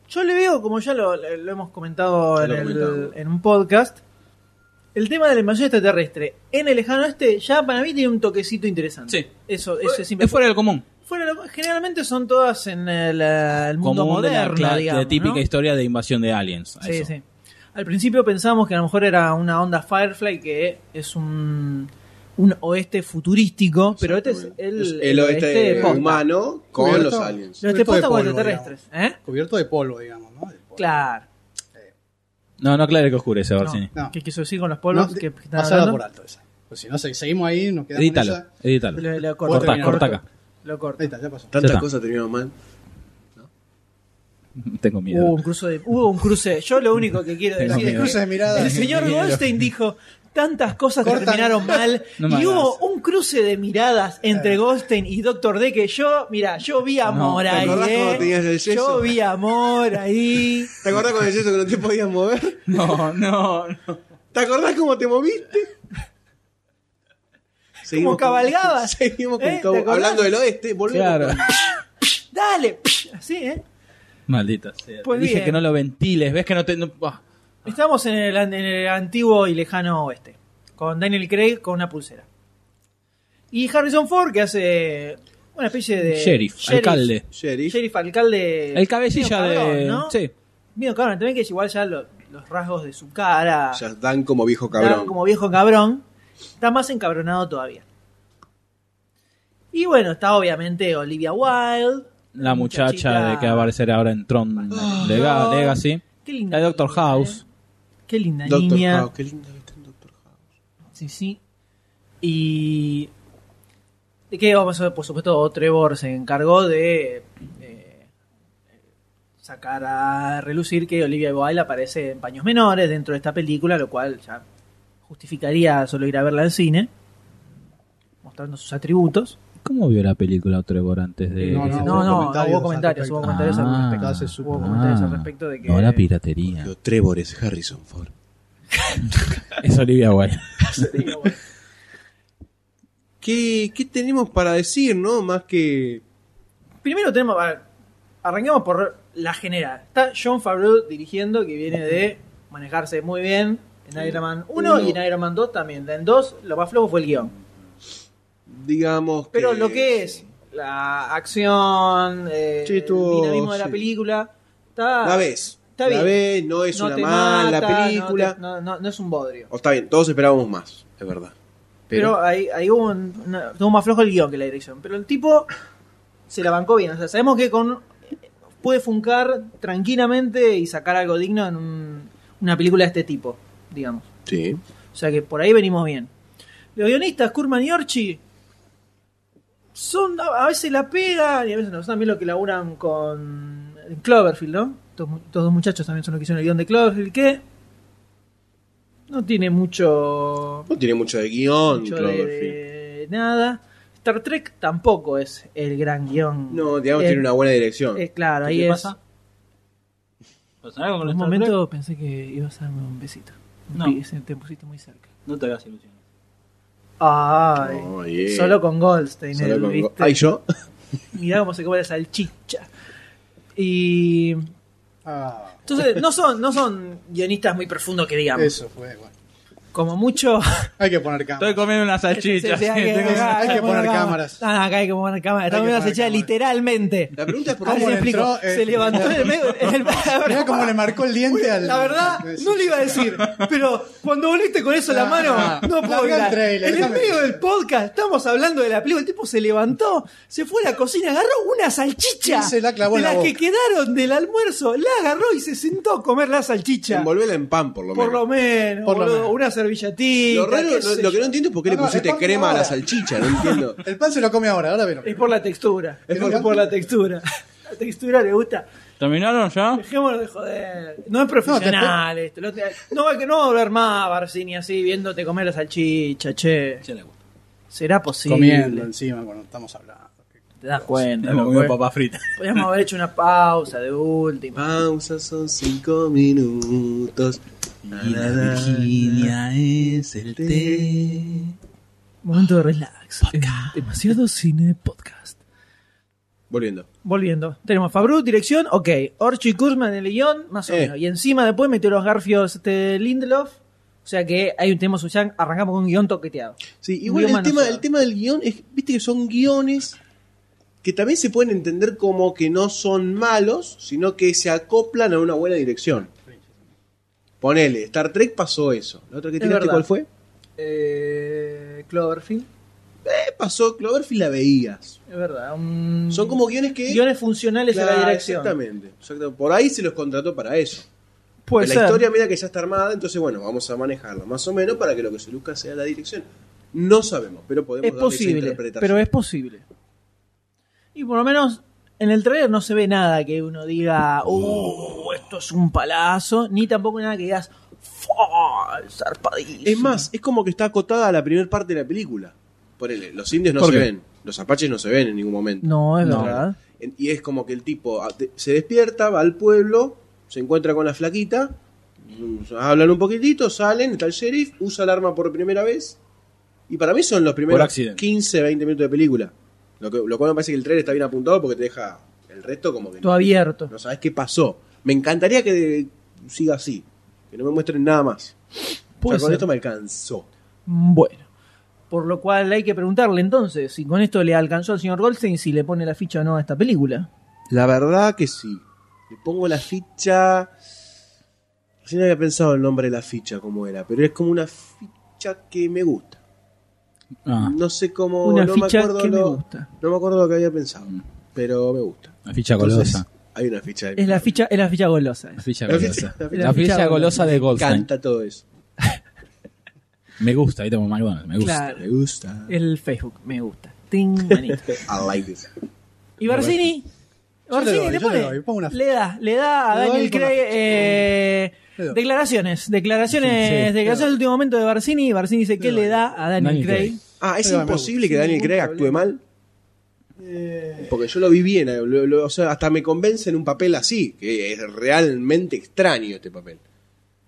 S2: yo le veo, como ya lo, lo hemos comentado
S4: Ya
S2: en,
S4: lo
S2: el-
S4: comentamos.
S2: en un podcast, el tema de la invasión extraterrestre en el lejano este ya para mí tiene un toquecito interesante.
S3: Sí.
S2: Eso, eso es siempre
S3: Es fuera del común.
S2: Fuera de lo- generalmente son todas en el, eh, el mundo
S3: común de la
S2: moderno,
S3: cla- de la,
S2: digamos,
S3: típica
S2: ¿no?
S3: historia de invasión de aliens. a
S2: Sí,
S3: eso.
S2: sí. Al principio pensamos que a lo mejor era una onda Firefly, que es un, un oeste futurístico, pero este es el, este
S4: Es el oeste
S2: posta.
S4: humano con
S5: Cubierto.
S4: los aliens.
S2: El
S5: Cubierto de
S2: oeste posta con
S5: polvo,
S2: extraterrestres. ¿eh?
S5: Cubierto de polvo, digamos, ¿no? De polvo.
S2: Claro.
S3: No, no, claro que oscurece,
S2: No,
S3: Barcini.
S5: No.
S2: ¿Qué quiso decir con los polvos?
S5: No,
S2: que
S5: de-
S2: están
S5: pasada
S2: hablando?
S5: por alto esa. Pues si no se- seguimos ahí, nos quedamos
S3: Edítalo,
S5: en esa.
S3: edítalo.
S2: Lo- lo corto,
S5: Cortá,
S2: lo corto.
S3: cortá acá.
S2: Lo corto.
S5: Ahí está, ya pasó.
S4: Tantas
S3: está.
S4: cosas terminaron mal.
S3: Tengo miedo.
S2: Hubo un, cruce de- hubo un cruce. Yo lo único que quiero
S3: Tengo
S2: decir
S3: miedo.
S2: es
S5: Cruces de
S2: que
S5: mirada.
S2: el señor Goldstein dijo tantas cosas que
S5: Cortan.
S2: terminaron mal
S3: No me
S2: y hubo
S3: hagas.
S2: un cruce de miradas entre Goldstein y Doctor D que yo, mira, yo vi amor
S3: No,
S4: ¿te
S2: ahí.
S4: acordás
S2: eh.
S4: cuando tenías el yeso?
S2: Yo vi amor ahí.
S4: ¿Te acordás cuando decías eso que no te podías mover?
S3: No, no, no.
S4: ¿Te acordás cómo te moviste? Seguimos
S2: ¿Cómo cabalgabas?
S4: Con, seguimos con
S2: ¿Eh? ¿Te
S4: Cabo-
S2: acordás?
S4: Hablando del oeste, volvemos.
S3: Claro.
S4: con-
S2: Dale, así, ¿eh?
S3: Maldita sea.
S2: Pues
S3: Dije
S2: bien.
S3: que no lo ventiles, ves que no te. no- ah.
S2: Estamos en el, en el antiguo y lejano oeste, con Daniel Craig con una pulsera. Y Harrison Ford que hace una especie de...
S3: Sheriff, alcalde.
S4: Sheriff.
S2: Sheriff, alcalde...
S3: El cabecilla
S2: medio cabrón,
S3: de.
S2: ¿no?
S3: Sí.
S2: Mío cabrón, también que es igual ya lo- los rasgos de su cara.
S4: Ya dan como viejo
S2: Dan
S4: cabrón.
S2: como viejo cabrón, está más encabronado todavía. Y bueno, está obviamente Olivia Wilde.
S3: La muchacha
S2: Muchachita.
S3: de que va a aparecer ahora en Tron
S2: Ah.
S3: Lega- Legacy.
S2: Qué linda.
S3: La Doctor
S2: niña,
S3: House.
S2: ¿eh? Qué linda
S4: Doctor
S2: niña.
S4: House, qué linda que está en
S2: Sí, sí. Y. de que, vamos a- por supuesto, Trevor se encargó de eh, sacar a relucir que Olivia Wilde aparece en paños menores dentro de esta película, lo cual ya justificaría solo ir a verla al cine, mostrando sus atributos.
S3: ¿Cómo vio la película Trevor antes de.?
S2: No,
S3: ese
S2: no,
S3: tema?
S2: no, hubo comentarios, hubo comentarios al
S3: Ah.
S2: respecto.
S3: Hace
S2: Hubo comentarios al
S3: Ah.
S2: respecto de que.
S3: No, la piratería.
S4: Trevor es Harrison Ford.
S3: Es Olivia Wilde.
S4: ¿Qué, ¿Qué tenemos para decir, no? Más que.
S2: Primero tenemos, a ver, arranquemos por la general. Está John Favreau dirigiendo, que viene de manejarse muy bien en Iron Man 1 y
S4: Uh.
S2: en Iron Man 2 también. En 2 lo más flojo fue el guión.
S4: Digamos.
S2: Pero
S4: que-
S2: lo que es la acción, eh,
S4: Sí, estuvo-
S2: el dinamismo de la
S4: sí.
S2: película, está,
S4: La ves.
S2: Ah, está bien.
S4: La ves, no es una
S2: te
S4: mala
S2: mata, no
S4: película.
S2: te- No, no- no es un bodrio.
S4: O está bien, todos esperábamos más, es verdad.
S2: Pero,
S4: Pero,
S2: ahí, ahí hubo un, una- estuvo más flojo el guión que la dirección. Pero el tipo se la bancó bien. O sea, sabemos que con puede funcar tranquilamente y sacar algo digno en un- una película de este tipo, digamos.
S4: sí.
S2: O sea que por ahí venimos bien. Los guionistas, Kurman y Orchi, son, a a veces la pegan y a veces no. Son también los que laburan con Cloverfield, ¿no? Estos, mu- estos dos muchachos también son los que hicieron el guión de Cloverfield, que no tiene mucho
S4: No tiene mucho de guión,
S2: mucho de-
S4: Cloverfield.
S2: de nada. Star Trek tampoco es el gran guión.
S4: No, digamos,
S2: Eh,
S4: tiene una buena dirección.
S2: eh, claro, ahí
S3: ¿Qué
S2: es.
S3: pasa? ¿Pasará algo
S2: Por
S3: con
S2: un
S3: Star
S2: momento pensé que ibas a darme un besito.
S3: No.
S2: Pi- se- Te pusiste muy cerca.
S3: Trek? No te hagas ilusiones.
S2: Ay,
S4: Oh, yeah.
S2: solo con Goldstein.
S4: Solo
S2: él,
S4: con-
S2: ¿viste?
S4: Ay, yo.
S2: Mirá cómo se come la salchicha. Y.
S5: Ah,
S2: Entonces, no son, no son guionistas muy profundos que digamos.
S5: eso fue, bueno.
S2: Como mucho.
S5: Hay que poner cámaras.
S3: Estoy comiendo una salchicha.
S2: Sí, sí, hay que-
S3: tengo-
S5: hay que poner
S2: cámaras.
S5: cámaras.
S2: No, no, acá hay que poner cámaras. Estamos
S5: que
S2: viendo la
S5: poner
S2: salchicha
S5: cámaras.
S2: literalmente.
S4: La pregunta es por
S2: Ah,
S5: ¿Cómo
S2: se
S5: le
S2: explico.
S5: entró? Eh,
S2: se levantó en el medio. en el- la
S5: Mirá
S2: verdad-
S5: cómo le marcó el diente al.
S2: la verdad, no le iba a decir, pero cuando volviste con eso la
S5: Ah,
S2: mano, no
S5: larga
S2: puedo
S5: el
S2: hablar.
S5: trailer,
S2: En el
S5: déjame.
S2: medio del podcast, estamos hablando de la película, el tipo se levantó, se fue a la cocina, agarró una salchicha
S5: Y se la clavó en
S2: de
S5: la
S2: las que
S5: boca.
S2: quedaron del almuerzo, la agarró y se sentó a comer la salchicha.
S4: Envolvela en pan, por lo
S2: Por
S4: menos.
S2: lo menos,
S5: Por lo
S2: boludo,
S5: menos.
S2: una servilletita.
S4: Lo raro,
S2: qué
S4: lo,
S2: sé
S4: lo que
S2: yo.
S4: no entiendo es por qué
S5: No,
S4: le
S5: no,
S4: pusiste
S5: es pan
S4: crema a la
S5: ahora.
S4: salchicha, no entiendo.
S5: El pan se lo come ahora, ahora vieron.
S2: Es por la textura, es
S5: por-
S2: por, la textura. La textura le gusta.
S3: ¿Terminaron ya?
S2: Dejémonos de joder. No es profesional esto. No, te- no va- que no va a volver más Barcini así viéndote comer la salchicha, che. ¿Será posible?
S5: Comiendo encima cuando estamos hablando.
S2: Te das cuenta.
S3: Hemos
S2: ¿no?
S3: comido papas fritas.
S2: Podríamos haber hecho una pausa de última.
S4: Pausas son cinco minutos.
S3: es el té.
S2: Momento de relax. Demasiado cine podcast.
S4: Volviendo.
S2: Volviendo. Tenemos Fabru, dirección, ok. Orchi Kurzman en el guión, más o
S4: Eh.
S2: menos. Y encima después metió los garfios este, Lindelof. O sea que ahí tenemos un yang. Arrancamos con un guión toqueteado.
S4: Sí, igual
S2: Guión
S4: el tema,
S2: manoseado.
S4: el tema del guión es, viste que son guiones que también se pueden entender como que no son malos, sino que se acoplan a una buena dirección. Ponele, Star Trek pasó eso. ¿La otra que
S2: Es
S4: tiraste
S2: verdad.
S4: cuál fue?
S2: Eh, Cloverfield.
S4: Eh, pasó, Cloverfield la veías.
S2: Es verdad. un-
S4: Son como guiones que...
S2: Mm. guiones funcionales a
S4: Claro,
S2: la dirección.
S4: Exactamente, exactamente. Por ahí se los contrató para eso.
S2: Puede
S4: la
S2: ser.
S4: historia mira que ya está armada, entonces bueno, vamos a manejarla más o menos para que lo que se luzca sea la dirección. No sabemos, pero podemos
S2: es
S4: darle esa
S2: posible,
S4: interpretación.
S2: pero es posible. Y por lo menos en el trailer no se ve nada que uno diga, uh, esto es un palazo, ni tampoco nada que digas, "Fua, zarpadísimo.
S4: Es más, es como que está acotada a la primera parte de la película. Ponele, los indios no
S3: ¿Por
S4: se
S3: qué?
S4: ven, los apaches no se ven en ningún momento.
S2: No, es verdad.
S4: En- Y es como que el tipo ah, te- se despierta, va al pueblo, se encuentra con la flaquita, mm, hablan un poquitito, salen, está el sheriff, usa el arma por primera vez. Y para mí son los primeros
S3: accidente.
S4: 15, 20 minutos de película. Lo, que, lo cual me parece que el trailer está bien apuntado porque te deja el resto como que
S2: Todo
S4: no,
S2: abierto.
S4: no sabes qué pasó. Me encantaría que de- siga así, que no me muestren nada más. O sea,
S2: Puede
S4: con
S2: ser.
S4: esto me alcanzó.
S2: Bueno. Por lo cual hay que preguntarle entonces si con esto le alcanzó al señor Goldstein si le pone la ficha o no a esta película.
S4: La verdad que sí. Le pongo la ficha. Recién había pensado el nombre de la ficha, como era, pero es como una ficha que me gusta.
S3: Ah,
S4: No sé cómo.
S2: Una
S4: no
S2: ficha
S4: me acuerdo
S2: que me
S4: lo,
S2: gusta.
S4: No me acuerdo lo que había pensado, pero me gusta.
S3: la ficha
S4: Entonces,
S3: golosa.
S4: hay una ficha de.
S2: Es la ficha, es la ficha golosa.
S3: La ficha
S4: La
S3: golosa.
S4: ficha- la
S3: La
S2: ficha
S3: ficha golosa de
S4: Me
S3: Goldstein.
S4: encanta todo eso.
S3: Me gusta, ahí tengo McDonald's, me gusta.
S2: Claro. Eh.
S4: Me gusta.
S2: El Facebook, me gusta. Ting, manito.
S4: I like this.
S2: Y Barcini.
S5: Yo le
S2: Barcini
S5: doy,
S2: le
S5: yo le
S2: pone.
S5: doy, pongo una-
S2: Le da, le da a
S5: Le doy
S2: Daniel
S5: con la
S2: Craig.
S5: ficha.
S2: eh,
S5: Le doy.
S2: declaraciones. Declaraciones.
S3: Sí, sí.
S2: declaraciones del último momento de Barcini. Barcini dice: ¿Qué le da a Daniel,
S3: Daniel
S2: Craig?
S3: Craig.
S4: Ah, ¿es
S5: Ahí va, me
S4: imposible
S5: gusta.
S4: que Daniel
S5: Sin
S4: Craig
S5: ningún
S4: actúe mal? Porque yo lo vi bien, eh, lo- lo- o sea, hasta me convence en un papel así, que es realmente extraño este papel.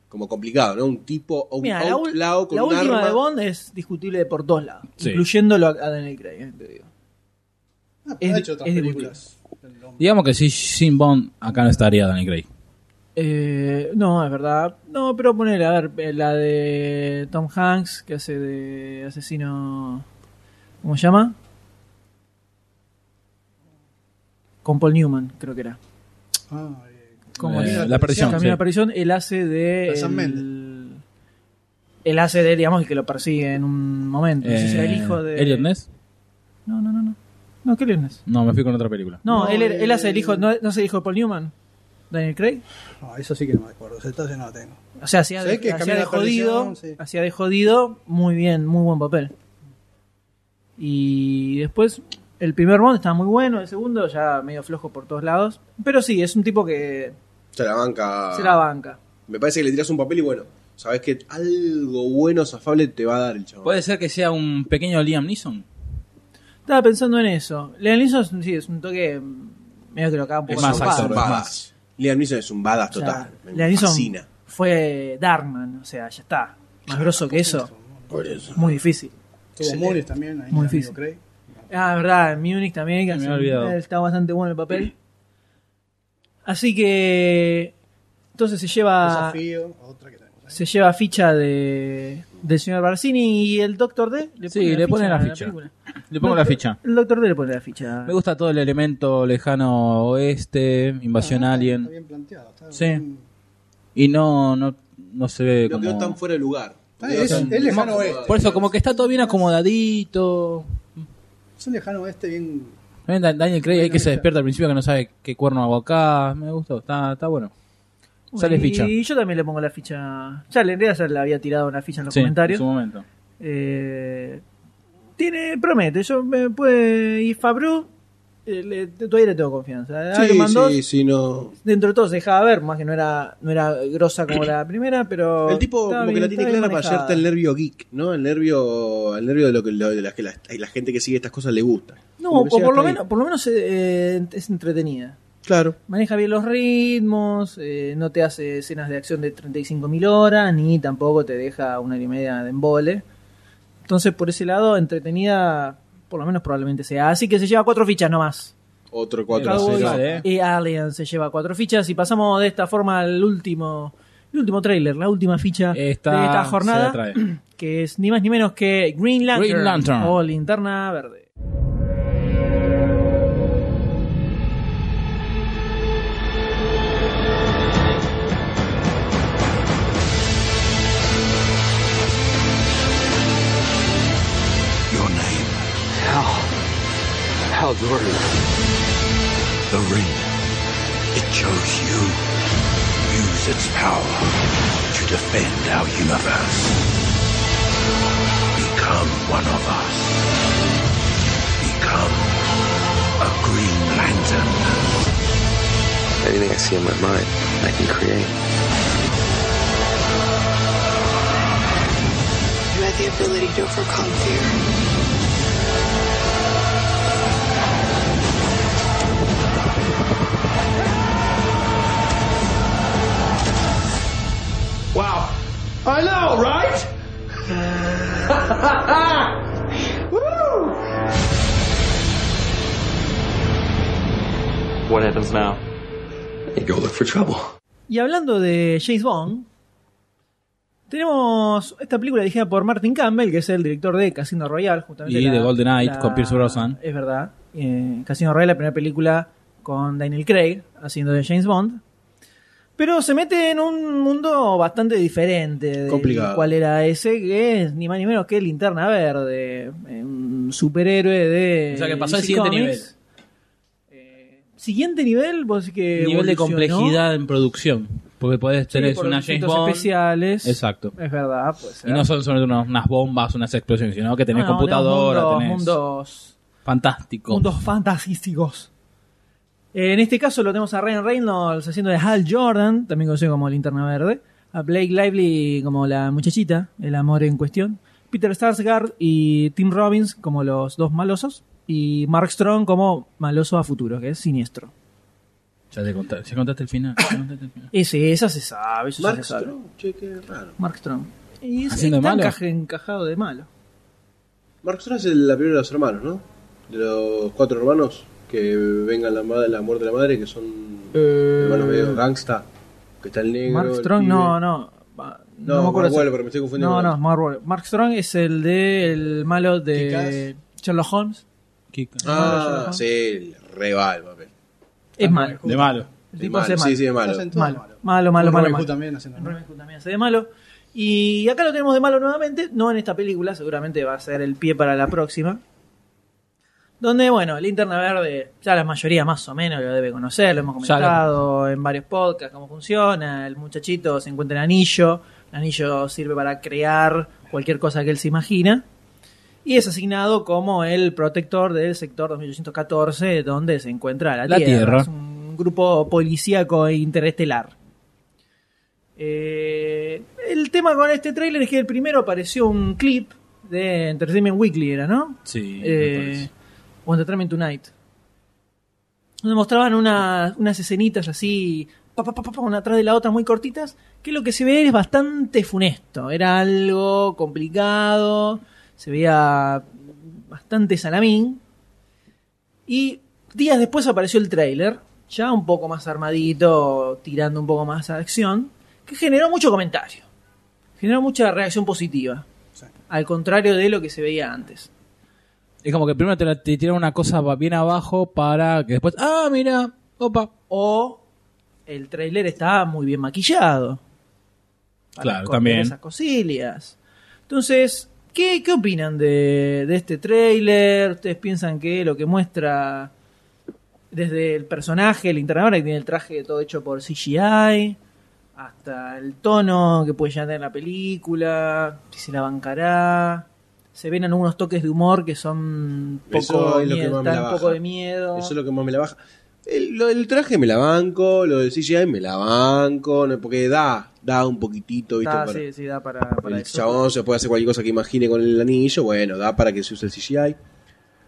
S4: Como complicado, ¿no? Un tipo, un
S2: Mira, la, ul-
S4: outlaw con
S2: la
S4: un
S2: última
S4: arma.
S2: de Bond es discutible por dos lados,
S3: Sí.
S2: incluyéndolo a a Daniel Craig. eh, te digo.
S5: Ah,
S2: Es-
S5: ha hecho otras
S2: es de
S5: películas. El hombre.
S3: Digamos que si sin Bond acá no estaría Danny Craig.
S2: Eh, no, es verdad. No, pero poner, a ver, eh, la de Tom Hanks, que hace de asesino. ¿Cómo se llama? Con Paul Newman, creo que era.
S5: Ah, eh,
S2: Como
S3: Eh,
S2: dice-
S3: la aparición,
S2: Camino
S3: sí.
S2: a la aparición, él hace de.
S5: Sam
S2: el-
S5: Mendes.
S2: Él hace de, digamos, el que lo persigue en un momento. No sé si era el hijo de.
S3: Eh, ¿Elliot Ness?
S2: No, no, no, no. No, ¿qué Elliot Ness?
S3: No, me fui con otra película.
S2: No,
S5: No,
S2: él, era- él
S5: eh,
S2: hace el hijo, ¿no, no es el hijo de Paul Newman? ¿Daniel Craig?
S5: No, Ah, eso sí que no me acuerdo. Ese entonces no la tengo.
S2: O sea, hacía de,
S5: Sí, que
S2: hacía
S5: camina
S2: de
S5: la
S2: jodido,
S5: perdición, sí.
S2: hacía de jodido, muy bien, muy buen papel. Y después, el primer Bond estaba muy bueno, el segundo ya medio flojo por todos lados. Pero sí, es un tipo que
S4: Se la banca.
S2: se la banca.
S4: Me parece que le tiras un papel y bueno, sabes que algo bueno, zafable, te va a dar el chabón.
S3: ¿Puede ser que sea un pequeño Liam Neeson?
S2: Estaba pensando en eso. Leon Neeson, sí, es un toque mm, medio que lo acaba un poco
S3: Es más
S2: zarpado.
S4: Es un
S3: actor,
S4: badass. Liam Neeson es un badass
S2: O sea,
S4: total. Me
S2: Liam Neeson
S4: fascina.
S2: fue Darkman, o sea, ya está. Más grosso que eso,
S4: Por eso.
S2: muy difícil.
S5: Tuvo Morris también. Ahí,
S2: Muy
S5: el amigo
S2: difícil.
S5: Craig.
S2: Ah, verdad, en Munich también, que
S3: Me
S2: hace-
S3: había olvidado.
S2: está bastante bueno el papel. Así que entonces se lleva
S5: Desafío. Otra que tenemos. ahí.
S2: se lleva ficha de del señor Barcini y el Doctor D le
S3: Sí, le pone la
S2: a
S3: ficha.
S2: película.
S3: Le pongo la ficha.
S2: El Doctor D le pone la ficha.
S3: Me gusta todo el elemento lejano oeste, invasión
S5: Ah, Está
S3: alien.
S5: bien planteado. Está
S3: Sí.
S5: bien-
S3: Y no, no, no se ve
S4: No quedó tan
S3: como...
S4: fuera de lugar.
S5: Ah, es- es lejano oeste.
S3: Por eso, como que está todo bien acomodadito.
S5: Es un lejano este bien.
S3: Ven, Dan- Daniel Craig ahí que se despierta al principio que no sabe qué cuerno hago acá. Me gustó, está, está bueno.
S2: Uy,
S3: Sale ficha.
S2: Y yo también le pongo la ficha. Ya le en realidad ya le había tirado una ficha en los
S3: Sí, en
S2: comentarios.
S3: su momento.
S2: Eh, tiene, promete, yo me puede. Y Fabru eh, le- todavía le tengo confianza.
S4: Sí,
S2: Iron Man 2,
S4: sí, sí, no.
S2: dentro de todo se dejaba ver, más que no era, no era grosa como la primera, pero.
S4: El tipo
S2: estaba
S4: como que
S2: bien-
S4: la tiene
S2: estaba bien
S4: clara para
S2: manejada.
S4: hacerte el nervio geek, ¿no? El nervio, el nervio de lo que lo- de las que la, la gente que sigue estas cosas le gusta.
S2: No,
S4: Como
S2: o
S4: que llega
S2: por lo,
S4: hasta ahí.
S2: menos, por lo menos eh, es entretenida.
S4: Claro.
S2: Maneja bien los ritmos, eh, no te hace escenas de acción de 35.000 horas, ni tampoco te deja una hora y media de embole. Entonces, por ese lado, entretenida, por lo menos probablemente sea. Así que se lleva cuatro fichas nomás.
S4: Otro
S2: Cowboys
S4: 4
S3: Vale, eh.
S2: y Alien se lleva cuatro fichas y pasamos de esta forma al último el último trailer, la última ficha
S3: Ah,
S2: de esta
S3: se
S2: jornada,
S3: la trae.
S2: que es ni más ni menos que Green Lantern,
S3: Green Lantern.
S2: o Linterna Verde.
S9: Your name. Hal. Hal Jordan. The ring. It chose you. Use its power to defend our universe. Become one of us. Become a Green Lantern.
S7: Anything I see in my mind, I can create.
S8: You had the ability to overcome fear.
S10: Wow. I know, right?
S6: What happens now?
S7: You go look for trouble.
S2: Y hablando de James Bond, tenemos esta película dirigida por Martin Campbell, que es el director de Casino Royale, justamente.
S3: Y
S2: la-
S3: de Golden Knight
S2: la-
S3: con Pierce Brosnan.
S2: Es verdad. Eh, Casino Royale, la primera película con Daniel Craig haciendo de James Bond. Pero se mete en un mundo bastante diferente.
S4: Complicado.
S2: ¿Cuál era ese? Que es ni más ni menos que Linterna Verde. eh, Un superhéroe de.
S3: O sea, que pasó
S2: DC
S3: al siguiente
S2: Comics. Eh, siguiente nivel, vos decís que.
S3: nivel de
S2: evolucionó?
S3: complejidad en producción. Porque podés tener
S2: por
S3: una
S2: los
S3: James
S2: efectos
S3: Bond.
S2: especiales.
S3: Exacto.
S2: Es verdad, pues.
S3: Y no solo son unas, unas bombas, unas explosiones, sino que tenés
S2: No, no,
S3: computadora,
S2: tenemos
S3: tenés.
S2: mundos,
S3: Fantástico.
S2: mundos, mundos fantasísticos. Eh, En este caso lo tenemos a Ryan Reynolds haciendo de Hal Jordan, también conocido como Linterna Verde, a Blake Lively como la muchachita, el amor en cuestión, Peter Sarsgaard y Tim Robbins como los dos malosos, y Mark Strong como maloso a futuro, que es siniestro.
S3: Ya te contaste, ya contaste el final. ya contaste el final.
S2: Ese, esa se sabe, eso ya
S4: Mark
S2: se sabe.
S4: Strong, che, qué raro.
S2: Mark Strong. Y es,
S3: ¿Haciendo de
S2: está
S3: malo?
S2: encaje- encajado de malo.
S4: Mark Strong es el- la primera de los hermanos, ¿no? De los cuatro hermanos que vengan la, madre, la muerte de la madre, que son hermanos Eh, medio gangsta, que está el negro.
S2: Mark Strong, no, no. va,
S4: No,
S2: No, me acuerdo.
S4: Mark Wahlberg,
S2: si-
S4: pero me estoy confundiendo
S2: No,
S4: con
S2: no,
S4: otro.
S2: Mark Wahlberg. Mark Strong es el de el malo de Sherlock Holmes.
S3: Kika.
S4: Ah, sí, reval, papel.
S2: Es Ah, malo.
S3: De malo.
S2: El
S4: Ah, De
S2: tipo
S4: malo,
S2: hace
S4: sí, sí, de malo.
S5: Hacen todo
S2: Malo, malo, malo,
S5: Con
S2: malo.
S5: Robin Hood
S2: malo.
S5: también haciendo
S2: En Robin Hood también hace de malo. Y acá lo tenemos de malo nuevamente, no en esta película, seguramente va a ser el pie para la próxima. Donde, bueno, Linterna Verde, ya la mayoría más o menos lo debe conocer, lo hemos
S3: Ya lo-
S2: comentado en varios podcasts, cómo funciona, el muchachito se encuentra el anillo, el anillo sirve para crear cualquier cosa que él se imagina, y es asignado como el protector del sector 2814, donde se encuentra la,
S3: La Tierra.
S2: Es un grupo policíaco e interestelar. Eh, el tema con este tráiler es que el primero apareció un clip de Entertainment Weekly, era, ¿no?
S3: Sí.
S2: Eh,
S3: me parece.
S2: o Entertainment Tonight. Donde mostraban una- unas escenitas así, pa, pa, pa, pa, pa, una atrás de la otra, muy cortitas, que lo que se ve es bastante funesto. Era algo complicado, se veía bastante salamín. Y días después apareció el tráiler, ya un poco más armadito, tirando un poco más a acción, que generó mucho comentario. Generó mucha reacción positiva. Al contrario de lo que se veía antes.
S3: Es como que primero te, la- te tiran una cosa va- bien abajo para que después. ¡Ah, mira! ¡Opa!
S2: o el trailer está muy bien maquillado. Para
S3: Claro,
S2: esconder
S3: también.
S2: Esas cosillas. Entonces, ¿qué, qué opinan de, de este trailer? ¿Ustedes piensan que lo que muestra desde el personaje, el internador, que tiene el traje todo hecho por CGI, hasta el tono que puede llegar a tener la película, si se la bancará? Se ven algunos toques de humor que son
S4: Eso
S2: poco,
S4: es lo que
S2: mie-
S4: más me la
S2: dan un
S4: baja.
S2: poco de miedo.
S4: Eso es lo que más me la baja. El- lo del traje me la banco, lo del CGI me la banco, no, porque da, da un poquitito, ¿viste?
S2: Da,
S4: Para-
S2: Ah, sí, sí, da para, para
S4: el
S2: eso.
S4: chabón se puede hacer cualquier cosa que imagine con el anillo, bueno, da para que se use el CGI.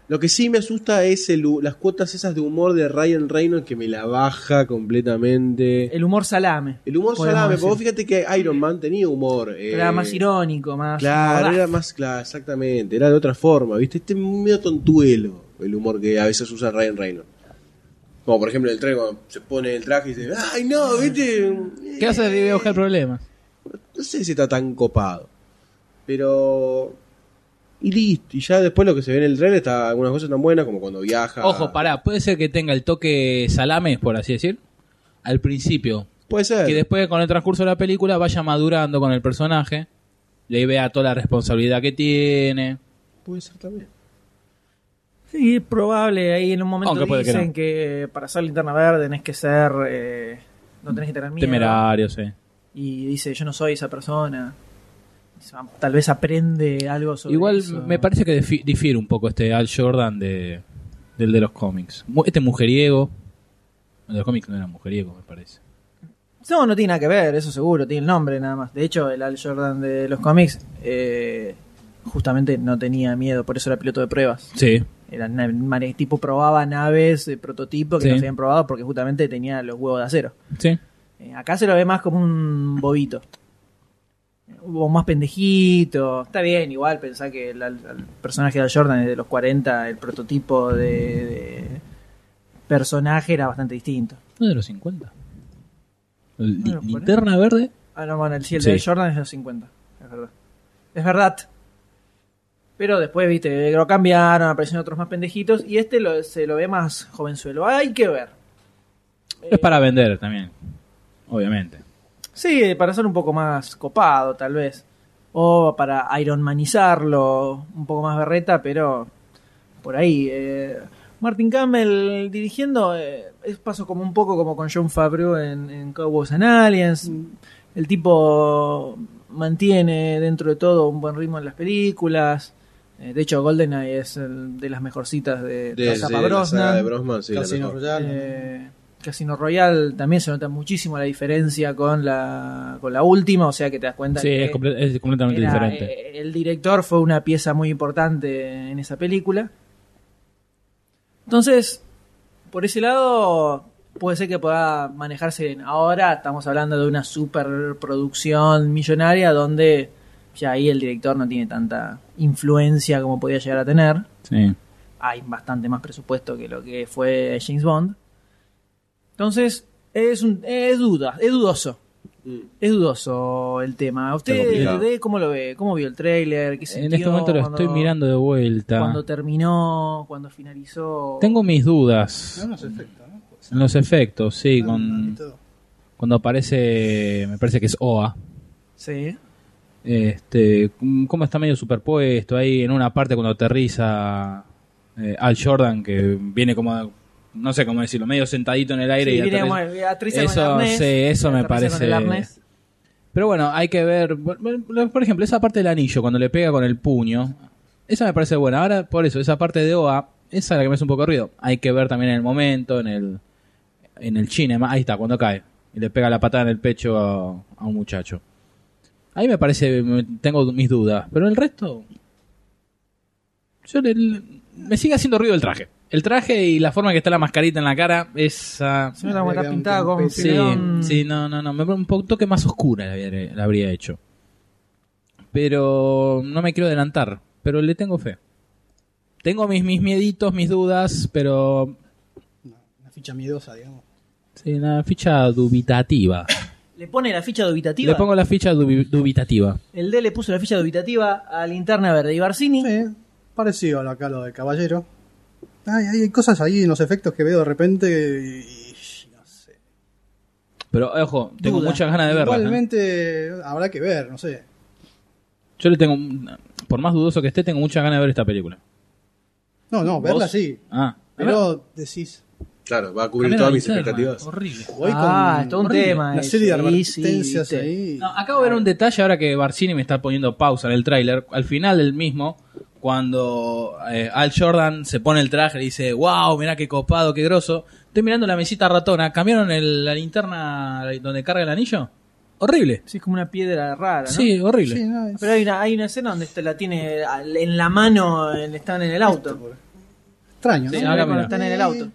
S4: Lo que sí me asusta es el hu- las cuotas esas de humor de Ryan Reynolds que me la baja completamente.
S2: El humor salame.
S4: El humor
S2: Eh, Podemos
S4: salame, porque
S2: decir.
S4: vos fíjate que Iron Man tenía humor. eh,
S2: Era más irónico, más.
S4: Claro,
S2: mordaz.
S4: era más, claro, exactamente, era de otra forma, ¿viste? Este es medio tontuelo el humor que a veces usa Ryan Reynolds. Como por ejemplo el traje, cuando se pone el traje y dice, ¡ay no! ¿Viste? Eh,
S3: ¿Qué haces de buscar problemas?
S4: no sé si está tan copado. Pero. Y listo. Y ya después lo que se ve en el trailer está algunas cosas tan buenas como cuando viaja.
S3: Ojo, pará, puede ser que tenga el toque salame, por así decir, al principio.
S4: Puede ser.
S3: Que después, con el transcurso de la película, vaya madurando con el personaje. Y ahí vea toda la responsabilidad que tiene.
S4: Puede ser también.
S2: Sí, es probable. Ahí en un momento
S3: Aunque puede que
S2: dicen
S3: no.
S2: que, eh, para ser linterna verde tenés que ser. eh, no tenés que tener miedo.
S3: Temerario, sí.
S2: Y dice, yo no soy esa persona. Tal vez aprende algo sobre
S3: Igual
S2: eso.
S3: me parece que difi- difiere un poco este Al Jordan de, del de los cómics. Mu- Este mujeriego. El de los cómics no era mujeriego, me parece.
S2: No, no tiene nada que ver, eso seguro, tiene el nombre nada más. De hecho, el Al Jordan de los cómics eh, justamente no tenía miedo, por eso era piloto de pruebas.
S3: Sí.
S2: Era na- mare- tipo probaba naves de prototipo que
S3: Sí.
S2: no se habían probado porque justamente tenía los huevos de acero.
S3: Sí.
S2: Eh, acá se lo ve más como un bobito. O más pendejito. Está bien, igual pensá que el, al- al personaje de Jordan es de los 40, el prototipo de, de personaje era bastante distinto.
S3: No de los 50. El-
S2: Bueno, por
S3: Linterna verde.
S2: Ah, no, bueno, el cielo
S3: Sí.
S2: de Jordan es de los 50. Es verdad. Es verdad. Pero después, viste, lo cambiaron, aparecieron otros más pendejitos. Y este lo- se lo ve más jovenzuelo. Hay que ver. Eh.
S3: Es para vender también. Obviamente.
S2: Sí, para ser un poco más copado, tal vez. O para Iron Manizarlo, un poco más berreta, pero por ahí. eh. Martin Campbell dirigiendo, eh, es paso como un poco como con John Favreau en, en Cowboys and Aliens. El tipo mantiene dentro de todo un buen ritmo en las películas. Eh, de hecho, GoldenEye es el de las mejorcitas de,
S4: De-
S2: la
S4: sí,
S2: capa
S4: de la saga
S2: Brosnan.
S4: de Brosnan, sí, la
S5: Casino
S4: mejor.
S5: Royale.
S2: Eh, Casino Royale también se nota muchísimo la diferencia con la, con la última, o sea que te das cuenta
S3: Sí,
S2: que
S3: es, comple- es completamente
S2: era,
S3: diferente.
S2: eh, el director fue una pieza muy importante en esa película. Entonces, por ese lado, puede ser que pueda manejarse bien. Ahora estamos hablando de una superproducción millonaria donde ya ahí el director no tiene tanta influencia como podía llegar a tener
S3: Sí.
S2: hay bastante más presupuesto que lo que fue James Bond. Entonces, es, un, es duda, es dudoso.
S4: Mm.
S2: Es dudoso el tema.
S3: Está
S2: ¿Usted
S3: complicado.
S2: de cómo lo ve? ¿Cómo vio el trailer? ¿Qué
S3: En
S2: sintió
S3: este momento lo
S2: cuando-
S3: estoy mirando de vuelta.
S2: Cuando terminó, cuando finalizó.
S3: Tengo mis dudas
S5: No, no se afecta, ¿no? Pues,
S3: en los efectos, sí,
S5: ah, y
S3: con,
S5: todo.
S3: cuando aparece, me parece que es Oa.
S2: Sí.
S3: Este, c- cómo está medio superpuesto ahí en una parte cuando aterriza eh, Al Jordan que viene como no sé cómo decirlo, medio sentadito en el aire
S2: Sí,
S3: y
S2: viene
S3: aterriza.
S2: como aterriza con el
S3: eso,
S2: arnés,
S3: sí, eso me
S2: aterriza con
S3: parece.
S2: el arnés.
S3: Pero bueno, hay que ver. bu- bu- Por ejemplo, esa parte del anillo, cuando le pega con el puño, esa me parece buena. Ahora, por eso, esa parte de OA, esa es la que me hace un poco de ruido. Hay que ver también en el momento, en el, en el cinema. Ahí está, cuando cae. Y le pega la patada en el pecho a, a un muchacho. Ahí me parece, me- tengo mis dudas. Pero el resto. Yo le- le- me sigue haciendo ruido el traje. El traje y la forma que está la mascarita en la cara, esa.
S2: Se nota como está
S5: Le da un
S2: pintado con
S5: tempete.
S3: Sí,
S2: fileón.
S3: sí, no, no, no. Me un po- toque más oscura la habría, la habría hecho. Pero no me quiero adelantar. Pero le tengo fe. Tengo mis, mis mieditos, mis dudas, pero.
S5: Una, una ficha miedosa, digamos.
S3: Sí, una ficha dubitativa.
S2: Le pone la ficha dubitativa.
S3: Le pongo la ficha dubi- dubitativa.
S2: El D le puso la ficha dubitativa a Linterna Verde y Barcini.
S5: Sí, parecido a acá lo del caballero. Ay, ay, hay cosas ahí en los efectos que veo de repente y, y no sé.
S3: Pero ojo, tengo
S2: Duda.
S3: muchas ganas de verla. ¿eh?
S5: Igualmente habrá que ver, no sé.
S3: Yo le tengo. Por más dudoso que esté, tengo muchas ganas de ver esta película.
S5: No, no, verla
S3: ¿Vos?
S5: sí.
S3: Ah,
S5: Pero decís,
S4: Claro, va a cubrir
S3: Cambiaron
S4: todas
S3: la
S4: mis
S3: linterna.
S4: expectativas.
S3: Horrible.
S5: voy
S2: ah,
S5: con
S2: es todo un
S5: horrible.
S2: tema.
S5: una
S2: eso.
S5: serie de
S2: Sí, sí,
S5: advertencias
S2: viste.
S5: ahí.
S3: No, acabo de ver un detalle ahora que Barcini me está poniendo pausa en el tráiler. Al final del mismo, cuando eh, Al Jordan se pone el traje y dice, wow, mirá qué copado, qué groso. Estoy mirando la mesita ratona. ¿Cambiaron el- la linterna donde carga el anillo? Horrible.
S2: Sí, es como una piedra rara, ¿no?
S3: Sí, horrible.
S5: Sí, no, es-
S2: Pero hay una, hay una escena donde te la tiene al- en la mano, en- estaban en el auto.
S5: extraño,
S3: Sí,
S5: ¿no?
S2: Sí,
S3: ahora
S2: cuando
S3: mira.
S2: están en el auto.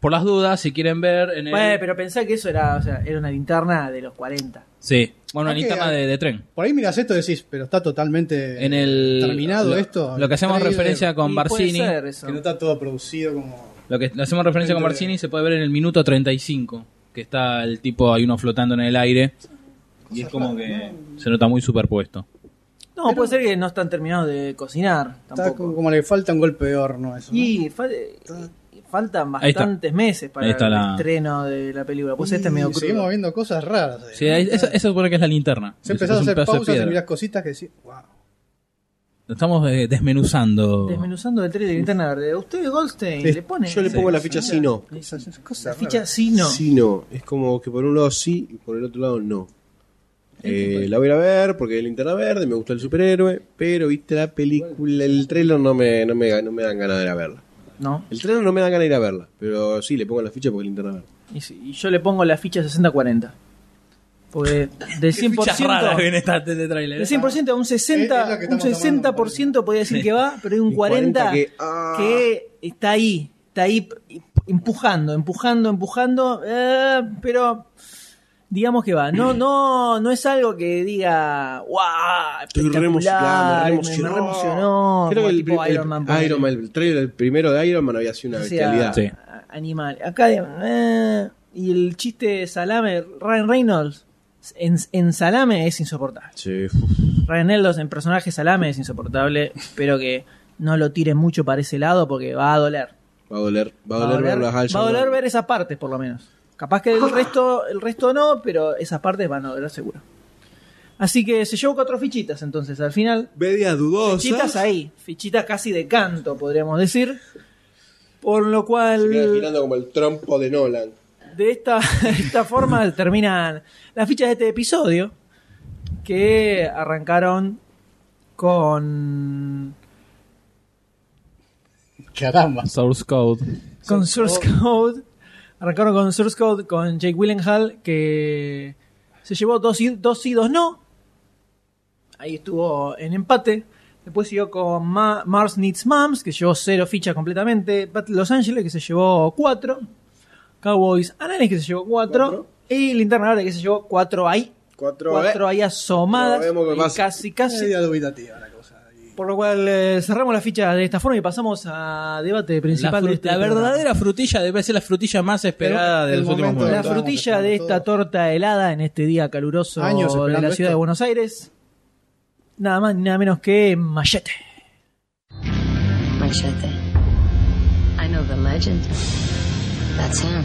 S3: Por las dudas, si quieren ver... En el-
S2: Bueno, pero pensá que eso era, o sea, era una linterna de los 40.
S3: Sí, bueno, una
S5: Ok,
S3: linterna
S5: ahí.
S3: de, de tren.
S5: Por ahí miras esto y decís, pero está totalmente
S3: En el...
S5: terminado
S3: lo-
S5: esto.
S3: Lo que hacemos
S5: trailer,
S3: referencia con
S2: Y puede
S3: Barcini...
S2: ser eso.
S5: Que no está todo producido como...
S3: Lo que lo hacemos referencia con Barcini se puede ver en el minuto 35, que está el tipo, hay uno flotando en el aire. Y es como que se nota muy superpuesto.
S2: No, puede ser que no están terminados de cocinar
S5: Está como,
S2: tampoco.
S5: como le falta un golpe de horno a eso. ¿no?
S2: Y fa- eh, faltan
S3: Ahí está.
S2: bastantes meses para
S3: Ahí está
S2: el
S3: la-
S2: estreno de la película. Pues
S5: Y
S2: este es medio
S5: Seguimos
S2: crudo.
S5: viendo cosas raras. ahí,
S3: Sí,
S5: ¿no?
S3: ahí- eso, eso supone que es la linterna.
S5: Se
S3: Es-
S5: empezás a
S3: es un
S5: hacer
S3: pedazo de
S5: pausas y
S3: piedra.
S5: mirás cositas que decís, wow.
S3: Lo Estamos eh, desmenuzando.
S2: Desmenuzando el trailer de linterna verde. Usted, Goldstein,
S5: Sí,
S2: le pone.
S4: Yo le pongo la ficha sí, no.
S5: Esas, esas cosas
S2: La
S5: raras.
S2: ficha sí, no.
S4: Sí, no. Es como que por un lado sí y por el otro lado no. Eh, la voy a ir a ver porque es linterna verde, me gusta el superhéroe, pero viste la película, el trailer no me, no me, no me dan ganas de ir a verla.
S2: No.
S4: El trailer no me dan ganas de ir a verla, pero sí le pongo la ficha porque es linterna verde.
S2: Y, si- y yo le pongo la ficha 60-40. Porque del
S3: Qué fichas raras
S2: 100%.
S3: que viene esta- este trailer,
S2: El
S3: ¿eh?
S2: 100% a un 60,
S5: Es lo que
S2: un
S5: estamos
S2: 60
S5: tomando,
S2: podría decir que va, pero hay un
S4: Y
S2: 40, que,
S4: que, ah,
S2: está ahí, está ahí empujando, empujando, empujando, eh, pero digamos que va. No, no, no es algo que diga, ¡guau!
S4: Estoy re emocionado, me
S2: espectacular, me- me
S4: re emocionó.
S2: re emocionó",
S4: Creo
S2: como
S4: que el,
S2: tipo
S4: pri- el-
S2: Iron Man, ponele.
S4: Iron Man, el trailer el primero de Iron Man había sido
S2: O
S4: una
S2: sea,
S4: bestialidad.
S3: Sí.
S2: a- animal. Acá, eh, y el chiste de Salame, Ryan Reynolds en, en Salame es insoportable.
S4: Sí,
S2: Ryan Reynolds en personaje salame es insoportable. Espero que no lo tire mucho para ese lado porque va a doler.
S4: va a doler, va a doler, ver las
S2: va a
S4: Iron Man.
S2: doler ver esas partes, por lo menos. Capaz que el resto, el resto no, pero esas partes van a doler seguro. Así que se llevó cuatro fichitas entonces al final.
S4: Medias dudosas.
S2: Fichitas ahí, fichitas casi de canto, podríamos decir. Por lo
S4: Se queda
S2: cual,
S4: girando como el trompo de Nolan.
S2: de esta, de esta forma terminan las fichas de este episodio que arrancaron con,
S5: Caramba.
S3: Source Code.
S2: con Source Code. Arrancaron con Source Code con Jake Willenhall que se llevó dos y dos, sí, dos no. Ahí estuvo en empate. Después siguió con Ma- Mars Needs Moms, que llevó cero fichas completamente. Battle Los Angeles, que se llevó cuatro. Cowboys Ananis, que se llevó cuatro.
S4: Cuatro.
S2: Y Linterna Verde, que se llevó cuatro ahí.
S4: Cuatro,
S2: Cuatro ahí asomadas.
S4: Lo vemos que
S2: Y
S4: pasa.
S2: casi, casi.
S5: Media dubitativa la cosa. Y-
S2: Por lo cual eh, cerramos la ficha de esta forma y pasamos a debate
S3: La,
S2: principal.
S3: fru-
S2: de este
S3: la
S2: programa.
S3: verdadera frutilla debe ser la frutilla más esperada
S5: Pero
S3: de
S5: el
S3: los últimos
S5: momento-
S2: La
S3: momentos.
S5: Estábamos
S2: frutilla de
S5: esperando
S2: esta torta helada en este día caluroso
S5: Años
S2: de la
S5: esperando esto.
S2: ciudad de Buenos Aires. Nada más ni nada menos que Machete.
S11: Machete. I know the legend. That's him.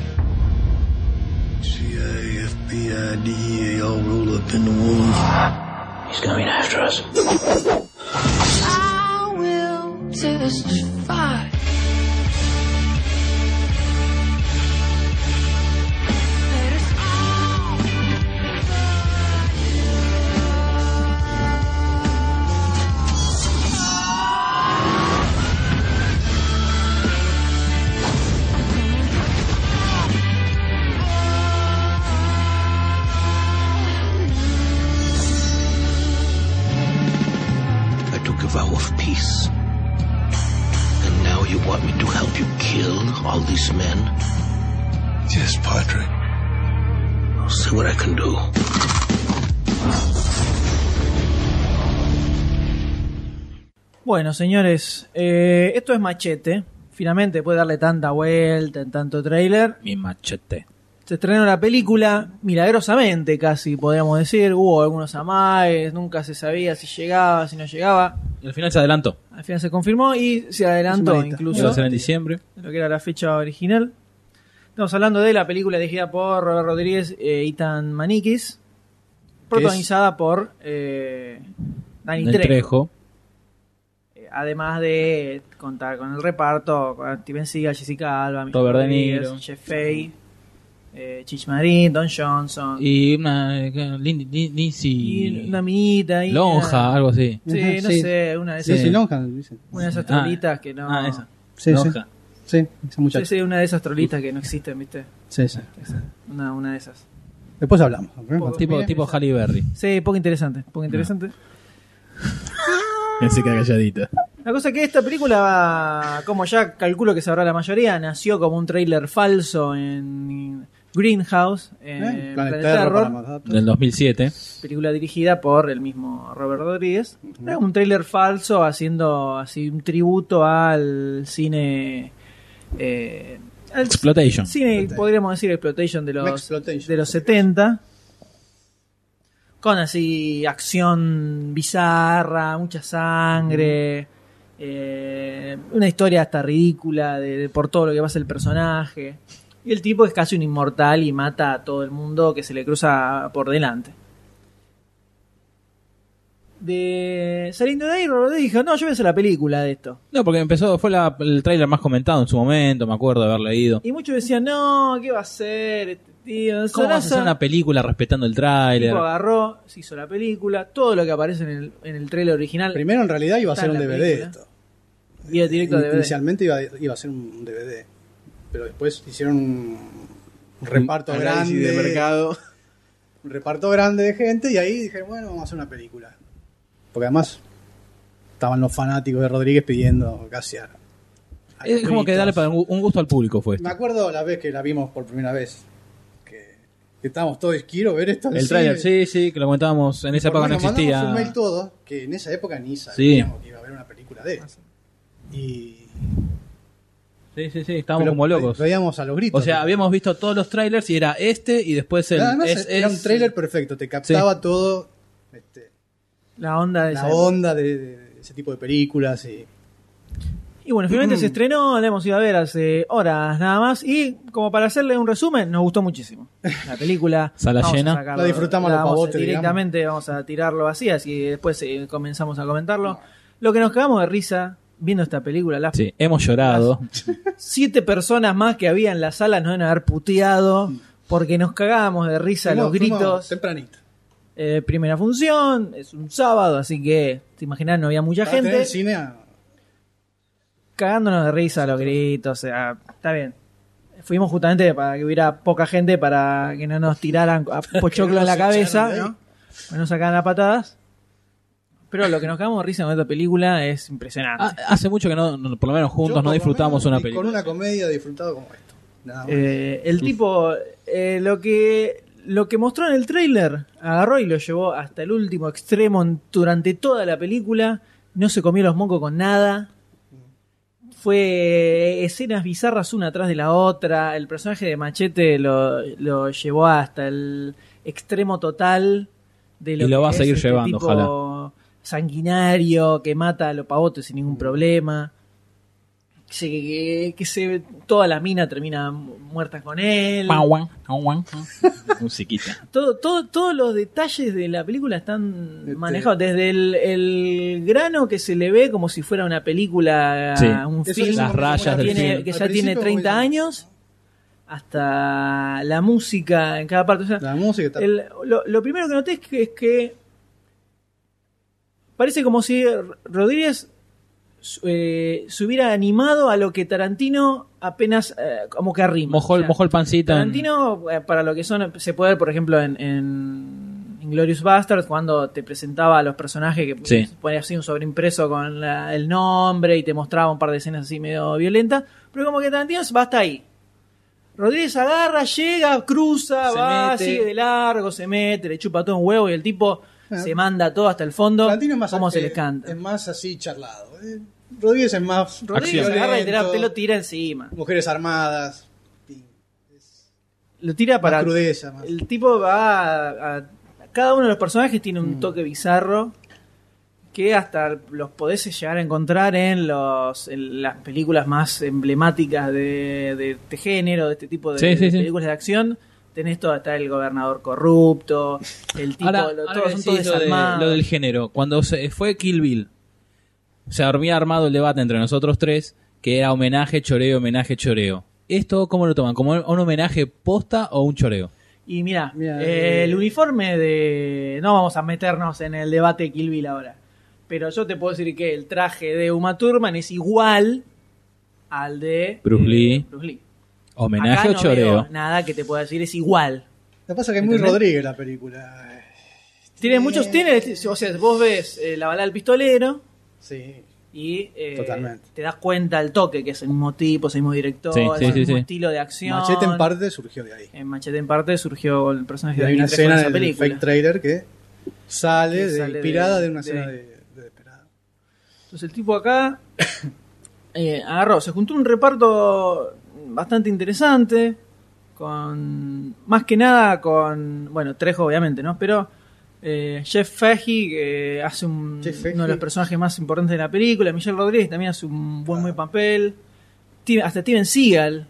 S9: CIA, FBI, DEA all rolled up in the wolves.
S7: He's coming after us.
S8: I will testify. That it's all
S9: I took a vow of peace. And now you want me to help you kill all these men? Yes, Patrick. I'll see what I can do.
S2: Bueno, señores, eh, esto es Machete. Finalmente, después de darle tanta vuelta, en tanto trailer,
S3: Mi machete.
S2: se estrenó la película milagrosamente casi, podríamos decir. Hubo algunos amagues, nunca se sabía si llegaba, si no llegaba.
S3: Y al final se adelantó.
S2: Al final se confirmó y se adelantó
S5: Semanita.
S3: Iba a
S2: incluso.
S3: ser en diciembre.
S2: de lo que era la fecha original. Estamos hablando de la película dirigida por Robert Rodríguez e Ethan Manikis, protagonizada por eh, Danny
S3: Del
S2: Trejo.
S3: Trejo.
S2: Eh, Además de contar con el reparto, con Steven Seagal, Jessica Alba, Michelle
S3: Robert De
S2: Rodríguez,
S3: Niro.
S2: Jeff Fay, eh, Chich Marín, Don Johnson, y,
S3: Y una. eh, Lin- Lin- Lindsay.
S2: una minita ahí.
S3: Lonja, algo así.
S2: Sí,
S5: Ajá,
S2: no
S5: sí.
S2: sé, una de
S5: Sí,
S2: esas,
S5: sí, Lonja, dicen.
S2: una de esas
S3: Ah,
S2: trolitas que no...
S3: Ah, esa.
S5: Sí, sí.
S3: Lonja.
S5: Sí, esa
S2: Sí,
S5: muchacha.
S2: sí, una de esas trolitas que no existen, ¿viste?
S5: Sí, sí.
S2: Una, una de esas.
S5: Después hablamos.
S2: Poco.
S3: Tipo,
S2: Miren
S3: tipo
S2: esa.
S3: Halle Berry.
S2: Sí, poco interesante, poco interesante.
S3: Se queda calladita.
S2: La cosa es que esta película, como ya calculo que sabrá la mayoría, nació como un tráiler falso en Greenhouse, en
S5: ¿Eh?
S2: Planet
S5: Planeta Terror. para
S2: Terror,
S5: matar.
S3: Del 2007.
S2: película dirigida por el mismo Robert Rodríguez. Era un tráiler falso haciendo así un tributo al cine... eh, al
S3: Exploitation.
S2: cine, podríamos decir, exploitation de los,
S5: Exploitation.
S2: de los 70. Con así acción bizarra, mucha sangre, eh, una historia hasta ridícula de, de por todo lo que pasa el personaje. Y el tipo es casi un inmortal y mata a todo el mundo que se le cruza por delante. De saliendo de ahí, Robert dijo, no, yo voy a hacer la película de esto.
S3: No, porque empezó, fue la- el tráiler más comentado en su momento, me acuerdo de haber leído.
S2: Y muchos decían, no, ¿qué va a hacer este tío?
S3: ¿Cómo vas a
S2: Sarasa".
S3: hacer una película respetando el
S2: El
S3: tráiler?
S2: tipo agarró, se hizo la película, todo lo que aparece en el, en el trailer original
S5: Primero, en realidad, iba a
S2: Está
S5: ser
S2: en
S5: un
S2: la
S5: DVD
S2: película.
S5: esto.
S2: y el directo de DVD.
S5: Inicialmente iba, iba a ser un DVD, pero después hicieron un un reparto
S4: Análisis
S5: grande,
S4: de mercado.
S5: un reparto grande de gente y ahí dijeron, bueno, vamos a hacer una película. Porque además estaban los fanáticos de Rodríguez pidiendo casi a- a
S3: es como que
S5: gritos.
S3: darle para un gu- un gusto al público fue esto.
S5: Me acuerdo la vez que la vimos por primera vez, que, que estábamos todos, quiero ver esto en
S3: El tráiler,
S5: cine".
S3: sí, sí, que lo comentábamos, en esa
S5: Ah, Por
S3: época no
S5: lo menos mandamos un mail
S3: existía.
S5: todo, que en esa época ni sabíamos que iba a haber una película de él. Y
S3: Sí, sí, sí, estábamos
S5: Pero
S3: como locos.
S5: ve- Veíamos a los gritos.
S3: O sea, habíamos visto todos los trailers y era este y después el...
S5: Pero además
S3: es-
S5: Ah, era
S3: es-
S5: un tráiler perfecto, te captaba todo este,
S2: La onda de
S5: la
S2: esa época.
S5: onda de, de ese tipo de películas y
S2: Y bueno, finalmente
S5: Mm.
S2: se estrenó, la hemos ido a ver hace horas nada más. Y como para hacerle un resumen, nos gustó muchisimo. La película.
S3: Sala
S2: vamos a
S3: llena.
S2: sacarlo-
S5: La disfrutamos
S2: la
S5: los
S2: vamos a-
S5: pavotes,
S2: Directamente vamos a tirarlo así, así que después eh, comenzamos a comentarlo. Lo que nos cagamos de risa viendo esta película, las
S3: Sí, hemos
S5: Ah,
S3: llorado.
S2: siete personas más que había en la sala nos iban a haber puteado porque nos cagábamos de risa
S5: Fuimos-
S2: los gritos.
S5: fuimos Tempranito.
S2: Eh, primera función, es un sábado, así que te imaginas, no había mucha
S5: Para tener
S2: gente.
S5: el cine a-
S2: Cagándonos de risa los gritos, o sea, está bien. Fuimos justamente para que hubiera poca gente para que no nos tiraran a pochoclo en la cabeza, ¿no? Que no sacaran las patadas. Pero lo que nos cagamos de risa con esta película es impresionante.
S3: Ah, Hace mucho que no, no- por lo menos
S5: Yo,
S3: juntos
S5: por
S3: no
S5: lo menos,
S3: disfrutamos una
S5: y
S3: película.
S5: Con una comedia disfrutado como esto. Nada más.
S2: Eh, el tipo, eh, lo que lo que mostró en el tráiler, agarró y lo llevó hasta el último extremo en- durante toda la película. No se comió los mocos con nada. Fue eh, escenas bizarras una atrás de la otra. El personaje de Machete lo, lo llevó hasta el extremo total de lo
S3: Y lo
S2: que
S3: va a
S2: es
S3: seguir
S2: este
S3: llevando,
S2: tipo
S3: ojalá.
S2: Sanguinario, que mata a los pavotes sin ningún problema que se- que, que se toda la mina termina mu- muerta con él.
S3: Pauan, pauan. Musiquita.
S2: Todo, todo, todos los detalles de la película están manejados desde el, el grano que se le ve como si fuera una película,
S3: Sí.
S2: un
S3: Eso
S2: film
S3: es Las
S2: que
S3: rayas del
S2: tiene-
S3: film.
S2: que
S5: Al
S2: ya tiene
S5: principio,
S2: 30
S5: como
S2: años, hasta la música en cada parte. O sea,
S5: La música está.
S2: el- lo, lo primero que noté es que, es que parece como si R- Rodríguez su- eh, se hubiera animado a lo que Tarantino apenas eh, como que arrima.
S3: Mojó,
S2: O
S3: el-
S2: sea,
S3: mojó el pancito. en-
S2: Tarantino, eh, para lo que son, se puede ver, por ejemplo, en, Glorious Bastards, cuando te presentaba a los personajes que
S3: Sí.
S2: se ponía así un sobreimpreso con la- el nombre y te mostraba un par de escenas así medio violentas. Pero como que Tarantino va hasta ahí. Rodríguez agarra, llega, cruza,
S3: Se
S2: va,
S3: mete.
S2: sigue de largo, se mete, le chupa todo un huevo y el tipo
S5: Ah.
S2: se manda todo hasta el fondo.
S5: Tarantino es más
S2: como
S5: eh,
S2: se le canta.
S5: Es más así charlado. eh. Rodríguez es más.
S2: Rodríguez
S5: violento,
S2: agarra y te, la- te lo tira encima.
S5: Mujeres armadas.
S2: Lo tira para
S5: Más crudeza. Más.
S2: El tipo va a, a- Cada uno de los personajes tiene un toque bizarro que hasta los podés llegar a encontrar en, los, en las películas más emblemáticas de, de este género, de este tipo de,
S3: Sí, sí,
S2: de
S3: sí.
S2: películas de acción. Tenés todo, está el gobernador corrupto, el tipo,
S3: Ahora,
S2: lo-
S3: ahora
S2: todos
S3: que
S2: son todos
S3: decís lo, de-
S2: desarmados.
S3: lo del género. Cuando se fue Kill Bill, se había armado el debate entre nosotros tres que era homenaje, choreo, homenaje, choreo. ¿Esto cómo lo toman? ¿Como un homenaje posta o un choreo?
S2: Y mira,
S5: Mirá, eh,
S2: el uniforme de. No vamos a meternos en el debate de Kill Bill ahora. Pero yo te puedo decir que el traje de Uma Thurman es igual al de
S3: Bruce
S2: eh,
S3: Lee.
S2: Bruce Lee.
S3: ¿Homenaje
S2: Acá
S3: o
S2: no
S3: choreo?
S2: veo nada que te pueda decir, es igual.
S5: Lo que pasa es que es muy
S2: ¿Entendés?
S5: Rodríguez la película. eh.
S2: Tiene muchos. Tiene, o sea, vos ves eh, la bala del pistolero
S5: Sí.
S2: y eh,
S5: Totalmente.
S2: te das cuenta al toque que es el mismo tipo, es el mismo director,
S3: Sí, sí,
S2: es el
S3: sí,
S2: mismo
S3: sí.
S2: estilo de acción.
S5: Machete en parte surgió de ahí.
S2: En Machete en parte surgió el personaje
S5: Y
S2: de
S5: hay una
S2: Aquiles con
S5: escena
S2: esa
S5: en el
S2: película.
S5: fake trailer que sale,
S2: Que
S5: de-
S2: sale de-
S5: inspirada de, una
S2: de
S5: escena
S2: ahí.
S5: de, de Desperado.
S2: Entonces el tipo acá eh, agarró, se juntó un reparto bastante interesante, con más que nada con, bueno, Trejo obviamente, ¿no? Pero eh, Jeff Fahey, que hace un-
S5: Jeff Fahey.
S2: uno de los personajes más importantes de la película, Michelle Rodríguez también hace un buen muy papel, Ti- hasta Steven Seagal,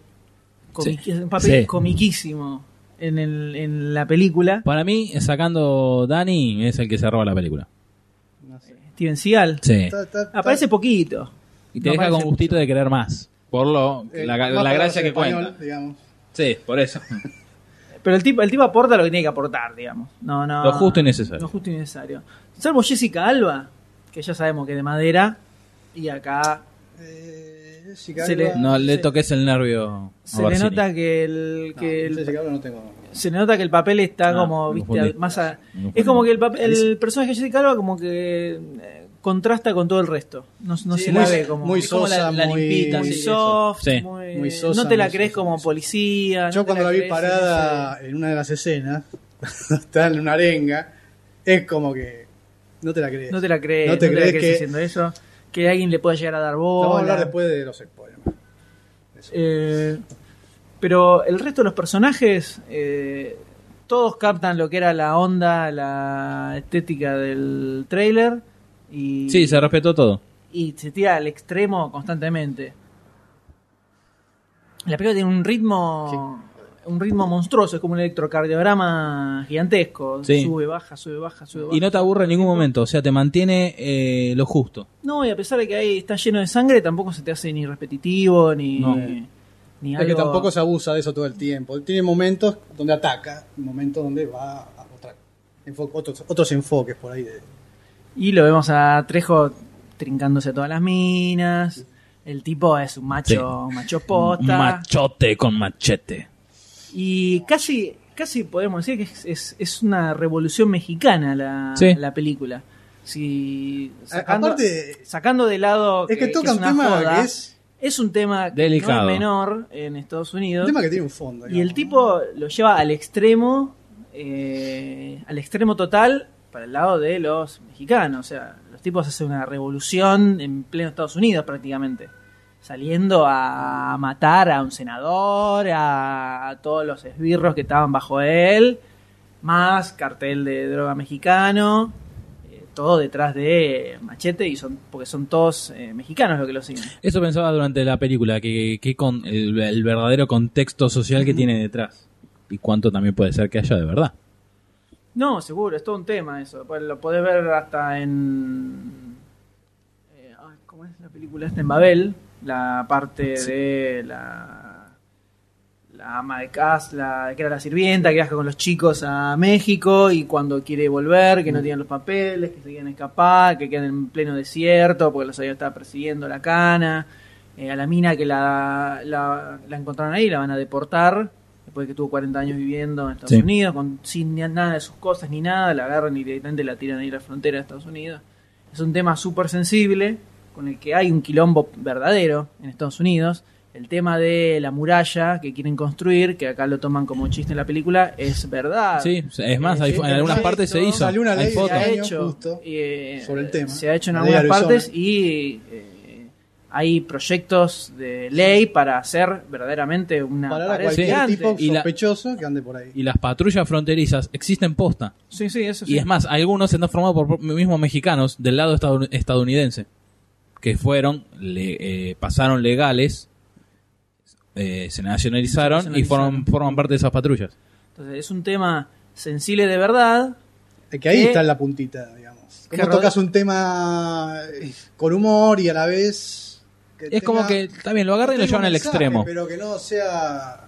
S2: comiqui-
S3: Sí.
S2: un papel
S3: Sí.
S2: comiquísimo en, el- en la película,
S3: Para mí, sacando Dani, es el que se roba la película.
S5: No sé.
S2: Steven Seagal.
S3: Sí.
S5: Está- está- está-
S2: Aparece poquito.
S3: Y te
S2: No
S3: deja con
S2: aparece
S3: gustito de querer más. Por lo,
S5: eh,
S3: la,
S5: más
S3: la
S5: para
S3: gracia
S5: hacer
S3: que
S5: español,
S3: cuenta.
S5: digamos.
S3: Sí, por eso.
S2: Pero el tipo, el tipo aporta lo que tiene que aportar, digamos. No, no,
S3: Lo justo y necesario.
S2: Lo justo y necesario. Salvo Jessica Alba, que ya sabemos que es de madera, y acá
S5: Eh, Jessica
S2: Se le-
S5: Alba-
S3: No le
S2: Sí.
S3: toques el nervio. a
S2: se le
S3: Barcini.
S2: nota que el,
S5: No,
S2: que el-
S5: Jessica Alba no tengo.
S2: se le nota que el papel está
S3: Ah,
S2: como,
S3: me
S2: viste,
S3: confundí.
S2: al- más a-
S3: Me confundí.
S2: es como que el, papel- el personaje de Jessica Alba como que eh, contrasta con todo el resto. No, no
S5: Sí,
S2: se
S5: muy-
S2: la ve como
S5: muy
S2: es
S3: como la-
S5: sosa,
S3: la
S5: muy,
S3: limpita,
S2: muy
S5: muy
S3: sí,
S2: soft,
S3: Sí.
S2: muy-
S5: Muy sosa,
S2: no te la
S5: muy
S2: crees
S5: sosa,
S2: como
S5: muy sosa.
S2: policía. no
S5: Yo
S2: te
S5: cuando la vi
S2: crees en
S5: parada en una de las escenas, está en una arenga, es como que no te la crees.
S2: ese- no te la
S5: eh,
S2: crees,
S5: No
S2: no
S5: te
S2: te, la
S5: crees
S2: crees
S5: que-
S2: haciendo eso. Que alguien le pueda llegar a dar bola.
S5: Vamos a hablar después de los spoilers.
S2: Eh, pero el resto de los personajes, eh, todos captan lo que era la onda, la estética del trailer y,
S3: Sí, se respetó todo.
S2: y se tira al extremo constantemente. La película tiene un ritmo un ritmo monstruoso, es como un electrocardiograma gigantesco.
S3: Sí.
S2: Sube, baja, sube, baja, sube, baja.
S3: Y no te aburre en ningún momento, o sea, te mantiene eh, lo justo.
S2: No, y a pesar de que ahí está lleno de sangre, tampoco se te hace ni repetitivo, ni,
S3: No.
S2: ni
S5: Es que
S2: algo.
S5: tampoco se abusa de eso todo el tiempo. Tiene momentos donde ataca, momentos donde va a otra- enfo- otros, otros enfoques por ahí. de-
S2: Y lo vemos a Trejo trincándose a todas las minas. El tipo es un macho, un macho posta.
S3: Un machote con machete.
S2: Y casi, casi podemos decir que es, es- es una revolución mexicana la,
S3: Sí.
S2: la película. Si, sacando,
S5: Aparte,
S2: sacando de lado
S5: es que toca un
S2: una
S5: tema
S2: joda,
S5: que es
S2: es un tema que
S3: Delicado.
S2: no es menor en Estados Unidos.
S5: un tema que tiene un fondo.
S2: Y el tipo lo lleva al extremo, eh, al extremo total, para el lado de los mexicanos. O sea, los tipos hacen una revolución en pleno Estados Unidos prácticamente. Saliendo a matar a un senador, a, a todos los esbirros que estaban bajo él, más cartel de droga mexicano, eh, todo detrás de Machete, y son porque son todos eh, mexicanos los que lo siguen.
S3: Eso pensaba durante la película, que, que con el, el verdadero contexto social que tiene detrás. Y cuánto también puede ser que haya de verdad.
S2: No, seguro, es todo un tema eso. Pues Lo podés ver hasta en. eh, ay, ¿Cómo es la película esta? En Babel, la parte
S3: Sí.
S2: de la. La ama de casa, la, que era la sirvienta, que viaja con los chicos a México y cuando quiere volver, que no tienen los papeles, que se quieren escapar, que quedan en pleno desierto porque los había estaba persiguiendo la cana. Eh, a la mina que la, la, la encontraron ahí, la van a deportar después de que tuvo 40 años viviendo en Estados
S3: Sí.
S2: Unidos, con, sin ni- nada de sus cosas ni nada, la agarran y directamente la tiran ahí a la frontera de Estados Unidos. Es un tema súper sensible, con el que hay un quilombo verdadero en Estados Unidos. El tema de la muralla que quieren construir, que acá lo toman como chiste en la película, es verdad.
S3: Sí, es más,
S2: Eh,
S3: hay-
S2: eh,
S3: en algunas
S2: eh,
S3: partes se hizo.
S5: Salió una
S3: Hay
S5: ley de
S3: fotos.
S2: se ha
S5: año
S2: hecho
S5: justo
S2: y, eh,
S5: sobre el tema.
S2: Se ha hecho en
S5: La ley de
S2: algunas
S5: Arizona.
S2: partes y eh, hay proyectos de ley para hacer verdaderamente una
S5: Parar a
S2: pared
S5: cualquier
S2: gigante.
S5: tipo
S3: Y la-
S5: sospechoso que ande por ahí.
S3: Y las patrullas fronterizas existen posta.
S2: Sí, sí, eso sí.
S3: Y es más, algunos se han formado por mismos mexicanos del lado estadoun- estadounidense, que fueron, le- eh, pasaron legales, eh, se nacionalizaron,
S2: Se
S3: y
S2: nacionalizaron.
S3: forman, forman parte de esas patrullas.
S2: Entonces es un tema sensible de verdad.
S5: Es que ahí
S2: que-
S5: está la puntita, digamos.
S2: que
S5: Como
S2: Rod-
S5: tocas un tema eh, con humor y a la vez. que
S3: Es como que, está bien, lo agarran y lo
S5: tenga
S3: llevan al
S5: mensaje,
S3: extremo.
S5: Pero que no sea.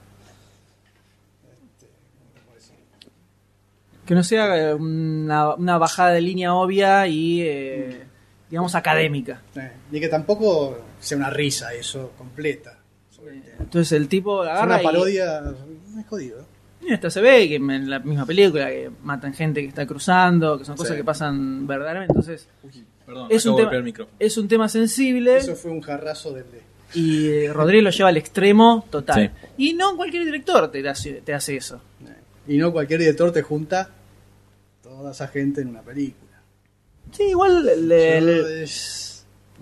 S2: Que no sea eh, una, una bajada de línea obvia y, eh, digamos, académica.
S5: eh, ni que tampoco sea una risa eso, completa. sobre el tema.
S2: Entonces el tipo
S5: Es una
S2: agarra y,
S5: parodia. Es jodido.
S2: y hasta se ve que en la misma película que matan gente que está cruzando, que son cosas
S5: Sí.
S2: que pasan verdaderamente. Entonces
S3: Perdón,
S2: Es acabo un de tema- golpear el es un tema sensible
S5: Eso fue un jarrazo del de.
S2: y eh, Rodríguez lo lleva al extremo total. Y no cualquier director te hace, te hace eso.
S5: Y no cualquier director te junta toda esa gente en una película.
S2: Sí, igual le- le-
S5: Yo, es-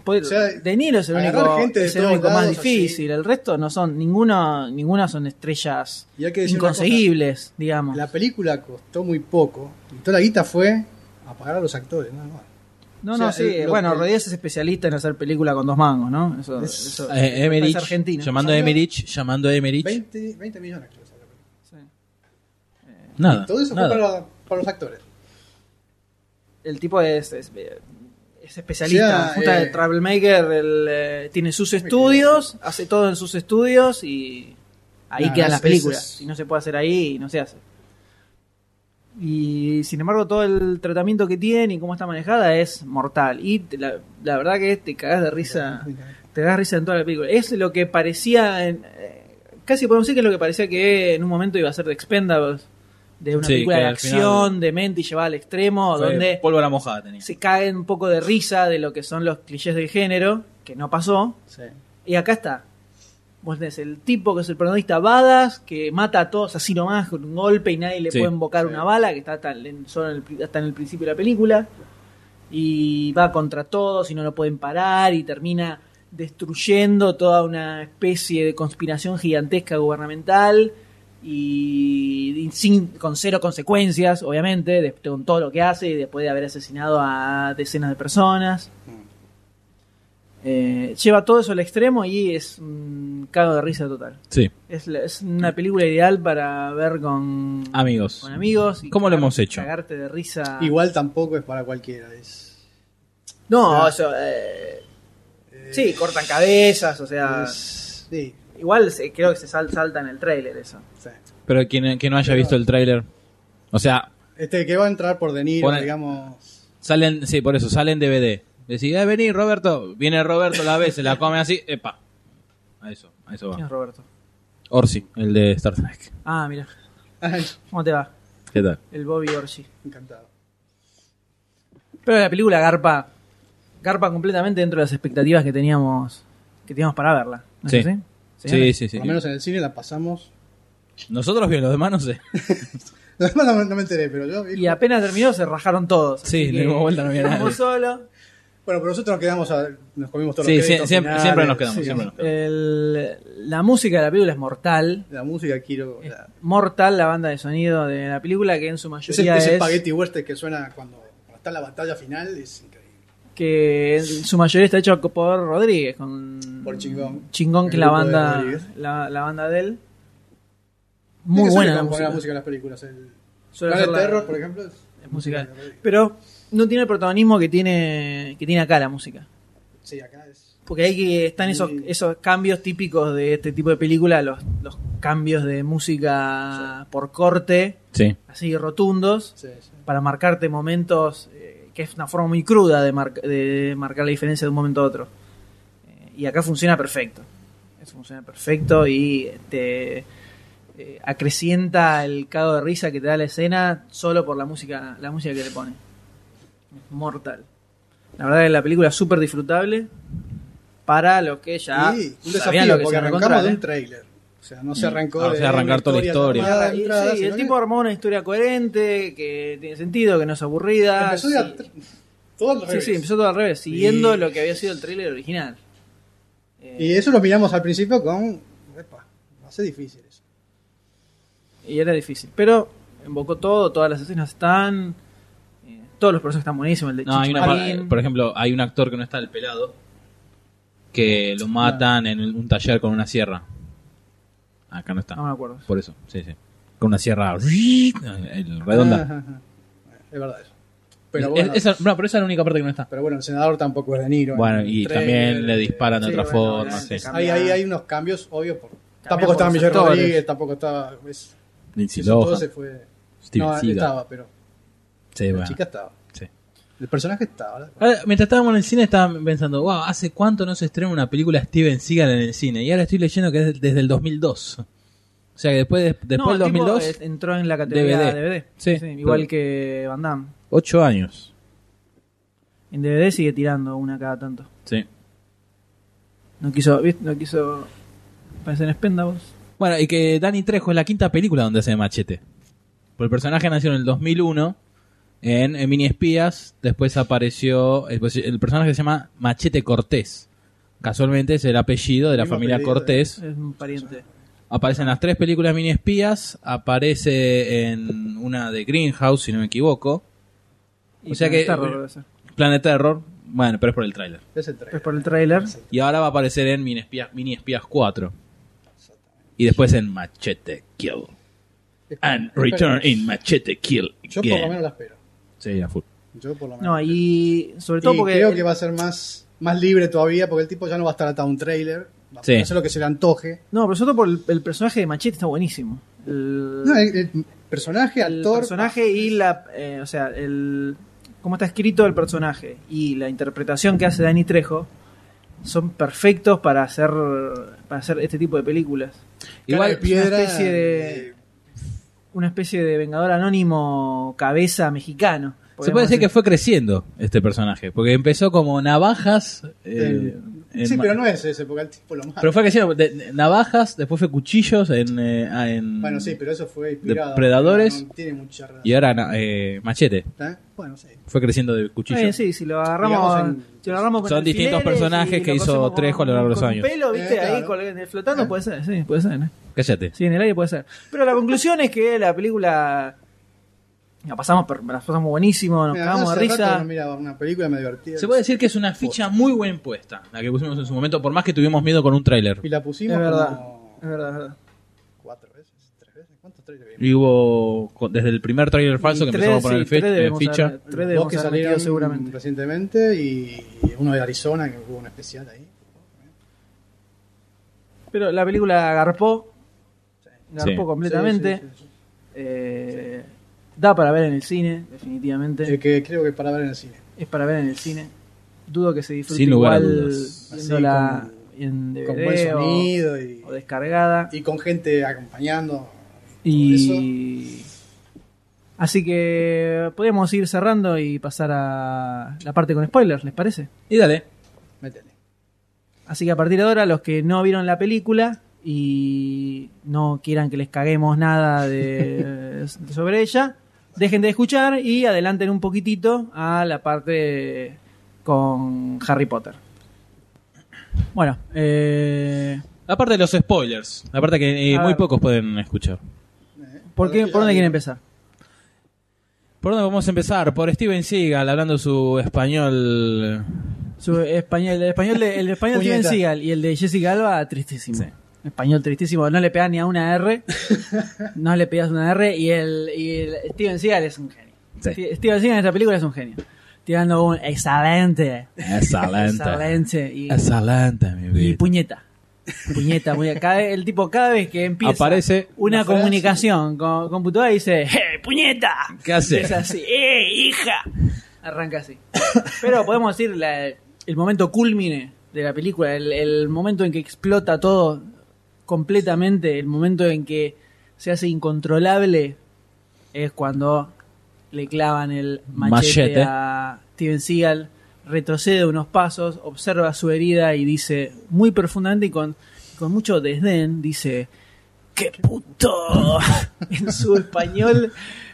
S2: Puede-
S5: O sea,
S2: De Niro es el
S5: agarrar
S2: único,
S5: gente de
S2: es el
S5: todos
S2: único más
S5: lados, así.
S2: difícil. El resto no son, ninguna, ninguna son estrellas
S5: y hay que decir una cosa,
S2: inconseguibles, digamos.
S5: La película costó muy poco y toda la guita fue a pagar a los actores, nada más.
S2: no,
S5: o
S2: no,
S5: sea,
S2: sí.
S5: el- lo
S2: bueno,
S5: que-
S2: Rodríguez es especialista en hacer película con dos mangos, ¿no? Eso,
S5: Es-
S2: eso-
S3: Eh,
S2: parece
S3: Emerich,
S2: argentino.
S3: llamando a Emerich, llamando a Emerich.
S5: 20, 20 millones creo que salió la película.
S2: Sí.
S3: Nada.
S5: Todo eso
S3: Ah, nada.
S5: fue para, para los actores.
S2: El tipo es, es, eh, es especialista.
S5: O sea,
S2: Puta,
S5: eh,
S2: el Travelmaker el, eh, tiene sus estudios, hace todo en sus estudios y ahí
S5: Nah,
S2: quedan
S5: es-
S2: las películas.
S5: es-
S2: Si no se puede hacer ahí, no se hace. Y sin embargo, todo el tratamiento que tiene y cómo está manejada es mortal. Y te- la, la verdad que te cagás de risa. Te das risa en toda la película. Es lo que parecía. en- eh, casi podemos decir que es lo que parecía que en un momento iba a ser de Expendables. De una
S3: Sí,
S2: película
S3: que
S2: de
S3: al final-
S2: acción, de mente y llevada al extremo,
S3: Fue
S2: donde
S3: Pólvora mojada tenía.
S2: se cae un poco de risa de lo que son los clichés del género, que no pasó. Y acá está. Vos tenés el tipo que es el protagonista Badas, que mata a todos así nomás con un golpe y nadie le
S3: Sí.
S2: puede invocar una bala, que está hasta en, solo en el, pri- hasta en el principio de la película. Y va contra todos y no lo pueden parar y termina destruyendo toda una especie de conspiración gigantesca gubernamental y sin, con cero consecuencias, obviamente, de- con todo lo que hace y después de haber asesinado a decenas de personas. eh, lleva todo eso al extremo y es un cago de risa total.
S3: Sí.
S2: Es, la- es una película ideal para ver con
S3: Amigos.
S2: Con amigos. y
S3: ¿Cómo lo
S2: cagar-
S3: hemos hecho?
S2: Cagarte de risa.
S5: Igual tampoco es para cualquiera. Es...
S2: No,
S5: Ah.
S2: o sea, eh, sí, cortan cabezas, o sea.
S5: Sí.
S2: Igual se- creo que se sal- salta en el tráiler eso.
S3: Pero quien, quien no haya visto el tráiler. O sea,
S5: Este que va a entrar por De Niro,
S3: Pone-
S5: digamos.
S3: salen, sí, por eso, salen DVD. Decís, "Eh, vení, Roberto. Viene Roberto la vez, se la come así, epa. A eso, a eso
S2: ¿Quién
S3: va.
S2: es Roberto?
S3: Orsi, el de Star Trek.
S2: Ah, mira. ¿Cómo te va?
S3: ¿Qué tal?
S2: El Bobby Orsi.
S5: Encantado.
S2: Pero la película garpa. Garpa completamente dentro de las expectativas que teníamos que teníamos para verla. ¿no es
S3: Sí.
S2: así?
S3: Sí, sí, sí.
S5: Por lo menos en el cine la pasamos.
S3: Nosotros bien, los demás no sé.
S5: No, no, no me enteré, pero yo.
S2: Y apenas terminó se rajaron todos.
S3: Sí, le dimos vuelta, no había nadie.
S2: Como solo.
S5: Bueno, pero nosotros nos quedamos a- Nos comimos todos
S3: Sí,
S5: los
S3: sie-
S5: créditos
S3: siempre-
S5: finales.
S3: siempre nos quedamos, siempre nos
S2: El- la música de la película es mortal.
S5: La música quiero. la-
S2: Mortal, la banda de sonido de la película, que en su
S5: Ese,
S2: mayoría
S5: ese
S2: es.
S5: spaghetti western que suena cuando, cuando está en la batalla final es increíble.
S2: que en su mayoría está hecho por Rodríguez, con
S5: Por
S2: Mm,
S5: chingón.
S2: Chingón, que
S5: El
S2: la
S5: grupo de
S2: banda,
S5: Rodríguez.
S2: la, la banda de él.
S5: Es
S2: Muy
S5: que suele
S2: buena la
S5: componer
S2: música.
S5: la música de las películas. El
S2: Suele
S5: Planet
S2: ser la-
S5: Terror, por ejemplo. es-
S2: es musical. Pero no tiene el protagonismo que tiene, que tiene acá la música.
S5: Sí, acá es.
S2: Porque ahí que están esos,
S5: Sí.
S2: esos cambios típicos de este tipo de película, los, los cambios de música por corte,
S3: Sí.
S2: así rotundos,
S5: Sí, sí.
S2: para marcarte momentos, eh, que es una forma muy cruda de, mar- de marcar la diferencia de un momento a otro. Eh, y acá funciona perfecto. Eso funciona perfecto y te eh, acrecienta el cago de risa que te da la escena solo por la música, la música que le pone. Es mortal. La verdad que la película es súper disfrutable para los que ya
S5: Sí, un desafío,
S2: sabían lo que
S5: porque
S2: se
S5: arrancamos
S2: recontra,
S5: de
S2: ¿eh?
S5: un trailer. O sea, no se arrancó.
S3: Ah, o
S5: de
S3: sea, arrancar
S5: una
S3: toda la historia.
S5: armada de
S2: Y-
S5: entrada,
S2: sí,
S5: sino
S2: el
S5: que
S2: tipo armó una historia coherente, que tiene sentido, que no es aburrida.
S5: empezó de
S2: sí.
S5: atr- todo al
S2: Sí,
S5: revés.
S2: sí, empezó todo al revés, siguiendo
S5: Y-
S2: lo que había sido el tráiler original. Eh,
S5: Y eso lo miramos al principio con. Epa, va a ser difícil eso.
S2: Y era difícil. Pero embocó todo, todas las escenas están. eh, todos los procesos están buenísimos. El de
S3: No, hay
S2: Chicho
S3: una par-
S2: Marín.
S3: por ejemplo, hay un actor que no está el pelado que lo matan en un taller con una sierra. Acá no está.
S2: No me acuerdo.
S3: Por eso, sí, sí. Con una sierra el- redonda.
S5: Ajá, ajá. Es verdad eso. Ah, Pero
S3: Es-
S5: bueno,
S3: esa- no, pero esa es la única parte que no está.
S5: pero bueno, el senador tampoco es de Niro.
S3: Bueno,
S5: en el
S3: y
S5: trailer.
S3: también le disparan de
S2: sí,
S3: otra
S2: bueno,
S3: forma.
S2: obviamente,
S3: sí.
S2: cambia.
S5: Hay, hay, hay unos cambios, obvio. Por... Tampoco
S2: por
S5: estaba
S2: los
S5: Michelle
S2: actores.
S5: Rodríguez, tampoco estaba. es-
S3: Lindsay
S5: eso todo
S3: Lohan,
S5: se fue.
S3: Steven
S5: no,
S3: Seagal.
S5: estaba, pero
S3: Sí,
S5: la
S3: bueno.
S5: chica estaba.
S3: Sí.
S5: El personaje estaba. ¿verdad?
S3: Ahora, mientras estábamos en el cine estaba pensando, wow, ¿hace cuánto no se estrena una película Steven Seagal en el cine? Y ahora estoy leyendo que es desde el 2002. O sea, que después, de-
S2: No,
S3: después
S2: el
S3: del
S2: tipo,
S3: 2002,
S2: eh, entró en la categoría
S3: DVD.
S2: DVD. DVD.
S3: Sí,
S2: igual
S3: pero-
S2: que Van Damme.
S3: 8 años.
S2: En DVD sigue tirando una cada tanto.
S3: Sí.
S2: No quiso, ¿viste? No quiso. Parece en Spendables.
S3: Bueno, y que Danny Trejo es la quinta película donde hace de machete. Porque el personaje nació en el 2001 en, en Mini Espías. Después apareció. El, el personaje se llama Machete Cortés. Casualmente es el apellido de la
S5: Mismo
S3: familia
S5: apellido,
S3: Cortés.
S2: Es un pariente.
S3: Aparece en las tres películas Mini Espías. Aparece en una de Greenhouse, si no me equivoco.
S2: Y
S3: O sea que- eh,
S2: Star Wars, debe ser.
S3: Planet Terror. Bueno, pero es por el tráiler.
S5: Es el
S2: Es
S5: trailer.
S2: por el tráiler.
S3: Y ahora va a aparecer en Mini Espías, Mini Espías 4. Y después en Machete Kill. And Return in Machete Kill.
S5: Yo por lo
S3: Again.
S5: menos la espero.
S3: Sí, a full.
S5: Yo por lo menos.
S2: No, y sobre
S5: Y
S2: todo porque.
S5: creo que va a ser más, más libre todavía porque el tipo ya no va a estar atado a un trailer. Va
S3: Sí.
S5: a hacer lo que se le antoje.
S2: No, pero sobre todo por el, el personaje de Machete está buenísimo. El,
S5: No, el, el personaje,
S2: el
S5: actor.
S2: personaje y la. eh, o sea, el. Cómo está escrito el personaje y la interpretación que hace Dani Trejo son perfectos para hacer para hacer este tipo de películas.
S5: Igual
S3: Igual,
S5: de piedra.
S2: una especie de- Una especie de vengador anónimo cabeza mexicano.
S3: se puede
S2: podemos
S3: decir que fue creciendo este personaje, porque empezó como navajas. eh, en
S5: sí,
S3: ma-
S5: pero no es ese, porque el tipo lo mata.
S3: pero fue creciendo. de- de- navajas, después fue cuchillos en. eh, ah, en-
S5: bueno, sí, pero eso fue inspirado.
S3: Depredadores.
S5: No tiene mucha relación.
S3: Y ahora na- eh, machete.
S5: ¿Eh? Bueno, sí.
S3: Fue creciendo de cuchillo.
S2: Eh, sí, si lo agarramos,
S5: Digamos en-
S2: si lo agarramos con
S3: Son
S2: alfileres
S3: distintos personajes
S2: y lo
S3: que hizo
S2: cosemos con-
S3: Trejo a lo largo de los
S2: con
S3: años.
S2: Un pelo, viste,
S5: Eh,
S2: ahí
S5: claro.
S2: colgando- flotando,
S5: Eh.
S2: puede ser, sí, puede ser. ¿eh?
S3: Cállate.
S2: Sí, en el aire puede ser. Pero la conclusión es que la película La pasamos, per- la pasamos buenísimo, nos
S5: Mira,
S2: cagamos de
S5: hace rato
S2: risa.
S5: no miraba una película, me divertía.
S3: Se puede decir que es una ficha muy buen puesta, la que pusimos en su momento, por más que tuvimos miedo con un tráiler.
S5: Y la pusimos
S2: Es verdad,
S5: como
S2: Es verdad, es verdad.
S5: cuatro veces, tres veces. ¿Cuántos trailers vimos?
S3: Y hubo, co- desde el primer tráiler falso que
S2: Y
S3: empezamos a
S2: tres,
S3: poner
S2: sí,
S3: en fe-
S2: tres
S3: en
S2: debemos
S3: ficha.
S2: haber- tres
S5: Dos
S2: debemos
S5: que
S2: haber
S5: salieron
S2: metido seguramente.
S5: recientemente y uno de Arizona, que hubo un especial ahí.
S2: Pero la película garpó. Garpó
S3: Sí.
S2: completamente.
S5: Sí, sí, sí, sí.
S2: Eh, Da para ver en el cine, definitivamente.
S5: Eh, que creo que para ver en el cine.
S2: Es para ver en el cine. Dudo que se disfrute
S3: Sin lugar a
S2: igual
S3: dudas.
S2: viéndola
S5: Así,
S2: en DVD
S5: Con buen
S2: o-
S5: sonido y,
S2: o descargada.
S5: y con gente acompañando.
S2: Y. Así que podemos ir cerrando y pasar a la parte con spoilers, ¿les parece?
S3: Y dale.
S5: Métele.
S2: Así que a partir de ahora, los que no vieron la película y no quieran que les caguemos nada de, sobre ella, dejen de escuchar y adelanten un poquitito a la parte con Harry Potter. Bueno, eh,
S3: Aparte de los spoilers, la parte que eh,
S2: A
S3: muy
S2: ver.
S3: pocos pueden escuchar.
S2: ¿por, qué, ¿por dónde quieren empezar?
S3: ¿Por dónde vamos a empezar? Por Steven Seagal hablando su español.
S2: Su español, el español de, el español de Steven
S5: Puñeta.
S2: Seagal y el de Jessica Alba, tristísimo. Español tristísimo, no le pegas ni a una R, no le pegas una R y el, y el Steven Seagal es un genio.
S3: Sí.
S2: Ste- Steven Seagal en esta película es un genio. Tirando un excelente,
S3: Excelente.
S2: excelente y,
S3: Excelente, mi
S2: y
S3: vida.
S2: puñeta. Puñeta, puñeta. Cada, el tipo cada vez que empieza
S3: Aparece.
S2: una
S5: Una frase.
S2: comunicación con computadora dice, ¡Eh, puñeta!
S3: ¿Qué hace?
S2: Es así, ¡eh, hija! Arranca así. Pero podemos decir la- el momento culmine de la película, el, el momento en que explota todo completamente, el momento en que se hace incontrolable, es cuando le clavan el machete,
S3: Machete.
S2: a Steven Seagal, retrocede unos pasos, observa su herida y dice muy profundamente y con, con mucho desdén, dice, ¡qué puto! en su español.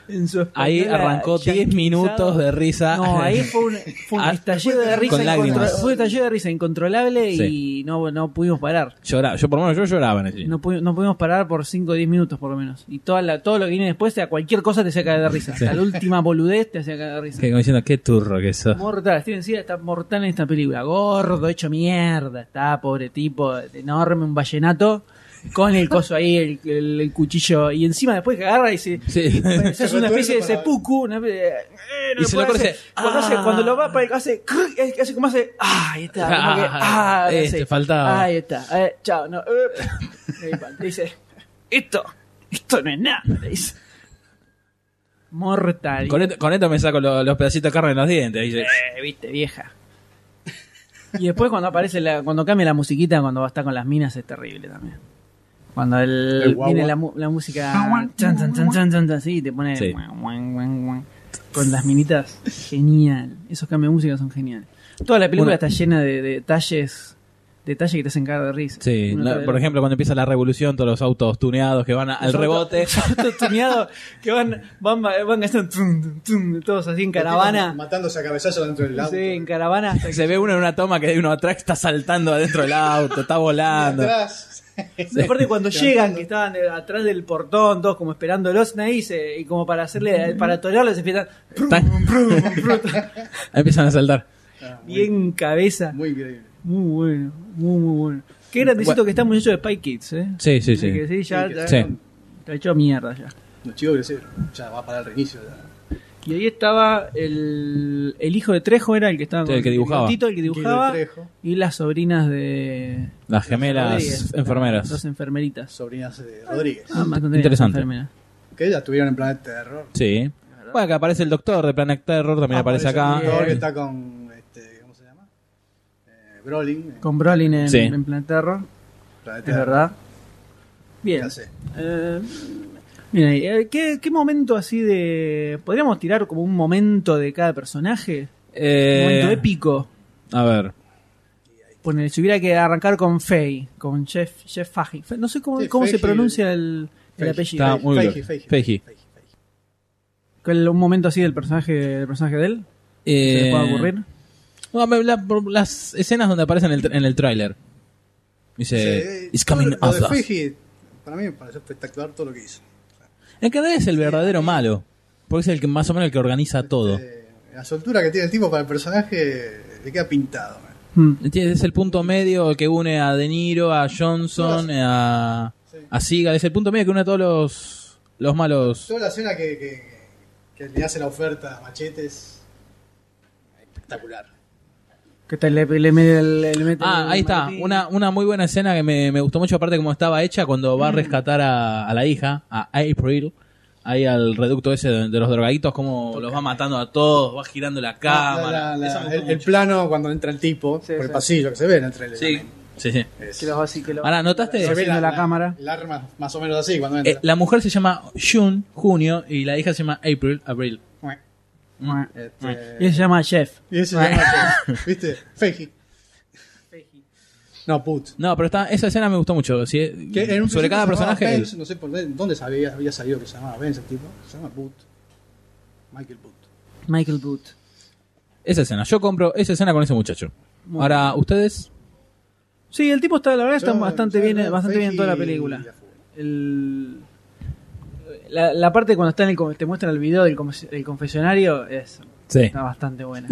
S2: En su español
S3: Ahí arrancó 10 minutos de risa.
S2: No, ahí fue un, fue un
S3: Ah,
S2: estallido de risa,
S3: con lágrimas.
S2: incontro- fue un estallido de risa incontrolable
S3: Sí.
S2: y no, no pudimos parar.
S3: Llora- Yo, por lo menos, yo lloraba en ese.
S2: No, pudi- no pudimos parar por 5 o 10 minutos por lo menos. Y toda la, todo lo que viene después, a cualquier cosa te saca de risa.
S3: Sí.
S2: A la última boludez te hacía caer de risa.
S3: Que como diciendo, qué turro que sos.
S2: Mortal, Steven Seagal está mortal en esta película. Gordo, hecho mierda, está pobre tipo, enorme, un vallenato. Con el coso ahí, el, el- el cuchillo. Y encima después que agarra y se.
S3: Sí.
S2: Es una
S5: retuerce
S2: especie de
S5: para-
S2: seppuku. una especie de- eh, no
S3: Y se lo
S2: puede
S3: conoce.
S2: hacer. Cuando, hace-
S3: Ah.
S2: cuando lo va para el. Hace. crrr, es- Hace como hace. Ah, ahí está. como que,
S3: Ah,
S2: ah,
S3: este,
S2: sí.
S3: faltaba.
S2: Ahí está. eh, chao, no. eh. Ahí va, Dice. Esto. Esto no es nada. le dice. Mortal.
S3: Con esto, con esto me saco lo- los pedacitos de carne en los dientes. dice.
S2: Eh, viste, vieja. Y después cuando aparece la, cuando cambia la musiquita cuando va a estar con las minas es terrible también. Cuando el-
S5: El guau, Ah,
S2: viene
S5: guau.
S2: la, mu- la música chan, chan, chan, chan, chan, chan, así y te pone
S3: Sí.
S2: guan, guan, guan, guan. con las minitas, genial. Esos cambios de música son geniales. Toda la película
S3: Bueno.
S2: está llena de, de detalles, detalles que te hacen cagar de risa.
S3: Sí,
S2: Uno
S3: no,
S2: tras de
S3: por
S2: otro.
S3: ejemplo, cuando empieza la revolución, todos los autos tuneados que van a- al
S2: Los
S3: rebote.
S2: autos- los autos tuneados que van, van, van gastando tum, tum, tum, todos así en caravana.
S5: Matándose a cabezazos dentro del auto.
S2: Sí, en caravana hasta que
S3: Se ve uno en una toma que hay uno atrás que está saltando adentro del auto, está volando.
S5: Atrás.
S2: Sí. Aparte cuando llegan, que estaban eh, atrás del portón, todos como esperándolos, nadie se, y como para hacerle, para atorarlos, empiezan prum,
S3: Tan-
S2: prum, prum,
S3: Empiezan a saltar.
S5: Ah, muy-
S2: bien cabeza.
S5: Muy increíble.
S2: Muy bueno, muy muy bueno. Qué grandecito
S3: Bueno.
S2: que está el muchacho de Spy Kids, eh.
S3: Sí, sí,
S2: Así
S3: sí.
S2: que sí, ya, ya
S3: Sí.
S2: está hecho mierda ya.
S5: Los chicos crecieron. Ya va para el reinicio. ya.
S2: Y ahí estaba el, el hijo de Trejo, era el que estaba
S3: Sí, el que dibujaba.
S2: gatito, el que dibujaba.
S5: Guido Trejo,
S2: Y las sobrinas de
S3: Las gemelas
S2: Rodríguez,
S3: enfermeras.
S2: las enfermeritas.
S5: sobrinas de Rodríguez.
S2: Ah, más no tenía
S3: Interesante.
S2: enfermera.
S5: Que ya estuvieron en Planeta Terror. Ah,
S3: Sí. Bueno, acá aparece el doctor de Planet Terror,
S2: Ah,
S3: también aparece acá.
S5: Un actor que está con. Este, ¿Cómo se llama? Eh, Brolin. en
S2: Con Brolin en,
S3: Sí.
S2: en Planterro.
S5: Planeta
S2: Es
S5: Terror.
S2: verdad. Bien.
S5: Ya sé.
S2: Eh, mira, ahí, eh, ¿qué, qué momento así de. Podríamos tirar como un momento de cada personaje? Un momento
S3: Eh,
S2: épico.
S3: a ver.
S2: Ponele, si hubiera que arrancar con Faye, con Jeff, Jeff Fahey. Fe- No sé cómo,
S5: Sí,
S2: cómo se
S5: Fahey.
S2: pronuncia el, el
S5: Fahey.
S2: apellido.
S3: Está muy
S5: Feiji,
S3: bien.
S5: Feiji,
S3: Feiji.
S5: Feiji, Feiji.
S2: ¿Cuál- Un momento así del personaje, del personaje de él. ¿Se le
S3: Eh,
S2: puede ocurrir?
S3: no, me- la- por las escenas donde aparecen en el, tr- en el tráiler. Dice,
S5: Sí,
S3: It's coming
S5: todo lo
S3: at
S5: de
S3: us".
S5: Feiji, para mí me pareció espectacular todo lo que hizo.
S3: En realidad es el verdadero malo. Porque es el que más o menos el que organiza todo.
S5: Eh, La soltura que tiene el tipo para el personaje le queda pintado. man.
S2: Hmm.
S3: ¿Entiendes? Es el punto medio que une a De Niro, a Johnson, a, a Seagal. Es el punto medio que une a todos los, los malos.
S5: Toda la escena que, que- que le hace la oferta a Machetes. Espectacular.
S2: Que está le, le, mete el- le mete
S3: Ah,
S2: el
S3: ahí está.
S2: Martín.
S3: Una, una muy buena escena que me, me gustó mucho, aparte como estaba hecha, cuando
S5: Mm.
S3: va a rescatar a, a la hija, a April, ahí al reducto ese de, de los drogaditos, como los va matando a todos, va girando la cámara.
S5: Ah, La- la-
S3: Esa me gustó
S5: el, el plano cuando entra el tipo por el pasillo que se ve en el trailer.
S3: Sí, sí, sí.
S2: Que los va así, que los-
S3: Ahora, ¿notaste?
S2: Se ve la, la cámara.
S5: El arma más o menos así cuando entra.
S3: Eh, la mujer se llama June, junio, y la hija se llama April, April. Mm.
S5: Este,
S2: Y se llama Jeff.
S5: y eso se llama- ¿Viste? Feiji. No, put.
S3: No, pero está, esa escena me gustó mucho. sí,
S5: Que en un
S3: sobre
S5: principio se
S3: cada
S5: llamaba
S3: personaje.
S5: Benz, no sé por dónde, dónde sabía, había salido que se llamaba Benz el tipo. Se llama Boot. Michael Boot.
S2: Michael Boot.
S3: Esa escena, yo compro esa escena con ese muchacho. Ahora, ¿ustedes?
S2: Sí, el tipo está, la verdad, está
S5: Yo-
S2: bastante
S5: yo-
S2: bien,
S5: yo-
S2: bastante bien en toda la
S5: Feiji-
S2: película. El- la, la parte cuando está en el, com- te muestran el video del com- el confesionario es
S3: Sí.
S2: está bastante buena.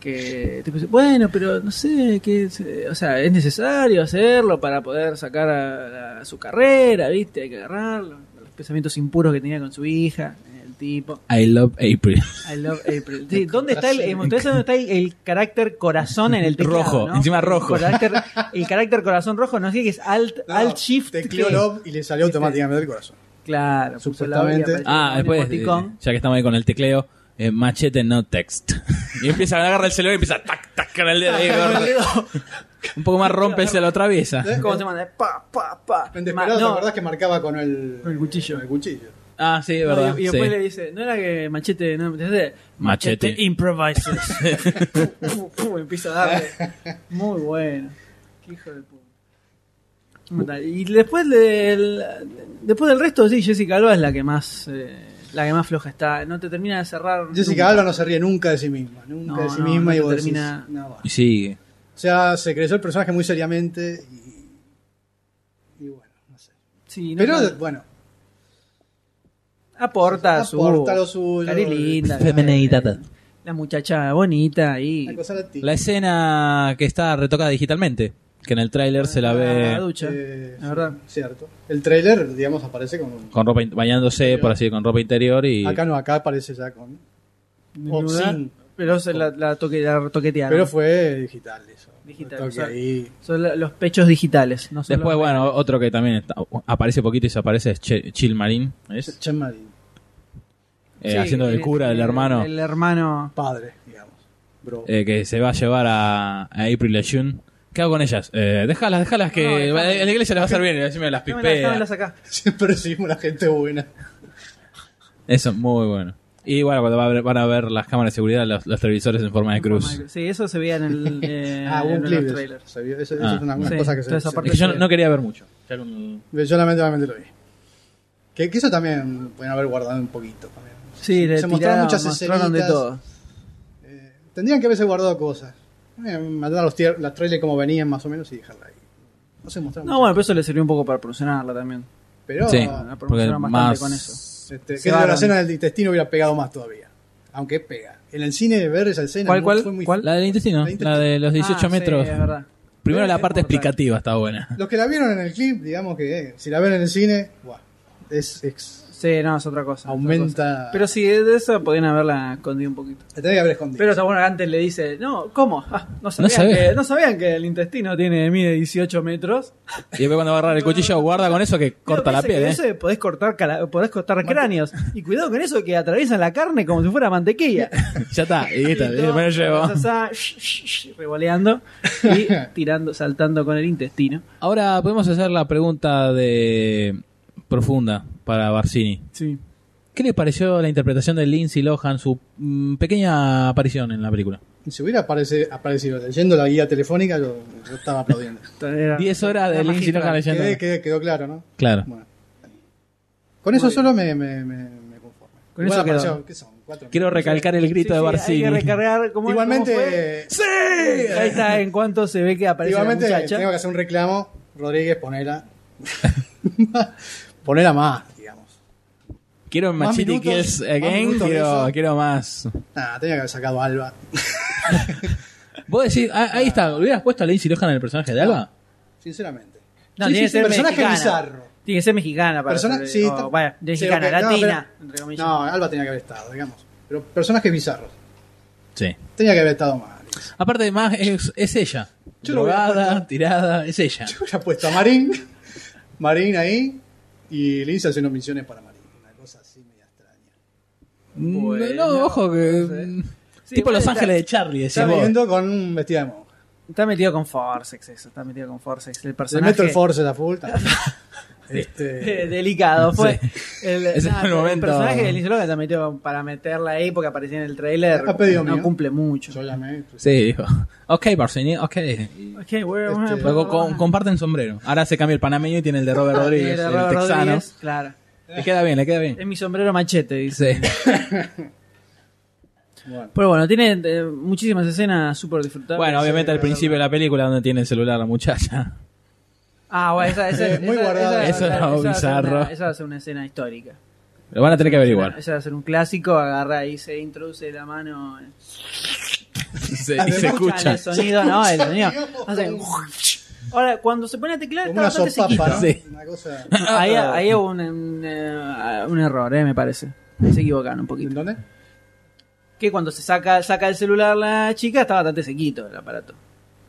S2: que tipo dice, bueno, pero no sé, que es, eh, o sea, es necesario hacerlo para poder sacar a, a su carrera, ¿viste? Hay que agarrarlo. Los pensamientos impuros que tenía con su hija, el tipo.
S3: I love April.
S2: I love April. Sí, ¿Dónde está el, eh, ustedes saben dónde está el, el carácter corazón en el teclado?
S3: Rojo,
S2: ¿no?
S3: encima rojo.
S2: El carácter, el carácter corazón rojo, no sé qué es alt, alt shift.
S5: Tecleó
S2: ¿qué?
S5: Love y le salió
S2: ¿Viste?
S5: automáticamente el corazón.
S2: Claro, puso la
S5: Supuestamente.
S2: olla, parecía
S3: Ah,
S2: un
S3: después, eh,
S2: emoticón.
S3: ya que estamos ahí con el tecleo, eh, machete no text. Y empieza a agarrar el celular y empieza tac, tac, con el dedo. ahí, gordo. Un poco más rompe, se lo atraviesa.
S2: ¿Cómo se manda? Pa, pa, pa.
S5: En
S2: Ma-
S5: Desperado,
S2: no,
S5: ¿te acordás que marcaba con el,
S2: Con el cuchillo.
S5: con el cuchillo?
S3: Ah, sí, es
S2: no,
S3: verdad.
S2: y, y después
S3: sí.
S2: le dice, "Este, no era que machete, no, machete,
S3: Machete.
S2: improvises. Pu, pu, empieza a darle. Muy bueno. Qué hijo de puta. Y después del después del resto, sí, Jessica Alba es la que más eh, la que más floja está. No te termina de cerrar.
S5: Jessica
S2: nunca.
S5: Alba no se ríe nunca de sí misma. Nunca
S2: No,
S5: de sí
S2: no,
S5: misma
S2: no
S5: y
S2: te
S5: vos
S2: termina-
S5: decís, "No, va".
S3: Y sigue.
S5: O sea, se creció el personaje muy seriamente y, y bueno, no sé.
S2: Sí, no,
S5: Pero
S2: no.
S5: bueno,
S2: aporta, su
S5: aporta lo suyo. eh,
S2: Cari linda, la muchacha bonita ahí.
S5: Una cosa latina.
S3: La escena que está retocada digitalmente, que en el tráiler se la
S2: La
S3: ve
S2: ducha,
S5: Eh,
S2: la verdad.
S5: Cierto. El trailer, digamos, aparece con...
S3: con ropa in- bañándose, por así con ropa interior y
S5: Acá no, acá aparece ya con... o
S2: Desnuda,
S5: sin.
S2: Pero se la, la, toque, la toquetearon.
S5: Pero fue digital eso.
S2: Digital,
S5: Toque
S2: o sea,
S5: ahí.
S2: Son la- los pechos digitales. No son
S3: Después,
S2: los-
S3: bueno, otro que también está- aparece poquito y desaparece es Che- Chilmarín, ¿es?
S5: Chen Marín,
S3: Eh,
S2: Sí,
S3: haciendo del
S2: el-
S3: cura, del
S2: el-
S3: hermano,
S2: El hermano.
S5: padre, digamos. Bro.
S3: eh, que se va a llevar a, a April y a June. ¿Qué hago con ellas? Eh, dejalas, dejalas que
S2: No, déjame.
S3: en la iglesia les va a servir, encima las
S2: Dámela,
S3: pispea.
S2: dámela acá.
S5: Siempre recibimos la gente buena.
S2: Eh,
S3: Eso es muy bueno. Y bueno, cuando va a ver- van a ver las cámaras de seguridad, los, los televisores en forma de cruz.
S2: Sí, eso se veía en el. eh,
S5: ah, hubo
S2: en
S5: un
S2: los
S5: clip. de
S2: trailers.
S5: Eso, Se vio- eso- eso
S3: Ah.
S5: es una, una
S2: Sí,
S5: cosa que se,
S2: toda esa
S5: se-
S2: parte
S3: Es que yo no, no quería ver mucho. Ya con-
S5: Yo lamentablemente lo vi. Que, que eso también pueden haber guardado un poquito. También.
S2: Sí, le
S5: se mostraron
S2: tiraron,
S5: muchas
S2: mostraron de
S5: escenitas.
S2: todo.
S5: Eh, tendrían que haberse guardado cosas. Eh, mandar los, tier- las trailers como venían más o menos y dejarla ahí. No se mostraron
S2: No,
S5: muchas
S2: bueno, pero eso le sirvió un poco para promocionarla también.
S5: cosas. Pero
S3: sí,
S2: la
S3: porque
S2: promocionaron bastante
S3: más...
S2: con eso.
S5: este,
S2: se
S5: que la
S2: varan.
S5: escena del intestino hubiera pegado más todavía. Aunque pega. En el cine ver esa escena
S2: ¿Cuál,
S5: no
S2: cuál,
S5: fue muy
S2: cuál?
S3: La del intestino,
S5: La intestino.
S3: la de los 18
S2: Ah, sí,
S3: metros.
S2: es verdad.
S3: Primero la
S2: Es
S3: parte
S2: mortal.
S3: explicativa está buena.
S5: Los que la vieron en el clip, digamos que eh, si la ven en el cine, buah, es, es-
S2: Sí, no, es otra cosa. es otra cosa.
S5: aumenta.
S2: Pero sí, de eso podían haberla escondido un poquito.
S5: la tenés que haber escondido.
S2: Pero está bueno, antes le dice, no, ¿cómo? Ah, no, sabían
S3: sabés.
S2: que, no sabían que el intestino tiene mide 18 metros.
S3: Y después cuando va a agarrar el cuchillo, guarda con eso que corta
S2: Pero
S3: la
S2: parece
S3: piel,
S2: que
S3: ¿eh?
S2: eso de podés cortar, cala- podés cortar cráneos. Y cuidado con eso que atraviesan la carne como si fuera mantequilla.
S3: Ya está, y está,
S2: Y
S3: y
S2: todo,
S3: me lo llevo.
S2: zas, zas, sh, sh, sh, Revoleando y tirando, saltando con el intestino.
S3: Ahora podemos hacer la pregunta de profunda para Barcini.
S2: Sí.
S3: ¿Qué le pareció la interpretación de Lindsay Lohan, su mm, pequeña aparición en la película?
S5: Si hubiera aparece- aparecido leyendo la guía telefónica, yo, yo estaba aplaudiendo.
S3: 10 horas de Lindsay Lohan leyendo.
S5: Quedé- quedé- quedó claro, ¿no?
S3: Claro.
S5: Bueno. Con eso solo me, me, me, me conformo.
S2: Con
S5: Igual
S2: eso quedó.
S5: apareció, ¿qué son? Cuatro
S3: Quiero
S5: minutos.
S3: recalcar el grito de
S2: Hay
S3: Barcini.
S2: que recargar. ¿cómo- cómo fue?
S5: Igualmente, eh,
S2: Ahí está, en cuanto se ve que aparece
S5: igualmente
S2: la
S5: tengo
S2: muchacha.
S5: que hacer un reclamo. Rodríguez, ponela. ponela más, digamos.
S3: Quiero
S5: Más
S3: Machete
S5: minutos,
S3: Kills
S5: más
S3: Again,
S5: minutos de
S3: quiero,
S5: eso.
S3: quiero más.
S5: Ah, tenía que haber sacado a Alba.
S3: Vos decís, ah, ahí está, ¿hubieras puesto a Lady Cirojana en el personaje de Alba?
S5: Sinceramente.
S2: No,
S5: Sí,
S2: tiene que
S5: sí,
S2: ser
S5: personaje
S2: mexicana.
S5: bizarro.
S2: Tiene que ser mexicana para
S5: Persona-
S2: ser-
S5: sí,
S2: o,
S5: está-
S2: bueno,
S5: sí,
S2: mexicana,
S5: ok, no,
S2: latina.
S5: pero- No, Alba tenía que haber estado, digamos. Pero personajes bizarros.
S3: Sí.
S5: Tenía que haber estado más.
S3: Aparte de más, es, es ella.
S5: Yo lo hubiera
S3: Drogada, tirada, es ella.
S5: Yo hubiera puesto a Marín. Marín ahí. Y Liz haciendo misiones para Marín. Una cosa así media
S3: Mm,
S5: Bueno,
S3: no, ojo que... mm, tipo
S2: igual
S3: Los
S2: está-
S3: Ángeles de Charlie, decís
S5: Está
S3: vos.
S5: viviendo con un vestido de monja.
S2: Está metido con Forcex eso, está metido con Forcex. El
S5: Se
S2: personaje
S5: meto el force la full. también.
S2: Eh,
S5: este,
S2: delicado fue. El,
S3: Ese
S2: nada,
S3: fue el
S2: pero
S3: momento.
S2: personaje de Lindsay Lohan la metió para meterla ahí porque aparecía en el trailer.
S5: A pedido
S2: no
S5: mío.
S2: cumple mucho.
S5: Yo llamé. pues,
S3: Sí, dijo. Ok, Barcini, ok.
S2: Ok, bueno,
S5: Este,
S2: bueno,
S3: Luego
S2: bueno,
S3: con- comparten sombrero. Ahora se cambia el panameño y tiene el de Robert
S2: bueno.
S3: Rodríguez,
S2: Era
S3: el
S2: Robert
S3: texano.
S2: Rodríguez, claro.
S3: Le queda bien, le queda bien.
S2: Es mi sombrero machete, dice.
S3: Sí.
S5: bueno.
S2: Pero bueno, tiene eh, muchísimas escenas súper disfrutables.
S3: Bueno, obviamente al principio de la película donde tiene el celular la muchacha.
S2: Ah, bueno, esa, esa,
S5: Eh, muy
S2: esa-
S5: guardada.
S2: esa-
S3: Eso
S2: esa-
S3: no,
S2: esa va a ser
S3: bizarro.
S2: una- Esa va a ser una escena histórica.
S3: Lo van a tener que
S2: Esa-
S3: averiguar.
S2: Esa va a ser un clásico, agarra y se introduce la mano. eh.
S3: Se- y
S2: Escucha
S3: se escucha.
S2: El sonido, no, el sonido.
S5: Dios.
S2: Hace- Ahora, cuando se pone a teclar,
S5: Como
S2: está
S5: una
S2: bastante
S5: sopapa,
S2: sequito.
S5: ¿no?
S3: Sí.
S5: Una cosa.
S3: Ah,
S2: Ahí, ahí hubo un, un, eh, un error, eh, me parece. Se equivocaron un
S5: ¿En
S2: poquito.
S5: dónde?
S2: Que cuando se saca, saca el celular la chica, está bastante sequito el aparato.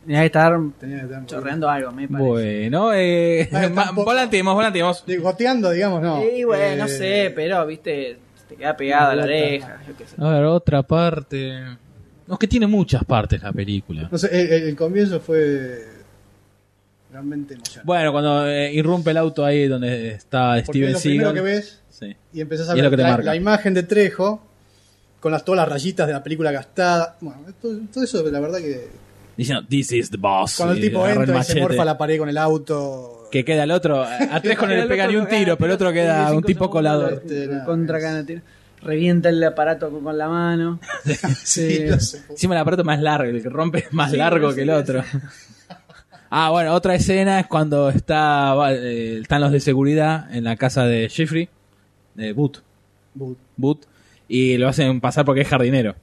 S2: Tenía que estar
S5: Tenía que tener-
S2: chorreando algo, me parece.
S3: Bueno, eh,
S5: Bueno,
S3: ma-
S5: tampoco-
S3: volantimos, volantimos.
S5: De- Goteando, digamos, no.
S2: Y bueno, no
S5: Eh,
S2: sé, pero viste, te queda pegado a la oreja. yo qué sé.
S3: A ver, otra parte. No, es que tiene muchas partes la película.
S5: No sé, el, el- el comienzo fue realmente emocionante.
S3: Bueno, cuando eh, irrumpe el auto ahí donde está
S5: Porque
S3: Steven
S5: es lo primero
S3: Seagal.
S5: que ves
S3: Sí.
S5: y empezás
S3: Y
S5: a
S3: es
S5: ver
S3: lo que te
S5: la,
S3: marca.
S5: la imagen de Trejo con las, todas las rayitas de la película gastada. Bueno, todo, todo eso, la verdad que.
S3: Diciendo, this is the boss.
S5: Cuando el
S3: y
S5: tipo
S3: agarra el
S5: entra y se
S3: machete.
S5: morfa la pared con el auto.
S3: Que queda el otro. A tres con
S2: Queda
S3: el
S2: el
S3: pega
S2: otro
S3: ni un
S2: colgado,
S3: tiro, pero el otro queda un
S2: 35
S3: tipo
S2: segundos,
S3: colador.
S5: Este, nada,
S2: Contra
S5: es-
S2: Cana tira. Revienta el aparato con, con la mano.
S5: Sí, no sé.
S3: Encima el aparato más largo, el que rompe es más
S2: Sí,
S3: largo
S2: sí,
S3: que el
S2: sí.
S3: otro. Ah, bueno, otra escena es cuando está, va, eh, están los de seguridad en la casa de Jeffrey, de Boot,
S5: But-
S3: Boot, y lo hacen pasar porque es jardinero.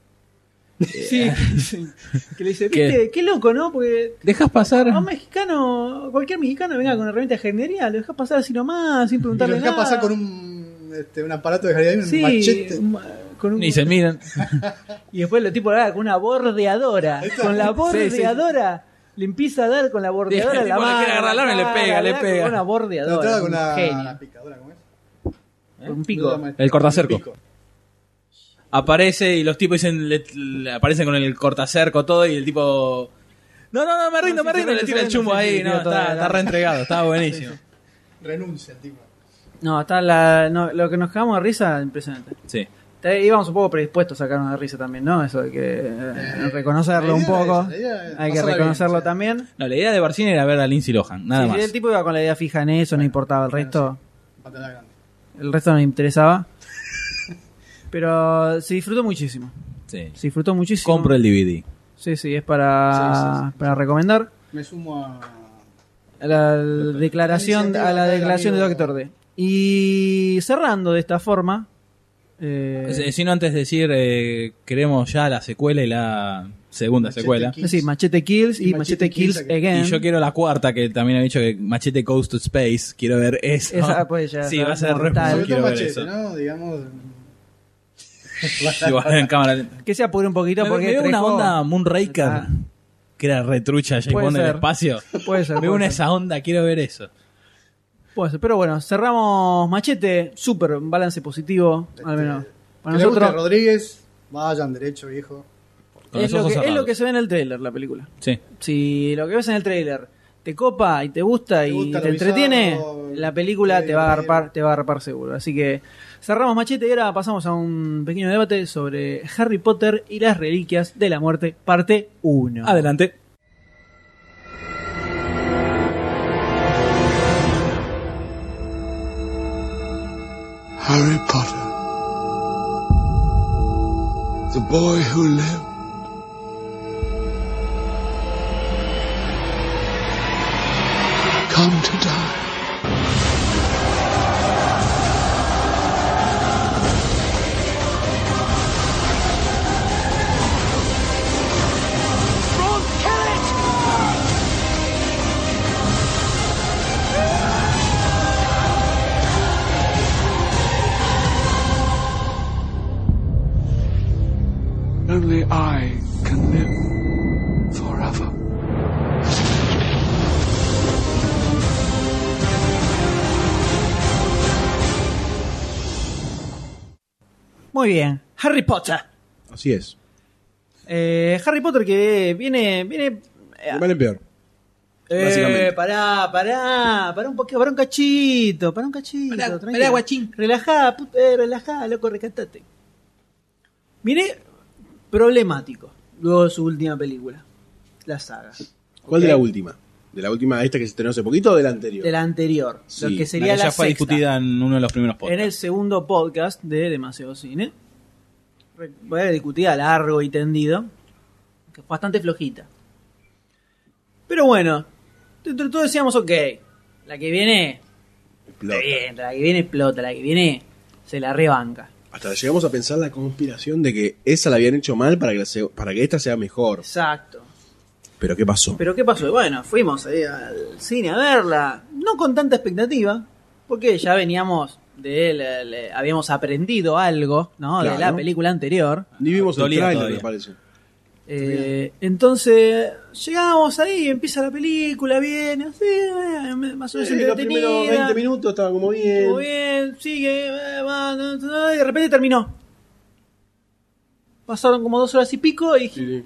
S2: Sí, sí. Que le dice,
S3: ¿Qué?
S2: viste, qué loco, ¿no? Porque
S3: ¿Dejas pasar?
S2: A un mexicano, cualquier mexicano venga con una herramienta de jardinería, lo dejas pasar así nomás, sin
S5: Y lo
S2: preguntarle
S5: deja
S2: nada.
S5: pasar con un, este, un aparato de jardín, un
S2: Sí,
S5: machete.
S2: un ma- con un-
S3: Ni se miran.
S2: Y después lo tipo ah, con una bordeadora. Con la bordeadora le empieza a dar con la bordeadora en
S3: el
S2: la
S3: tipo le
S2: mano.
S3: quiere agarrar la mano y le
S2: Ah,
S3: pega, le
S2: da
S3: pega.
S2: Con una
S5: Lo
S2: bordeadora.
S5: traba con
S2: un
S5: la, ¿eh?
S2: genio,
S5: la picadora, ¿cómo es?
S2: con un pico.
S3: El cortacerco.
S5: Un pico.
S3: Aparece y los tipos dicen, le- le aparecen con el cortacerco todo y el tipo... No, no, no, me rindo,
S2: sí,
S3: me
S2: se rinde,
S3: rindo, le
S2: se
S3: tira el
S2: rinde,
S3: chumbo
S2: sí, sí,
S3: ahí,
S2: tiró
S3: no,
S2: todo
S3: está,
S2: adelante.
S3: está reentregado, está buenísimo.
S5: Renuncia el tipo.
S2: No, está la, no, lo que nos cagamos de risa, impresionante.
S3: Sí.
S2: Te- íbamos un poco predispuestos a sacarnos de risa también, ¿no? Eso hay que eh, reconocerlo
S5: La
S2: un
S5: idea era
S2: poco.
S5: esa, la idea era
S2: Hay que
S5: pasarla bien,
S2: reconocerlo
S5: o sea.
S2: también.
S3: No, la idea de Barcini era ver a Lindsay Lohan, nada
S2: Sí,
S3: más.
S2: sí, el tipo iba con la idea fija en eso, no importaba el
S5: bueno,
S2: resto.
S5: Patada grande.
S2: El resto no me interesaba. Pero uh, se disfrutó muchísimo.
S3: Sí.
S2: Se disfrutó muchísimo.
S3: Compro el DVD.
S2: Sí, sí, es para,
S5: Sí, sí,
S2: para recomendar.
S5: Me sumo a.
S2: A La declaración, a la declaración de Doctor D. Y cerrando de esta forma. eh,
S3: Eh, Si no, antes de decir, eh, queremos ya la secuela y la segunda
S5: Machete
S3: secuela.
S5: Kills.
S2: sí, Machete Kills y,
S5: Y
S2: Machete,
S5: Machete
S2: Kills,
S5: Kills
S2: Again.
S3: Y yo quiero la cuarta, que también ha dicho que Machete Goes to Space. Quiero ver eso.
S2: Esa, pues, ya
S3: sí,
S2: está
S3: va a ser re
S2: mortal.
S5: Sobre
S3: quiero
S5: todo
S3: ver
S5: machete,
S3: eso.
S5: ¿no? Digamos.
S3: Y va a ver en cámara lenta.
S2: Que se apure un poquito
S3: Me-
S2: porque
S3: me veo una
S2: Trejo-
S3: onda Moonraker,
S2: Ah.
S3: que era retrucha, ya
S2: Puede
S3: en el
S2: ser.
S3: espacio.
S2: Puede ser,
S3: Me veo
S2: puede
S3: una
S2: ser.
S3: esa onda, quiero ver eso.
S2: Puede ser, Pero bueno, cerramos Machete. Súper, un balance positivo, al menos. Para
S5: Que le guste a
S2: nosotros.
S5: Rodríguez, vayan derecho, viejo.
S3: Con
S2: es
S3: los
S2: lo que-
S3: ojos
S2: es lo
S3: cerrados.
S2: que se ve en el trailer, la película.
S3: Sí.
S2: si lo que ves en el trailer te copa y te gusta
S5: Te
S2: y
S5: gusta
S2: te
S5: lo eh,
S2: entretiene,
S5: bizarro,
S2: la película
S5: el
S2: te va a
S5: trailer.
S2: agarpar, te va a agarpar seguro. Así que cerramos machete y ahora pasamos a un pequeño debate sobre Harry Potter y las reliquias de la muerte, parte 1.
S3: Ah, Adelante.
S10: Harry Potter. The boy who lived. Come to die. only I can live forever.
S2: Muy bien. Harry Potter.
S4: Así es.
S2: Eh, Harry Potter que viene. viene
S4: De mal en peor.
S2: eh,
S4: Básicamente.
S2: pará, pará, pará un poquito, pará un cachito, pará un cachito.
S3: Pará,
S2: tranquilo.
S3: pará, guachín.
S2: Relajá, put- eh, relajá, loco, recatate. Viene problemático luego de su última película, la saga.
S4: ¿Cuál de la última? ¿De la última esta que se estrenó hace poquito o de la anterior?
S2: De la anterior,
S4: Sí,
S2: lo que
S3: La
S2: sería
S3: que
S2: la,
S3: ya fue
S2: sexta.
S3: discutida en este uno de los primeros podcasts.
S2: En el segundo podcast de Demasiado Cine. Re- Voy a discutir a largo y tendido. Que fue bastante flojita. Pero bueno, dentro de todo decíamos, ok, la que viene, está bien, la que viene explota, la que viene se la rebanca.
S4: Hasta llegamos a pensar la conspiración de que esa la habían hecho mal para que, la se- para que esta sea mejor.
S2: Exacto.
S4: Pero ¿qué pasó?
S2: Pero ¿qué pasó? Bueno, fuimos ahí al cine a verla, no con tanta expectativa, porque ya veníamos de, la- la- habíamos aprendido algo, ¿no? De la
S4: Claro.
S2: película anterior.
S4: Ni vimos el
S3: Dolía
S4: trailer,
S3: todavía.
S4: me parece.
S2: Eh, entonces llegamos ahí, empieza la película, viene así, eh, más o menos
S4: Eh, los primeros 20
S2: entretenida,
S4: minutos estaba como bien.
S2: estuvo bien, sigue, eh, va, no, no, y de repente terminó. Pasaron como dos horas y pico y dije,
S4: Sí,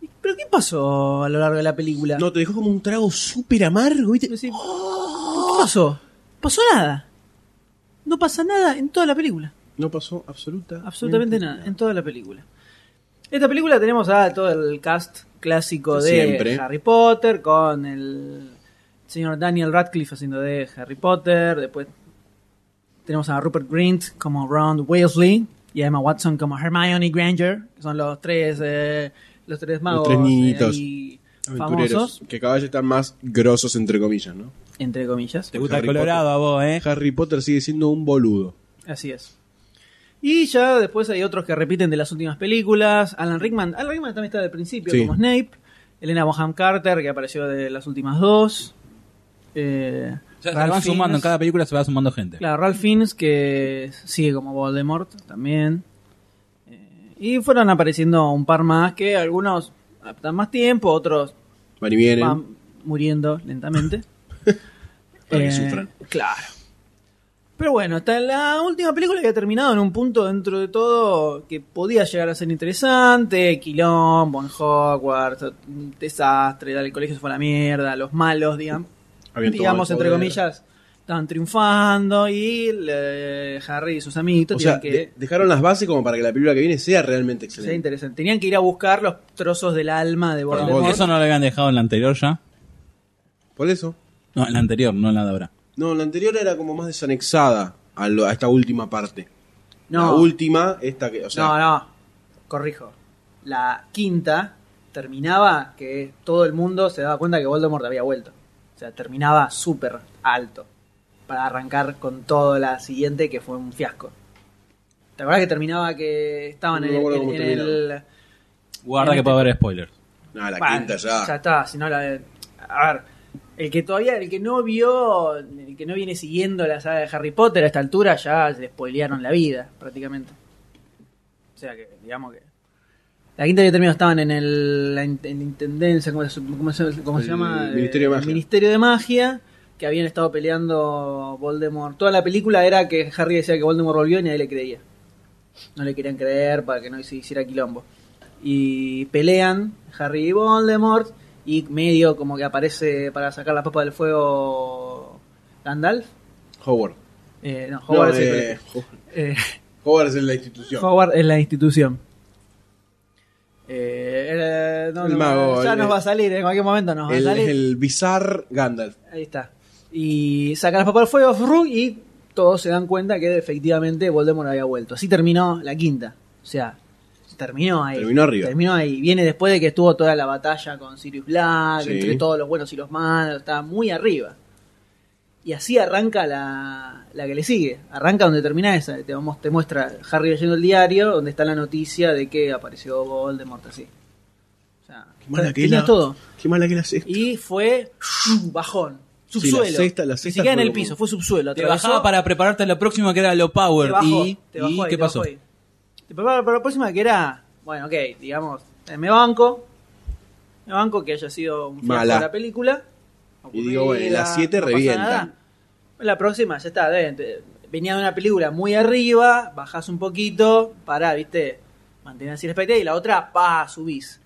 S4: sí.
S2: ¿pero qué pasó a lo largo de la película?
S4: No, te dejó como un trago súper amargo, ¿viste?
S2: Decí, ¿Qué pasó? Pasó nada. No pasa nada en toda la película.
S4: No pasó absoluta.
S2: Absolutamente nada, en toda la película. Esta película tenemos a todo el cast clásico de
S4: Siempre.
S2: Harry Potter, con el señor Daniel Radcliffe haciendo de Harry Potter, después tenemos a Rupert Grint como Ron Weasley y a Emma Watson como Hermione Granger, que son los tres, eh, los tres magos
S4: tres
S2: eh,
S4: niñitos.
S2: ahí
S4: Aventureros.
S2: famosos,
S4: Que cada vez están más grosos, entre comillas, ¿no?
S2: entre comillas.
S3: Te gusta
S4: Harry
S3: Colorado a vos, ¿eh?
S4: Harry Potter sigue siendo un boludo.
S2: Así es. Y ya después hay otros que repiten de las últimas películas. Alan Rickman, Alan Rickman también está del principio
S4: Sí.
S2: como Snape. Elena Bonham Carter, que apareció de las últimas dos. Eh,
S3: Ya se
S2: Ralph
S3: van sumando,
S2: Fiennes.
S3: en cada película se va sumando gente.
S2: Claro, Ralph Fiennes, que sigue como Voldemort también. Eh, y fueron apareciendo un par más que algunos adaptan más tiempo, otros
S4: Van y vienen.
S2: van muriendo lentamente. Eh,
S4: Para que sufran.
S2: Claro. Pero bueno, hasta la última película que ha terminado en un punto dentro de todo que podía llegar a ser interesante. Quilombo en Hogwarts, un desastre, dale, el colegio se fue a la mierda, los malos, digamos,
S4: Habían tomado
S2: digamos
S4: el
S2: entre
S4: poder.
S2: comillas, estaban triunfando y eh, Harry y sus amiguitos
S4: O sea,
S2: tenían que...
S4: de- dejaron las bases como para que la película que viene sea realmente
S2: sea
S4: excelente.
S2: interesante. Tenían que ir a buscar los trozos del alma de
S4: Por
S2: Voldemort.
S3: Eso no lo habían dejado en la anterior ya.
S4: Por eso.
S3: No, en la anterior, no en la de ahora.
S4: No, la anterior era como más desanexada a, lo- a esta última parte. La
S2: No,
S4: última, esta que. O sea,
S2: no, no. Corrijo. La quinta terminaba que todo el mundo se daba cuenta que Voldemort había vuelto. O sea, terminaba súper alto. Para arrancar con toda la siguiente, que fue un fiasco. ¿Te acuerdas que terminaba que estaban
S4: No
S2: en,
S4: me acuerdo
S2: en-
S4: cómo
S2: en
S4: terminaba.
S2: el.
S3: Guarda que puede haber spoilers.
S4: no, la
S2: Bueno,
S4: quinta ya.
S2: Ya está, si no la. A ver. El que todavía, el que no vio, el que no viene siguiendo la saga de Harry Potter a esta altura, ya se le spoilearon la vida, prácticamente. O sea que, digamos que. La quinta y el terminó estaban en el, la in- en la intendencia, ¿cómo se, cómo se- cómo se
S4: El
S2: llama?
S4: Ministerio de
S2: El
S4: Magia.
S2: Ministerio de Magia, que habían estado peleando Voldemort. Toda la película era que Harry decía que Voldemort volvió y nadie le creía. No le querían creer para que no se hiciera quilombo. Y pelean Harry y Voldemort, y medio como que aparece para sacar la papa del fuego Gandalf.
S4: Howard.
S2: Eh, no, Howard
S4: No,
S2: es el
S4: eh,
S2: colegio. Eh,
S4: Howard es la institución.
S2: Howard es la institución. Eh, eh, no,
S4: El
S2: no,
S4: mago,
S2: ya
S4: el-
S2: nos va a salir, en cualquier momento nos va
S4: el,
S2: a salir.
S4: el bizarre Gandalf.
S2: Ahí está. Y saca las papas al fuego fru, y todos se dan cuenta que efectivamente Voldemort había vuelto. Así terminó la quinta. O sea, terminó ahí.
S4: Terminó arriba.
S2: Terminó ahí. Viene después de que estuvo toda la batalla con Sirius Black,
S4: Sí.
S2: entre todos los buenos y los malos, está muy arriba. Y así arranca la, la que le sigue. Arranca donde termina esa. Te, vamos- te muestra Harry leyendo el diario, donde está la noticia de que apareció Voldemort así. O sea,
S4: Qué mala que
S2: tenía
S4: la-
S2: todo.
S4: Qué mala que la sexta.
S2: Y fue bajón. Subsuelo.
S4: Sí, la sexta- la
S2: Ni
S4: sexta
S2: siquiera en
S4: fue
S2: el
S4: como-
S2: piso, fue subsuelo.
S3: Te
S2: atravesó,
S3: bajaba para prepararte a lo próximo que era lo power.
S2: te bajó,
S3: y,
S2: te bajó
S3: y
S2: ahí,
S3: ¿qué
S2: te
S3: pasó?
S2: bajó ahí. Te preparaba para la próxima que era bueno, ok, digamos, eh, me banco. Me banco que haya sido un fiasco
S4: Mala.
S2: la película.
S4: Y digo, bueno,
S2: Aburrida,
S4: las 7
S2: no pasa
S4: revientan.
S2: nada. La próxima, ya está. de- de- Venía de una película muy arriba, bajás un poquito, pará, viste, mantenés así la expectativa y la otra, pa, subís.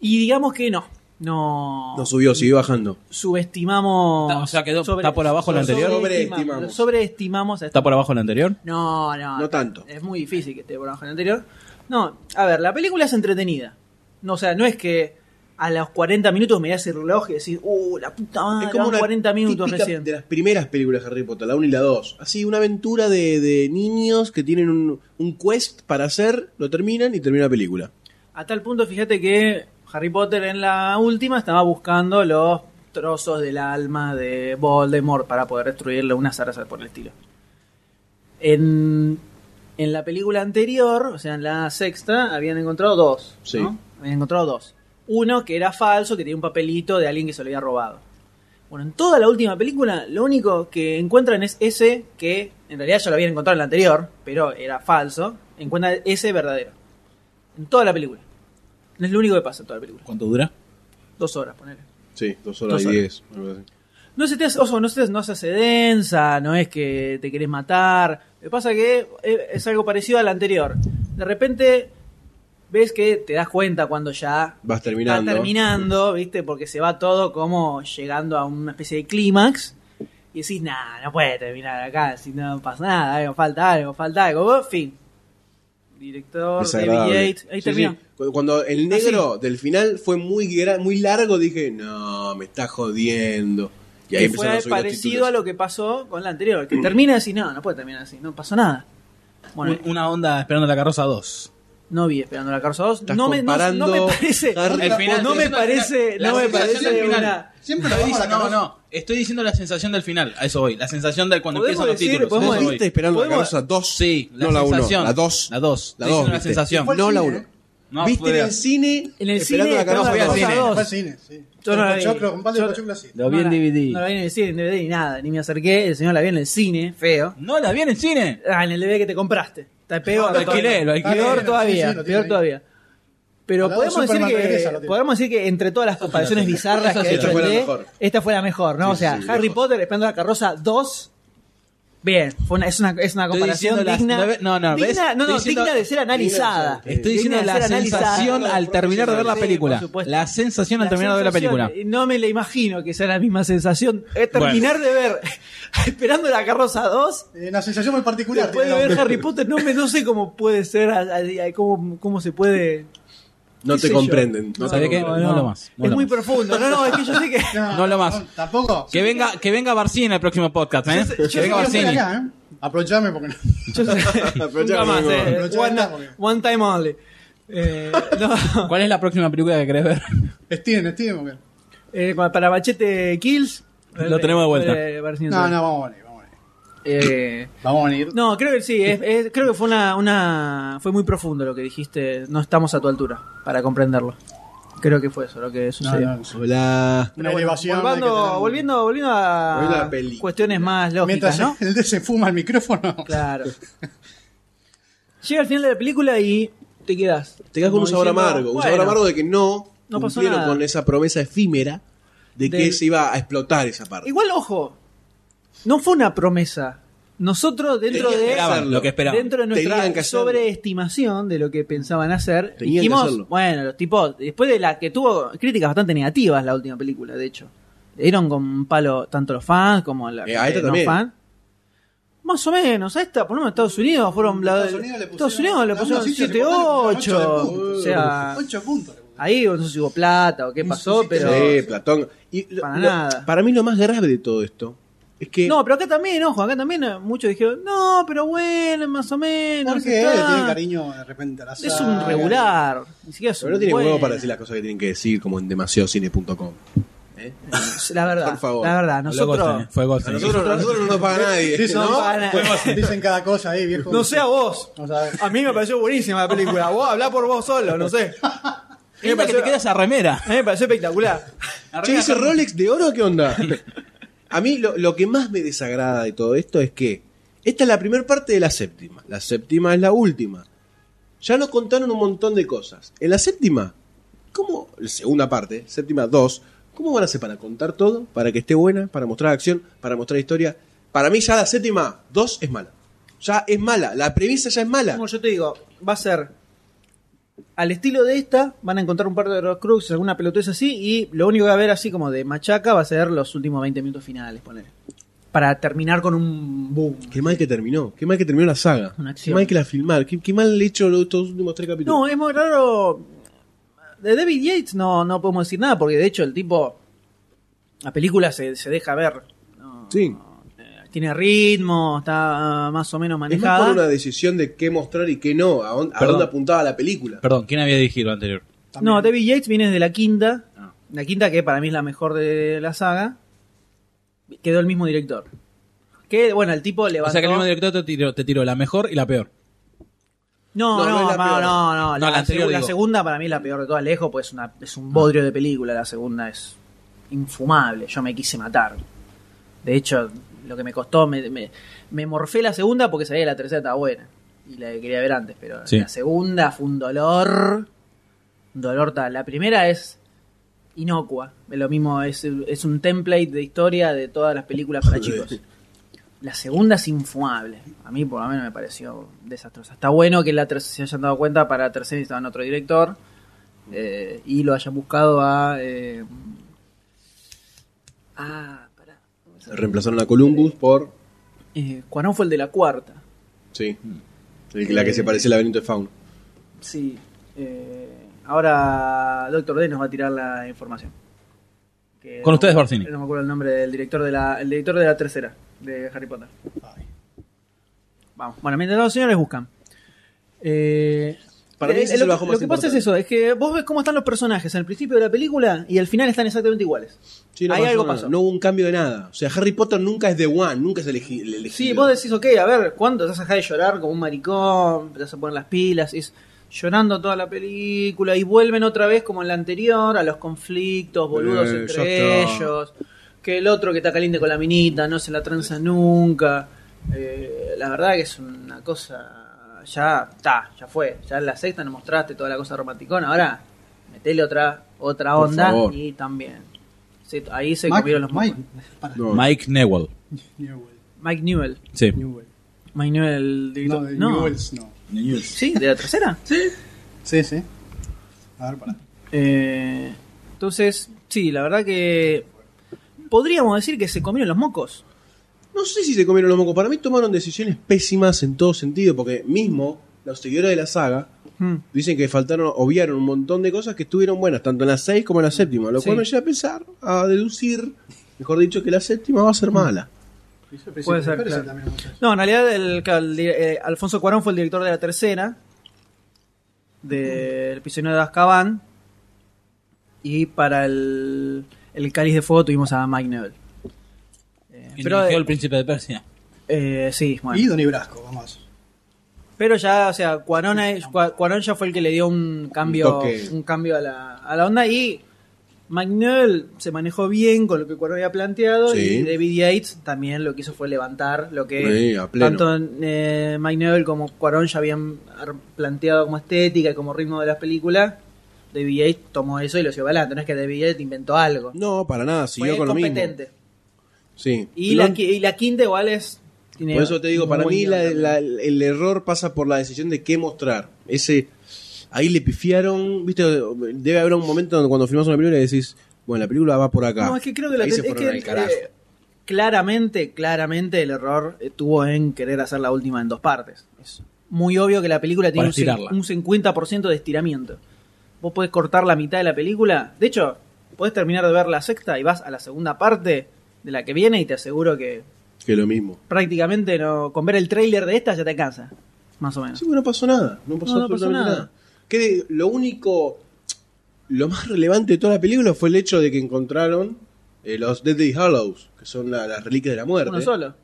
S2: Y digamos que no, no.
S4: No subió, siguió bajando.
S2: subestimamos.
S3: O sea, quedó-
S2: sobre-
S3: está por abajo la
S2: sobre-
S3: anterior.
S2: Sobreestimamos. sobreestimamos a esta
S3: ¿Está por abajo el anterior?
S2: no, no.
S4: No tanto.
S2: Es muy difícil que esté por abajo del anterior. No, a ver, la película es entretenida. No, o sea, no es que a los 40 minutos mirás el reloj y decís, uh, la puta madre,
S4: Es como
S2: van
S4: una
S2: 40 minutos
S4: típica
S2: recién.
S4: de las primeras películas de Harry Potter, la 1 y la 2. Así, una aventura de, de niños que tienen un, un quest para hacer, lo terminan y termina la película.
S2: A tal punto, fíjate que Harry Potter en la última estaba buscando los trozos del alma de Voldemort para poder destruirle una zarza por el estilo. En, en la película anterior, o sea, en la sexta, habían encontrado dos.
S4: Sí.
S2: ¿no? Habían encontrado dos. Uno que era falso, que tenía un papelito de alguien que se lo había robado. Bueno, en toda la última película, lo único que encuentran es ese que en realidad ya lo habían encontrado en la anterior, pero era falso. Encuentran ese verdadero. En toda la película. No es lo único que pasa en toda la película.
S3: ¿Cuánto dura?
S2: Dos horas, ponele.
S4: Sí, dos horas
S2: Dos
S4: y
S2: horas.
S4: diez. algo así.
S2: No se te hace, ojo, no se, te- no se hace densa, no es que te querés matar. Lo que pasa que eh, es algo parecido al anterior. De repente ves que te das cuenta cuando ya
S4: Vas terminando.
S2: Está terminando, ¿viste? Porque se va todo como llegando a una especie de clímax. Y decís, nah, no puede terminar acá, si no pasa nada, algo falta, algo falta, algo. Fin. Director, David
S4: Desagradable.
S2: Yates, ahí
S4: Sí,
S2: terminó.
S4: sí. Cu- Cuando el negro del final fue muy, gra- muy largo, dije, no, me está jodiendo. Y ahí
S2: que
S4: empezaron a
S2: fue
S4: subir los
S2: parecido
S4: títulos.
S2: a lo que pasó con la anterior, que termina así, no, no puede terminar así, no pasó nada. Bueno,
S3: Un- Una onda esperando la carroza 2.
S2: no vi esperando la carroza 2.
S3: Estás
S2: No me, no,
S3: comparando
S2: no me parece.
S3: Harry El final,
S2: no me
S3: sí,
S2: parece.
S3: la
S2: No me
S3: sensación del
S2: parece
S3: final.
S2: una.
S5: Siempre
S3: Estoy diciendo- no, no, estoy diciendo la sensación del final, a eso voy, la sensación de cuando
S2: Podemos
S3: empiezan los
S2: decir-
S3: títulos.
S2: podemos
S3: a eso voy.
S2: decir-
S4: Esperando la
S2: Podemos-
S4: carroza 2.
S3: Sí, la
S4: no la 1.
S3: sensación.
S4: La 2.
S3: La 2.
S4: La
S3: Estoy diciendo
S4: 2.
S3: la sensación.
S4: No la
S5: Fue al
S4: 1.
S3: No,
S4: ¿Viste
S3: fue-
S4: en el cine?
S2: En el
S4: Esperando
S2: cine,
S4: la carroza
S2: Carroza
S3: dos.
S2: dos.
S3: Fue al
S5: Fue al cine, sí.
S2: Yo no la vi.
S5: Pochoclo, con palo de pochoclo así.
S3: Lo vi en
S2: No la-
S3: DVD.
S2: No la vi en el cine, en DVD ni nada, ni me acerqué, el señor la vi en el cine, feo.
S3: No la vi en el cine.
S2: Ah, en el DVD que te compraste. Está peor.
S3: Lo alquilé, lo alquilé.
S2: Peor
S5: Sí,
S2: todavía,
S5: sí, lo tiene
S2: peor
S5: ahí.
S2: todavía. Pero
S5: Al lado de
S2: podemos decir,
S5: Superman
S2: que,
S5: regresa, lo tiene.
S2: podemos decir que entre todas las comparaciones bizarras
S3: Esa
S2: que
S3: sí,
S2: ha hecho
S4: esta fue la
S2: el D,
S4: mejor.
S2: esta fue la mejor, ¿no?
S4: Sí,
S2: o sea,
S4: sí, sí,
S2: Harry
S4: lejos.
S2: Potter, Esperando la Carroza 2. Bien, fue una- es, una, es una comparación
S3: diciendo las-
S2: digna.
S3: no, ve- no, no, ¿ves?
S2: digna, no, no,
S3: Estoy diciendo-
S2: digna de ser analizada.
S3: Estoy
S2: Digna
S3: diciendo
S2: de
S3: la
S2: ser analizada.
S3: sensación al terminar de ver la
S2: Sí,
S3: película.
S2: por supuesto.
S3: La sensación al
S2: La
S3: terminar de ver la
S2: sensación,
S3: película.
S2: eh, No me la imagino que sea la misma sensación. Es terminar de ver Esperando la Carroza 2
S5: Eh, Una sensación muy particular.
S2: Después de
S5: tiene la-
S2: ver Harry Potter, no, me, no sé cómo puede ser, a- a- a- cómo, cómo se puede.
S4: No
S2: qué sé
S4: te
S2: yo.
S4: comprenden.
S3: No,
S4: No,
S3: ¿sabés
S4: te
S3: qué?
S4: comprenden.
S3: No lo más, no
S2: es
S3: lo
S2: muy
S3: más.
S2: profundo. No, no, es que yo sé que.
S3: No lo más.
S5: Tampoco.
S3: Que venga, que venga Barcini en el próximo podcast, ¿eh?
S2: sé-
S3: que
S2: yo
S3: venga
S5: Quiero
S2: sé
S5: estar
S3: Barcini.
S5: acá, ¿eh? Aprovechame porque no.
S2: Yo sé,
S4: Aprovechá,
S2: nunca más,
S4: amigo.
S2: eh,
S5: Aprovechá,
S2: one,
S5: porque-
S2: one time only. Eh, no,
S3: ¿Cuál es la próxima película que querés ver?
S5: Steven, Steven, porque.
S2: eh, para Machete Kills.
S3: Lo tenemos de vuelta.
S2: eh, ver si
S5: No,
S2: entra.
S5: no, vamos a venir, vamos a venir.
S2: Eh,
S5: Vamos a venir.
S2: no, creo que sí. es- es- creo que fue una, una. Fue muy profundo lo que dijiste. No estamos a tu altura para comprenderlo. Creo que fue eso lo que
S5: No,
S2: sucedió.
S5: no, no.
S4: Hola.
S5: Una
S2: Pero bueno,
S5: elevación.
S2: volvando-
S5: hay que tener-
S2: volviendo, volviendo a,
S4: Volviendo a la película.
S2: cuestiones más lógicas,
S5: Mientras
S2: ¿no?
S5: el D se fuma el micrófono.
S2: Claro. Llega al final de la película y te quedas.
S4: Te quedas con un sabor amargo. Un sabor amargo de que no,
S2: No pasó
S4: cumplieron
S2: nada.
S4: con esa promesa efímera de que
S2: Del-
S4: se iba a explotar esa parte.
S2: Igual, ojo, no fue una promesa. Nosotros dentro
S4: Tenían que
S2: de
S4: hacerlo.
S3: lo que esperaban.
S2: dentro de
S4: Tenían que
S2: nuestra
S4: hacerlo.
S2: sobreestimación de lo que pensaban hacer,
S4: Tenían que
S2: dijimos,
S4: hacerlo.
S2: bueno, los tipos, después de la que tuvo críticas bastante negativas la última película, de hecho. Le dieron con un palo tanto los fans como la
S4: Eh, a esta
S2: no
S4: también.
S2: fan. Más o menos, a esta, por lo menos Estados Unidos
S4: Mm,
S2: fueron la-
S5: Estados Unidos le
S2: Estados
S5: pusieron-
S2: Unidos le
S5: la
S2: pusieron
S5: una silla
S2: 7 8, o sea,
S5: 8 puntos. le pusieron.
S2: ahí no sé si hubo plata o qué
S5: Un
S2: pasó,
S5: siete
S2: pero
S4: Sí, Platón. Y lo-
S2: Para
S4: lo-
S2: nada.
S4: para mí lo más grave de todo esto es que
S2: No, pero acá también, ojo, acá también eh, muchos dijeron, no, pero bueno, más o menos.
S5: ¿Por qué?
S2: está".
S5: Le tiene cariño de repente a la
S2: Es
S5: saga.
S2: un regular. Ni siquiera es
S4: pero
S2: un
S4: no tiene
S2: bueno.
S4: huevo para decir las cosas que tienen que decir como en demasiadocine.com.
S2: La verdad,
S4: Por favor.
S2: la verdad,
S3: Habló
S2: nosotros...
S3: Goldstein, Fue
S4: A
S3: Goldstein.
S4: nosotros, a nosotros no nos paga nadie.
S5: Dicen,
S2: No,
S5: ¿no?
S2: para-
S5: Bueno, dicen cada cosa ahí, viejo.
S2: vos.
S5: No Ah, sabes.
S2: A mí me pareció buenísima la película. Vos hablá por vos solo, no sé.
S3: Es la que te quedas a remera.
S2: a mí me pareció espectacular.
S4: Che, ¿ese Rolex de oro qué onda? A mí lo, lo que más me desagrada de todo esto es que esta es la primera parte de la séptima. La séptima es la última. Ya nos contaron un montón de cosas. En la séptima, ¿cómo? La segunda parte, séptima 2, ¿cómo van a hacer para contar todo? Para que esté buena, para mostrar acción, para mostrar historia. Para mí ya la séptima 2 es mala. Ya es mala, la premisa ya es mala.
S2: Como yo te digo, va a ser al estilo de esta, van a encontrar un par de Crux, alguna pelotudez así, y lo único que va a haber así como de machaca va a ser los últimos 20 minutos finales, poner. Para terminar con un boom.
S4: Qué mal que terminó, qué mal que terminó la saga.
S2: Una
S4: Qué
S2: acción.
S4: mal que la filmar, qué, qué mal hecho los estos últimos tres capítulos.
S2: No, eh. es muy raro. De David Yates no, no podemos decir nada, porque de hecho el tipo. La película se, se deja ver.
S4: sí.
S2: Tiene ritmo, está ah, más o menos
S4: Es más
S2: manejada.
S4: por una decisión de qué mostrar y qué no, a, dónde- a
S3: Perdón.
S4: dónde apuntaba la película.
S3: Perdón, ¿quién había dirigido lo anterior?
S2: No, David Yates viene desde la quinta. La quinta que para mí es la mejor de la saga. Quedó el mismo director. Que, bueno, el tipo levantó...
S3: O sea que el mismo director te tiró, te tiró la mejor y la peor.
S2: No,
S4: No,
S2: no,
S4: no es
S2: no,
S4: la
S2: no,
S4: peor.
S2: no,
S3: No,
S2: La,
S3: la anterior,
S2: segu- la
S3: digo.
S2: segunda para mí es la peor de todas lejos, pues es, una- es un bodrio de película. La segunda es infumable. Yo me quise matar. De hecho, lo que me costó, me, me, me morfé la segunda porque sabía que la tercera estaba buena. Y la que quería ver antes, pero
S3: Sí.
S2: la segunda fue un dolor. Un dolor tal. La primera es inocua. Lo mismo, es, es un template de historia de todas las películas para chicos. La segunda es infumable. A mí por lo menos me pareció desastrosa. Está bueno que la ter- se hayan dado cuenta para la tercera necesitaban otro director eh, y lo hayan buscado a... eh, a- pará, ¿cómo se llama?
S4: Reemplazaron a Columbus por.
S2: Eh, Cuarón fue el de la cuarta.
S4: Sí. El- La que
S2: Eh.
S4: se parecía al laberinto de Fauna.
S2: Sí. eh, ahora Doctor D nos va a tirar la información. Que
S3: Con
S2: no-
S3: ustedes, Barcini.
S2: No me acuerdo el nombre del director de la, el director de la tercera, de Harry Potter. Vamos. Bueno, mientras los señores buscan. Eh,
S4: Para mí
S2: eh,
S4: ese es
S2: lo,
S4: el bajo
S2: que-
S4: más
S2: lo que pasa es eso, es que vos ves cómo están los personajes al principio de la película y al final están exactamente iguales.
S4: Sí, no
S2: Ahí algo
S4: nada,
S2: pasó.
S4: No hubo un cambio de nada. O sea, Harry Potter nunca es The One, nunca es el elegi- el elegido.
S2: Sí, vos decís, ok, a ver, ¿cuándo te vas a dejar de llorar como un maricón? Te vas a poner las pilas, y es llorando toda la película y vuelven otra vez como en la anterior a los conflictos boludos
S4: Eh,
S2: entre
S4: ya está.
S2: ellos, que el otro que está caliente con la minita no se la tranza nunca. Eh, la verdad que es una cosa, ya está, ya fue, ya en la sexta nos mostraste toda la cosa romanticona, ahora metele otra, otra
S3: Por
S2: onda
S3: favor.
S2: y también. Sí, ahí se
S5: Mike-
S2: comieron los
S5: Mike-
S2: mocos.
S4: No.
S3: Mike Newell.
S2: Mike Newell.
S3: Sí.
S2: Mike Newell, director.
S5: No, de
S2: No.
S5: Newell's no.
S2: Sí, de la tercera. Sí.
S5: Sí, sí. A ver, pará.
S2: Eh, entonces, sí, la verdad que podríamos decir que se comieron los mocos.
S4: No sé si se comieron los mocos. Para mí tomaron decisiones pésimas en todo sentido, porque mismo los seguidores de la saga
S3: Mm.
S2: Hmm.
S4: dicen que faltaron, obviaron un montón de cosas que estuvieron buenas, tanto en la 6 como en la séptima, lo
S2: Sí.
S4: cual me lleva a pensar, a deducir, mejor dicho, que la séptima va a ser mala.
S2: Puede ser,
S5: Pero
S2: claro.
S5: ese también es
S2: No, en realidad el, claro, el di- eh, Alfonso Cuarón fue el director de la tercera, del prisionero de Azkaban, y para el, el cáliz de fuego tuvimos a Mike Neville.
S3: Y
S2: Pero,
S3: dirigió
S2: eh,
S3: el príncipe de Persia.
S2: Eh, sí, bueno.
S5: Y Donnie Brasco, vamos.
S2: Pero ya, o sea, Cuarón, es- Cua- Cuarón ya fue el que le dio un cambio,
S4: Un toque.
S2: un cambio a, la, a la onda y McNeil se manejó bien con lo que Cuarón había planteado
S4: Sí.
S2: y David Yates también lo que hizo fue levantar lo que
S4: Sí, a pleno.
S2: tanto eh, McNeil como Cuarón ya habían ar- planteado como estética y como ritmo de las películas. David Yates tomó eso y lo siguió para adelante. No es que David Yates inventó algo.
S4: No, para nada, siguió
S2: Fue
S4: con lo mismo.
S2: Pues competente.
S4: Sí.
S2: Y,
S4: No-
S2: la, qui- y la quinta igual es... tiene
S4: Por eso te digo, para
S2: muy
S4: mí la-
S2: guión también.
S4: la- el error pasa por la decisión de qué mostrar. Ese ahí le pifiaron, viste, debe haber un momento donde cuando filmas una película y decís, bueno, la película va por acá.
S2: No, es que creo que la
S4: ahí se
S2: ten- es
S4: fueron
S2: que,
S4: al carajo.
S2: eh, claramente, claramente el error estuvo en querer hacer la última en dos partes. Es muy obvio que la película tiene
S3: Para
S2: un, cin-
S3: estirarla.
S2: un 50% de estiramiento. Vos podés cortar la mitad de la película. De hecho, podés terminar de ver la sexta y vas a la segunda parte de la que viene y te aseguro que
S4: Que lo mismo.
S2: prácticamente no con ver el tráiler de esta ya te cansa. Más o menos.
S4: Sí, bueno, no pasó nada, no pasó
S2: No, no pasó
S4: absolutamente
S2: nada.
S4: nada. Que de- lo único lo más relevante de toda la película fue el hecho de que encontraron eh, los Deadly Hallows, que son la- las reliquias de la muerte.
S2: Uno solo.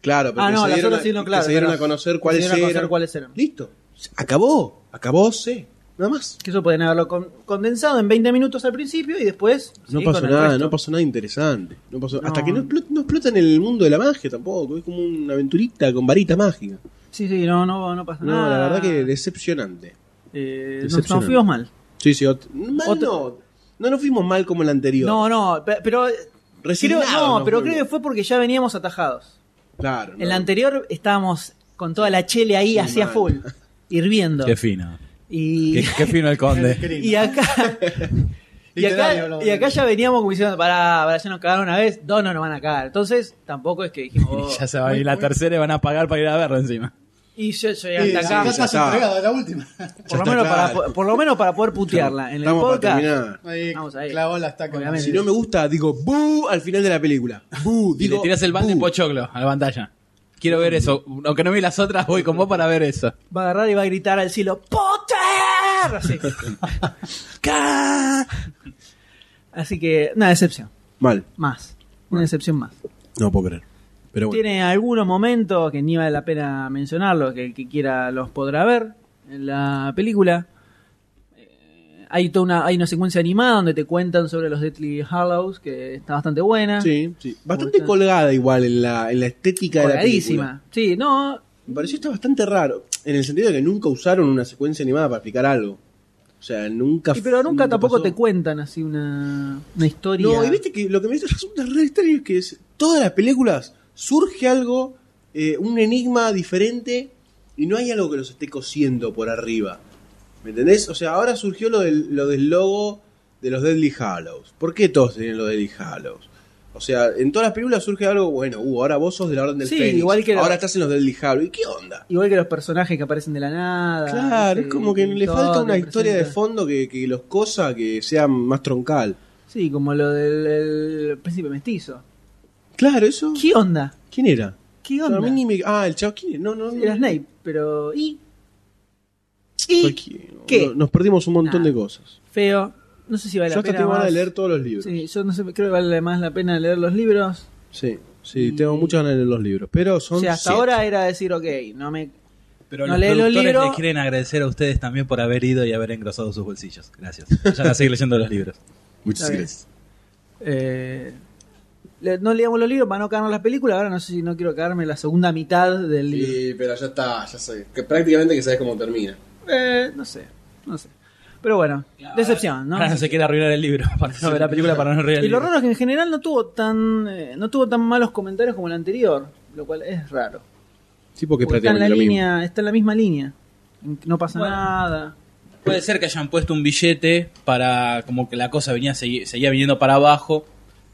S4: Claro, pero
S2: Ah,
S4: que
S2: no,
S4: se
S2: las
S4: dieron,
S2: otras sí, no,
S4: que
S2: claro,
S4: se dieron
S2: claro.
S4: a conocer
S2: Que se
S4: cuáles
S2: dieron a conocer
S4: eran.
S2: cuáles eran.
S4: Listo, acabó, acabó, sí, nada más.
S2: Que eso pueden haberlo con- condensado en 20 minutos al principio y después.
S4: No
S2: seguís
S4: pasó
S2: con el
S4: nada,
S2: resto.
S4: no pasó nada interesante. No pasó,
S2: No.
S4: Hasta que no, explot- no explota en el mundo de la magia tampoco. Es como una aventurita con varita mágica.
S2: Sí, sí, no, no, no pasa
S4: No,
S2: nada.
S4: la verdad que decepcionante.
S2: Eh, nos- nos,
S4: Decepcionante.
S2: fuimos mal.
S4: Sí, sí. ot- mal
S2: Otro-
S4: no. No nos fuimos mal como el anterior.
S2: No, no, pe- pero. eh, Creo,
S4: Resignados
S2: no,
S4: nos
S2: pero
S4: fuimos.
S2: creo que fue porque ya veníamos atajados.
S4: Claro.
S2: En la anterior estábamos con toda la chele ahí, hacia
S4: mal.
S2: full, hirviendo.
S3: Qué fino.
S2: Y.
S3: Qué, qué fino el conde.
S2: Y acá. Y acá, y acá ya veníamos como diciendo, pará, pará, ya nos cagaron una vez, dos no nos van a cagar. Entonces, tampoco es que dijimos. oh,
S3: ya se va a ir la tercera y van a pagar para ir a verlo encima.
S2: Y yo llegué
S5: Y
S2: hasta
S5: ya
S2: acá.
S5: estás entregado, es la última.
S2: Por lo,
S4: Ya
S2: menos
S4: está,
S2: para,
S4: claro.
S2: po- por lo menos para poder putearla. En el
S4: Estamos para
S2: podcast.
S4: terminar.
S5: Ahí
S2: Vamos ahí.
S5: clavó la estaca.
S2: Obviamente.
S4: Si no me gusta, digo bu al final de la película. Bu,
S3: Y
S4: digo,
S3: le tiras el balde en pochoclo a la pantalla. Quiero ver eso. Aunque no vi las otras, voy con vos para ver eso.
S2: Va a agarrar y va a gritar al cielo, ¡Potter! Así. Ca- Así que, una decepción.
S4: Mal.
S2: Más. Una decepción más.
S4: No puedo creer. Pero bueno.
S2: Tiene algunos momentos que ni vale la pena mencionarlos, que el que quiera los podrá ver en la película. Eh, Hay, toda una, hay una secuencia animada donde te cuentan sobre los Deathly Hallows, que está bastante buena.
S4: Sí, sí. Bastante
S2: Gusta.
S4: colgada igual en la, en la estética de la película.
S2: Colgadísima. Sí, no,
S4: Me pareció esto bastante raro. En el sentido de que nunca usaron una secuencia animada para explicar algo. O sea, nunca.
S2: Y pero nunca tampoco
S4: pasó.
S2: te cuentan así una, una historia.
S4: No, y viste que lo que me resulta re extraño es que es- todas las películas surge algo, eh, un enigma diferente, y no hay algo que los esté cosiendo por arriba. ¿Me entendés? O sea, ahora surgió lo del, lo del logo de los Deadly Hallows. ¿Por qué todos tienen los Deadly Hallows? O sea, en todas las películas surge algo, bueno, uh, ahora vos sos de la Orden del
S2: Sí,
S4: Fénix,
S2: igual que lo-
S4: ahora estás en los Deadly Hallows. ¿Y qué onda?
S2: Igual que los personajes que aparecen de la nada. eh,
S4: Claro,
S2: ¿viste?
S4: es como que
S2: Y
S4: le
S2: Ah, todo
S4: falta una
S2: te
S4: historia de
S2: presenta.
S4: fondo que, que los cosa que sea más troncal.
S2: Sí, como lo del el príncipe mestizo.
S4: Claro, eso.
S2: ¿Qué onda?
S4: ¿Quién era?
S2: ¿Qué
S4: No,
S2: onda?
S4: a mí ni me- Ah, el chavo ¿quién es? No, no, no.
S2: Era Snape, pero. ¿Y? ¿Y?
S4: Cualquier-
S2: ¿Qué?
S4: no- Nos perdimos un montón
S2: Nah.
S4: de cosas.
S2: Feo. No sé si vale
S4: Yo
S2: la
S4: hasta
S2: pena.
S4: tengo ganas
S2: más.
S4: de leer todos los libros.
S2: Sí,
S4: Sí,
S2: yo no sé, creo que vale más la pena leer los libros.
S4: sí, tengo muchas ganas de leer los libros. Pero son.
S2: O sea, hasta
S4: siete.
S2: ahora era decir, ok, no me.
S3: Pero
S2: No
S3: los
S2: lee los
S3: productores
S2: libros.
S3: les quieren agradecer a ustedes también por haber ido y haber engrosado sus bolsillos. Gracias. Vayan a seguir leyendo los libros.
S4: Muchas
S2: Está bien.
S4: gracias.
S2: eh, le- no leíamos los libros para no cagarnos las películas. Ahora no sé si no quiero cagarme la segunda mitad del libro.
S4: Sí, pero ya está, ya sé. Que prácticamente que sabes cómo termina.
S2: Eh, no sé, no sé. Pero bueno, decepción, ¿no?
S3: Ahora no se quiere arruinar el libro. Para no ver la película para no arruinar
S2: Y
S3: el
S2: lo
S3: libro.
S2: raro es que en general no tuvo tan eh, no tuvo tan malos comentarios como el anterior, lo cual es raro.
S4: Sí, porque es
S2: Porque está en la
S4: prácticamente lo mismo.
S2: línea, está en la misma línea. En que No pasa
S3: Bueno.
S2: nada.
S3: Puede ser que hayan puesto un billete para como que la cosa venía segui- seguía viniendo para abajo.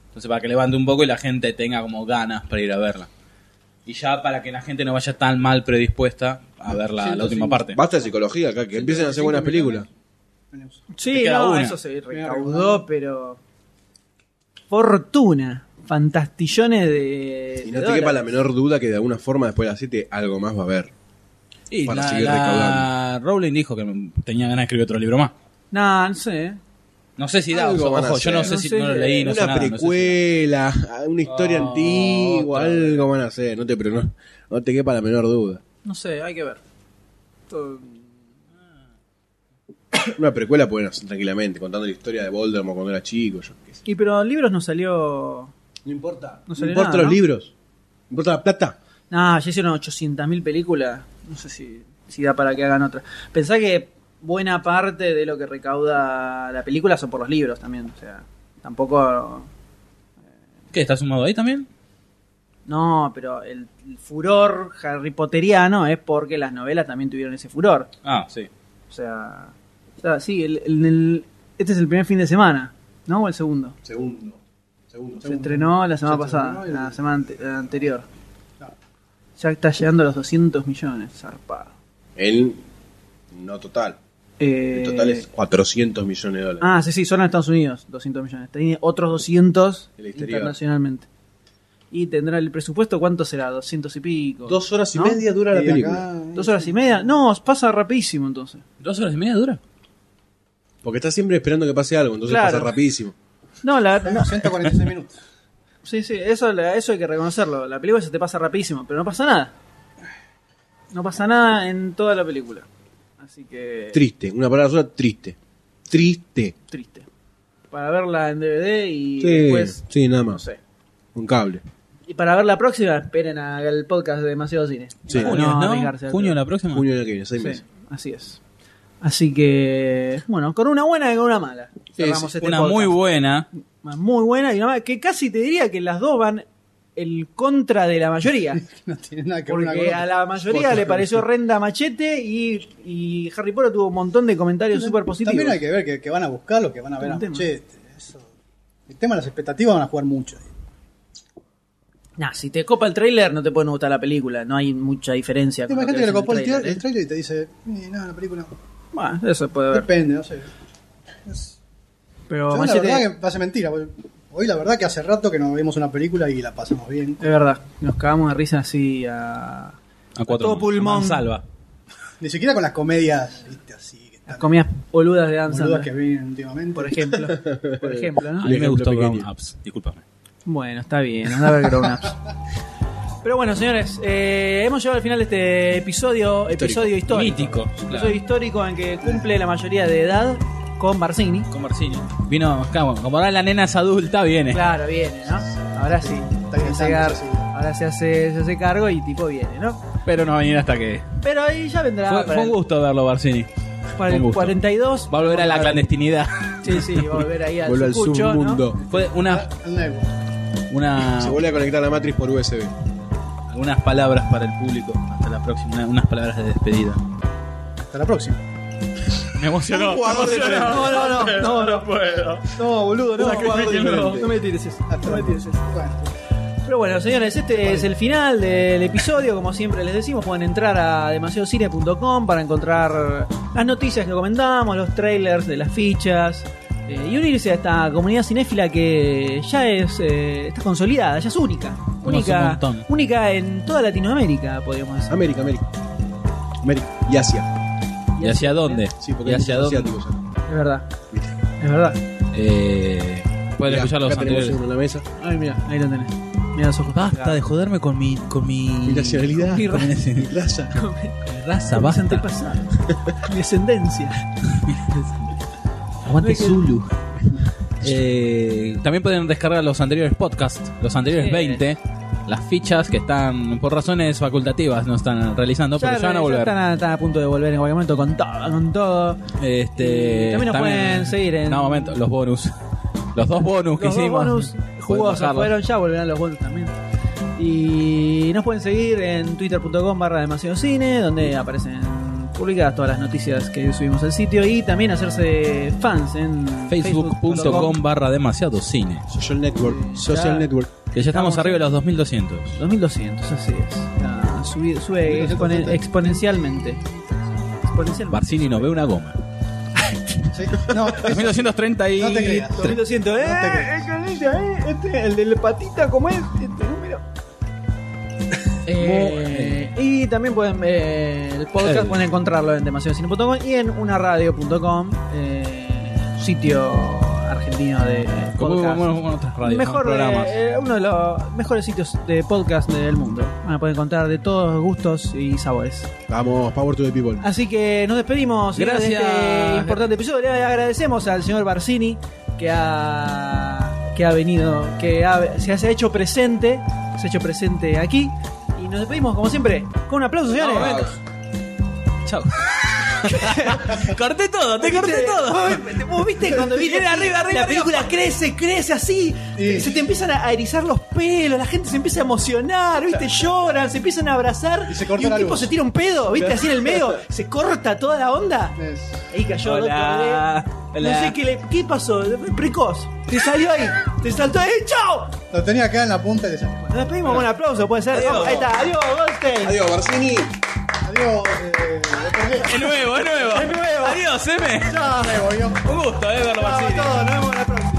S3: Entonces para que levante un poco y la gente tenga como ganas para ir a verla. Y ya para que la gente no vaya tan mal predispuesta a ver la, la última parte.
S4: Basta de psicología acá, que empiecen a hacer buenas películas.
S2: Sí,
S3: Te queda
S2: no,
S3: una.
S2: eso se recaudó, pero fortuna, fantastillones de
S4: Y
S2: de
S4: no te quepa la
S2: dólares.
S4: menor duda que de alguna forma después de las 7 algo más va a haber.
S3: Y
S4: Para
S3: la,
S4: seguir
S3: la-
S4: recaudando.
S3: Rowling dijo que tenía ganas de escribir otro libro más.
S2: No, no sé. eh.
S3: No sé si da,
S4: Algo
S3: ojo,
S4: van a
S3: ojo, yo no sé
S2: hacer.
S3: si
S2: No sé,
S3: no lo leí, no sé
S4: una
S3: nada. no sé si-
S4: precuela, una historia
S3: Ah,
S4: antigua,
S3: otra vez.
S4: algo van a hacer. No te, pero no, no te quepa la menor duda.
S2: No sé, hay que ver. Todo-
S4: Una precuela pueden hacer tranquilamente, contando la historia de Voldemort cuando era chico, yo qué sé.
S2: Y pero libros no salió.
S4: No importa.
S2: No
S4: No,
S2: salió
S4: importa
S2: nada, ¿no?
S4: los libros. No importa la plata.
S2: No, Ah, ya hicieron 800.000 películas. No sé si, si da para que hagan otra. Pensá que buena parte de lo que recauda la película son por los libros también. O sea, tampoco.
S3: ¿Qué? ¿Está sumado ahí también?
S2: No, pero el, el furor Harry Potteriano es porque las novelas también tuvieron ese furor.
S3: Ah, sí.
S2: O sea, o sea, sí, el- el- el- este es el primer fin de semana, ¿no? ¿O el segundo?
S4: Segundo. Segundo.
S2: Se entrenó la semana
S5: Se estrenó
S2: pasada,
S5: el-
S2: la semana ante- la anterior.
S5: Claro.
S2: Ya está llegando a los 200 millones, zarpado.
S4: El no total.
S2: Eh,
S4: El total es 400 millones de dólares.
S2: Ah, sí, sí, solo en Estados Unidos, 200 millones. Tiene otros 200
S4: El exterior.
S2: internacionalmente. Y tendrá el presupuesto, ¿cuánto será? 200 y pico.
S4: Dos horas y
S2: ¿No?
S4: media dura la
S5: Y
S4: película.
S5: acá-
S2: ¿Dos horas y media? No, pasa rapidísimo entonces.
S3: ¿Dos horas y media dura?
S4: Porque estás siempre esperando que pase algo, entonces
S2: Claro.
S4: pasa rapidísimo.
S2: No, la
S4: Ah,
S2: no,
S5: 146 minutos.
S2: Sí, sí, eso, la- eso hay que reconocerlo. La película se te pasa rapidísimo, pero no pasa nada. No pasa nada en toda la película. Así que.
S4: Triste, una palabra sola, triste. Triste.
S2: triste. Para verla en DVD y
S4: Sí,
S2: después.
S4: sí, nada
S2: No
S4: más.
S2: sé.
S4: Un cable.
S2: Y para ver la próxima, esperen al podcast de Demasiado Cine.
S4: Sí.
S2: Para
S4: Junio, ¿no?
S2: arriesgarse a-
S3: Junio la próxima.
S4: Junio del año que viene, seis
S2: Ah. Sí,
S4: meses.
S2: así es. Así que, bueno, con una buena y con una mala. Cerramos este
S3: una
S2: podcast.
S3: muy buena.
S2: Una muy buena y una mala, que casi te diría que las dos van el contra de la mayoría.
S5: No tiene nada que ver una con
S2: Porque
S5: otra.
S2: a la mayoría
S5: Otra.
S2: le pareció horrenda Machete y, y Harry Potter tuvo un montón de comentarios súper positivos.
S5: También hay que ver que, que van a buscar lo que van a ver a
S2: Un tema.
S5: Machete. Eso. El tema de las expectativas van a jugar mucho.
S2: Nah, si te copa el tráiler no te puede no gustar la película, no hay mucha diferencia. con lo
S5: Imagínate que
S2: ves
S5: le
S2: en el
S5: copó el
S2: tráiler,
S5: trailer, el trailer y te dice, "Eh, no, la película.
S2: ¿eh? Bueno, eso puede haber.
S5: Depende, no sé.
S2: Pero
S5: Yo
S2: Machete,
S5: La verdad que va a ser mentira. porque Hoy la verdad que hace rato que no vemos una película y la pasamos bien.
S2: es verdad, nos cagamos de risa así a...
S3: A cuatro.
S2: Todo pulmón.
S3: Salva.
S5: Ni siquiera con las comedias, viste, así, que
S2: Las comidas boludas de Dan
S5: boludas
S2: Sandler,
S5: que vienen últimamente.
S2: por ejemplo. Por ejemplo, ¿no?
S3: A mí me
S4: ejemplo
S3: gustó
S4: pequeño.
S3: Ground Ups. Discúlpame.
S2: Bueno, está bien, anda a ver Grown Ups. Pero bueno, señores, eh, hemos llegado al final de este episodio, episodio histórico.
S3: Mítico.
S2: Episodio
S3: Claro.
S2: histórico en que cumple la mayoría de edad con Barcini.
S3: Con Marcini. Vino, acá, bueno, como ahora la nena es adulta, eh. viene.
S2: Claro, viene, ¿no? Ahora sí.
S5: bien,
S2: Se hace-
S5: sí.
S2: Ahora se hace, se hace cargo y tipo viene, ¿no?
S3: Pero no va a venir hasta que.
S2: Pero ahí ya vendrá
S3: Fue,
S2: para
S3: fue un
S2: el-
S3: gusto verlo, Barcini.
S2: para
S3: un
S2: el
S3: gusto.
S2: 42.
S3: Va a volver a la clandestinidad.
S2: Sí, sí, va a volver ahí al
S4: Vuelve al
S2: sucucho, ¿no?
S4: submundo.
S3: Fue una,
S2: Ah.
S3: una,
S4: Se vuelve a conectar la matriz por USB.
S3: algunas palabras para el público. Hasta la próxima. una- unas palabras de despedida.
S5: Hasta la próxima.
S3: Me emocionó.
S2: No, no, no, no, no,
S3: puedo.
S2: no, boludo, no,
S3: Sacrifíquenlo.
S2: no, no me tires eso,
S5: Hasta
S2: no me
S5: la
S2: tires eso.
S5: próxima. Bueno.
S2: Pero bueno, señores, este es el final del episodio. Como siempre les decimos, pueden entrar a demasiadocine.com para encontrar las noticias que comentamos, los trailers de las fichas eh, y unirse a esta comunidad cinéfila que ya es eh, está consolidada, ya es única.
S3: un
S2: Única,
S3: montón.
S2: única en toda Latinoamérica, podríamos decir.
S4: América, América. América. Y Asia.
S3: ¿Y hacia dónde?
S4: Sí, porque
S3: ¿Y
S4: hay
S3: hacia
S4: muchos
S3: dónde?
S4: asiáticos ya.
S2: Es verdad,
S4: Viste.
S2: es verdad.
S3: Eh, pueden
S4: Mirá,
S3: escuchar los
S4: acá tenemos
S3: anteriores.
S4: uno en la mesa.
S2: Ay, mira, ahí lo tenés. Mira los ojos.
S3: Basta de joderme con mi. con mi.
S4: Mi nacionalidad.
S3: con mi
S4: Mi
S3: nacionalidad.
S4: raza.
S3: raza,
S2: Mis
S3: basta.
S2: antepasados, mi descendencia.
S3: Aguante Zulu. Eh, también pueden descargar los anteriores podcasts, los anteriores
S2: Sí.
S3: 20, las fichas que están por razones facultativas no están realizando, pero ya van a volver.
S2: Están a, están a punto de volver en cualquier momento con todo, con todo.
S3: Este,
S2: Y también nos pueden seguir en-
S3: No, momento, los bonus. Los dos bonus que
S2: Los dos
S3: hicimos.
S2: bonus
S3: Pueden
S2: jugosos
S3: bajarlos.
S2: fueron, ya volverán los bonus también. Y nos pueden seguir en twitter.com barra demasiado cine, donde aparecen publicadas todas las noticias que subimos al sitio y también hacerse fans en
S3: Facebook.com barra demasiado cine.
S4: Social Network. Social
S2: Ya.
S4: Network.
S3: Que ya estamos
S2: Estamos-
S3: arriba de los 2200.
S2: 2200, así es. Ah, subi- sube exponen- exponencialmente. Exponencialmente.
S3: Barcini nos ve una goma.
S5: Sí. No,
S3: 2230 y...
S5: No te creas.
S2: 2200, eh,
S5: No te creas.
S2: eh, canilla, eh, este, el del patita, ¿cómo es? Este número. Eh, y también pueden eh, el podcast
S3: Eh.
S2: pueden encontrarlo en demasiadocine.com y en unaradio.com, eh, sitio argentino de
S3: Como
S2: podcast.
S3: vamos con otras radios,
S2: Mejor,
S3: ¿no? programas.
S2: eh, uno de los mejores sitios de podcast del mundo. Van a poder encontrar de todos gustos y sabores.
S4: Vamos, Power to the People.
S2: Así que nos despedimos señores, de
S3: Gracias.
S2: este importante episodio. Le agradecemos al señor Barcini que ha, que ha venido, que ha- se ha hecho presente, se ha hecho presente aquí. Y nos despedimos, como siempre, con un aplauso, señores.
S3: Chao. corté todo, te corté todo.
S2: Vos- Vos viste cuando viste arriba, la película crece, crece así,
S5: Sí.
S2: se te empiezan a erizar los pelos, la gente se empieza a emocionar, viste, lloran, se empiezan a abrazar
S5: Y se corta
S2: un
S5: la
S2: tipo
S5: luz.
S2: se tira un pedo, viste, así en el medio, se corta toda la onda.
S5: Es-
S2: Ahí cayó el
S3: Hola.
S2: otro, ¿eh?
S3: Hola.
S2: No sé qué, le, qué pasó, precoz. Te salió ahí, te saltó ahí, ¡chao!
S5: Lo tenía acá en la punta y le salió.
S2: Nos despedimos con un aplauso, puede ser.
S3: Adiós.
S2: Ahí está, adiós, Goldstein.
S4: Adiós, Barcini.
S5: Adiós. Eh, lo perdí.
S3: Es nuevo, es nuevo.
S2: nuevo.
S3: Adiós, M.
S5: Me voy yo.
S3: Un gusto, eh, verlo,
S2: Chao a
S3: Barcini.
S2: todos, nos vemos la próxima.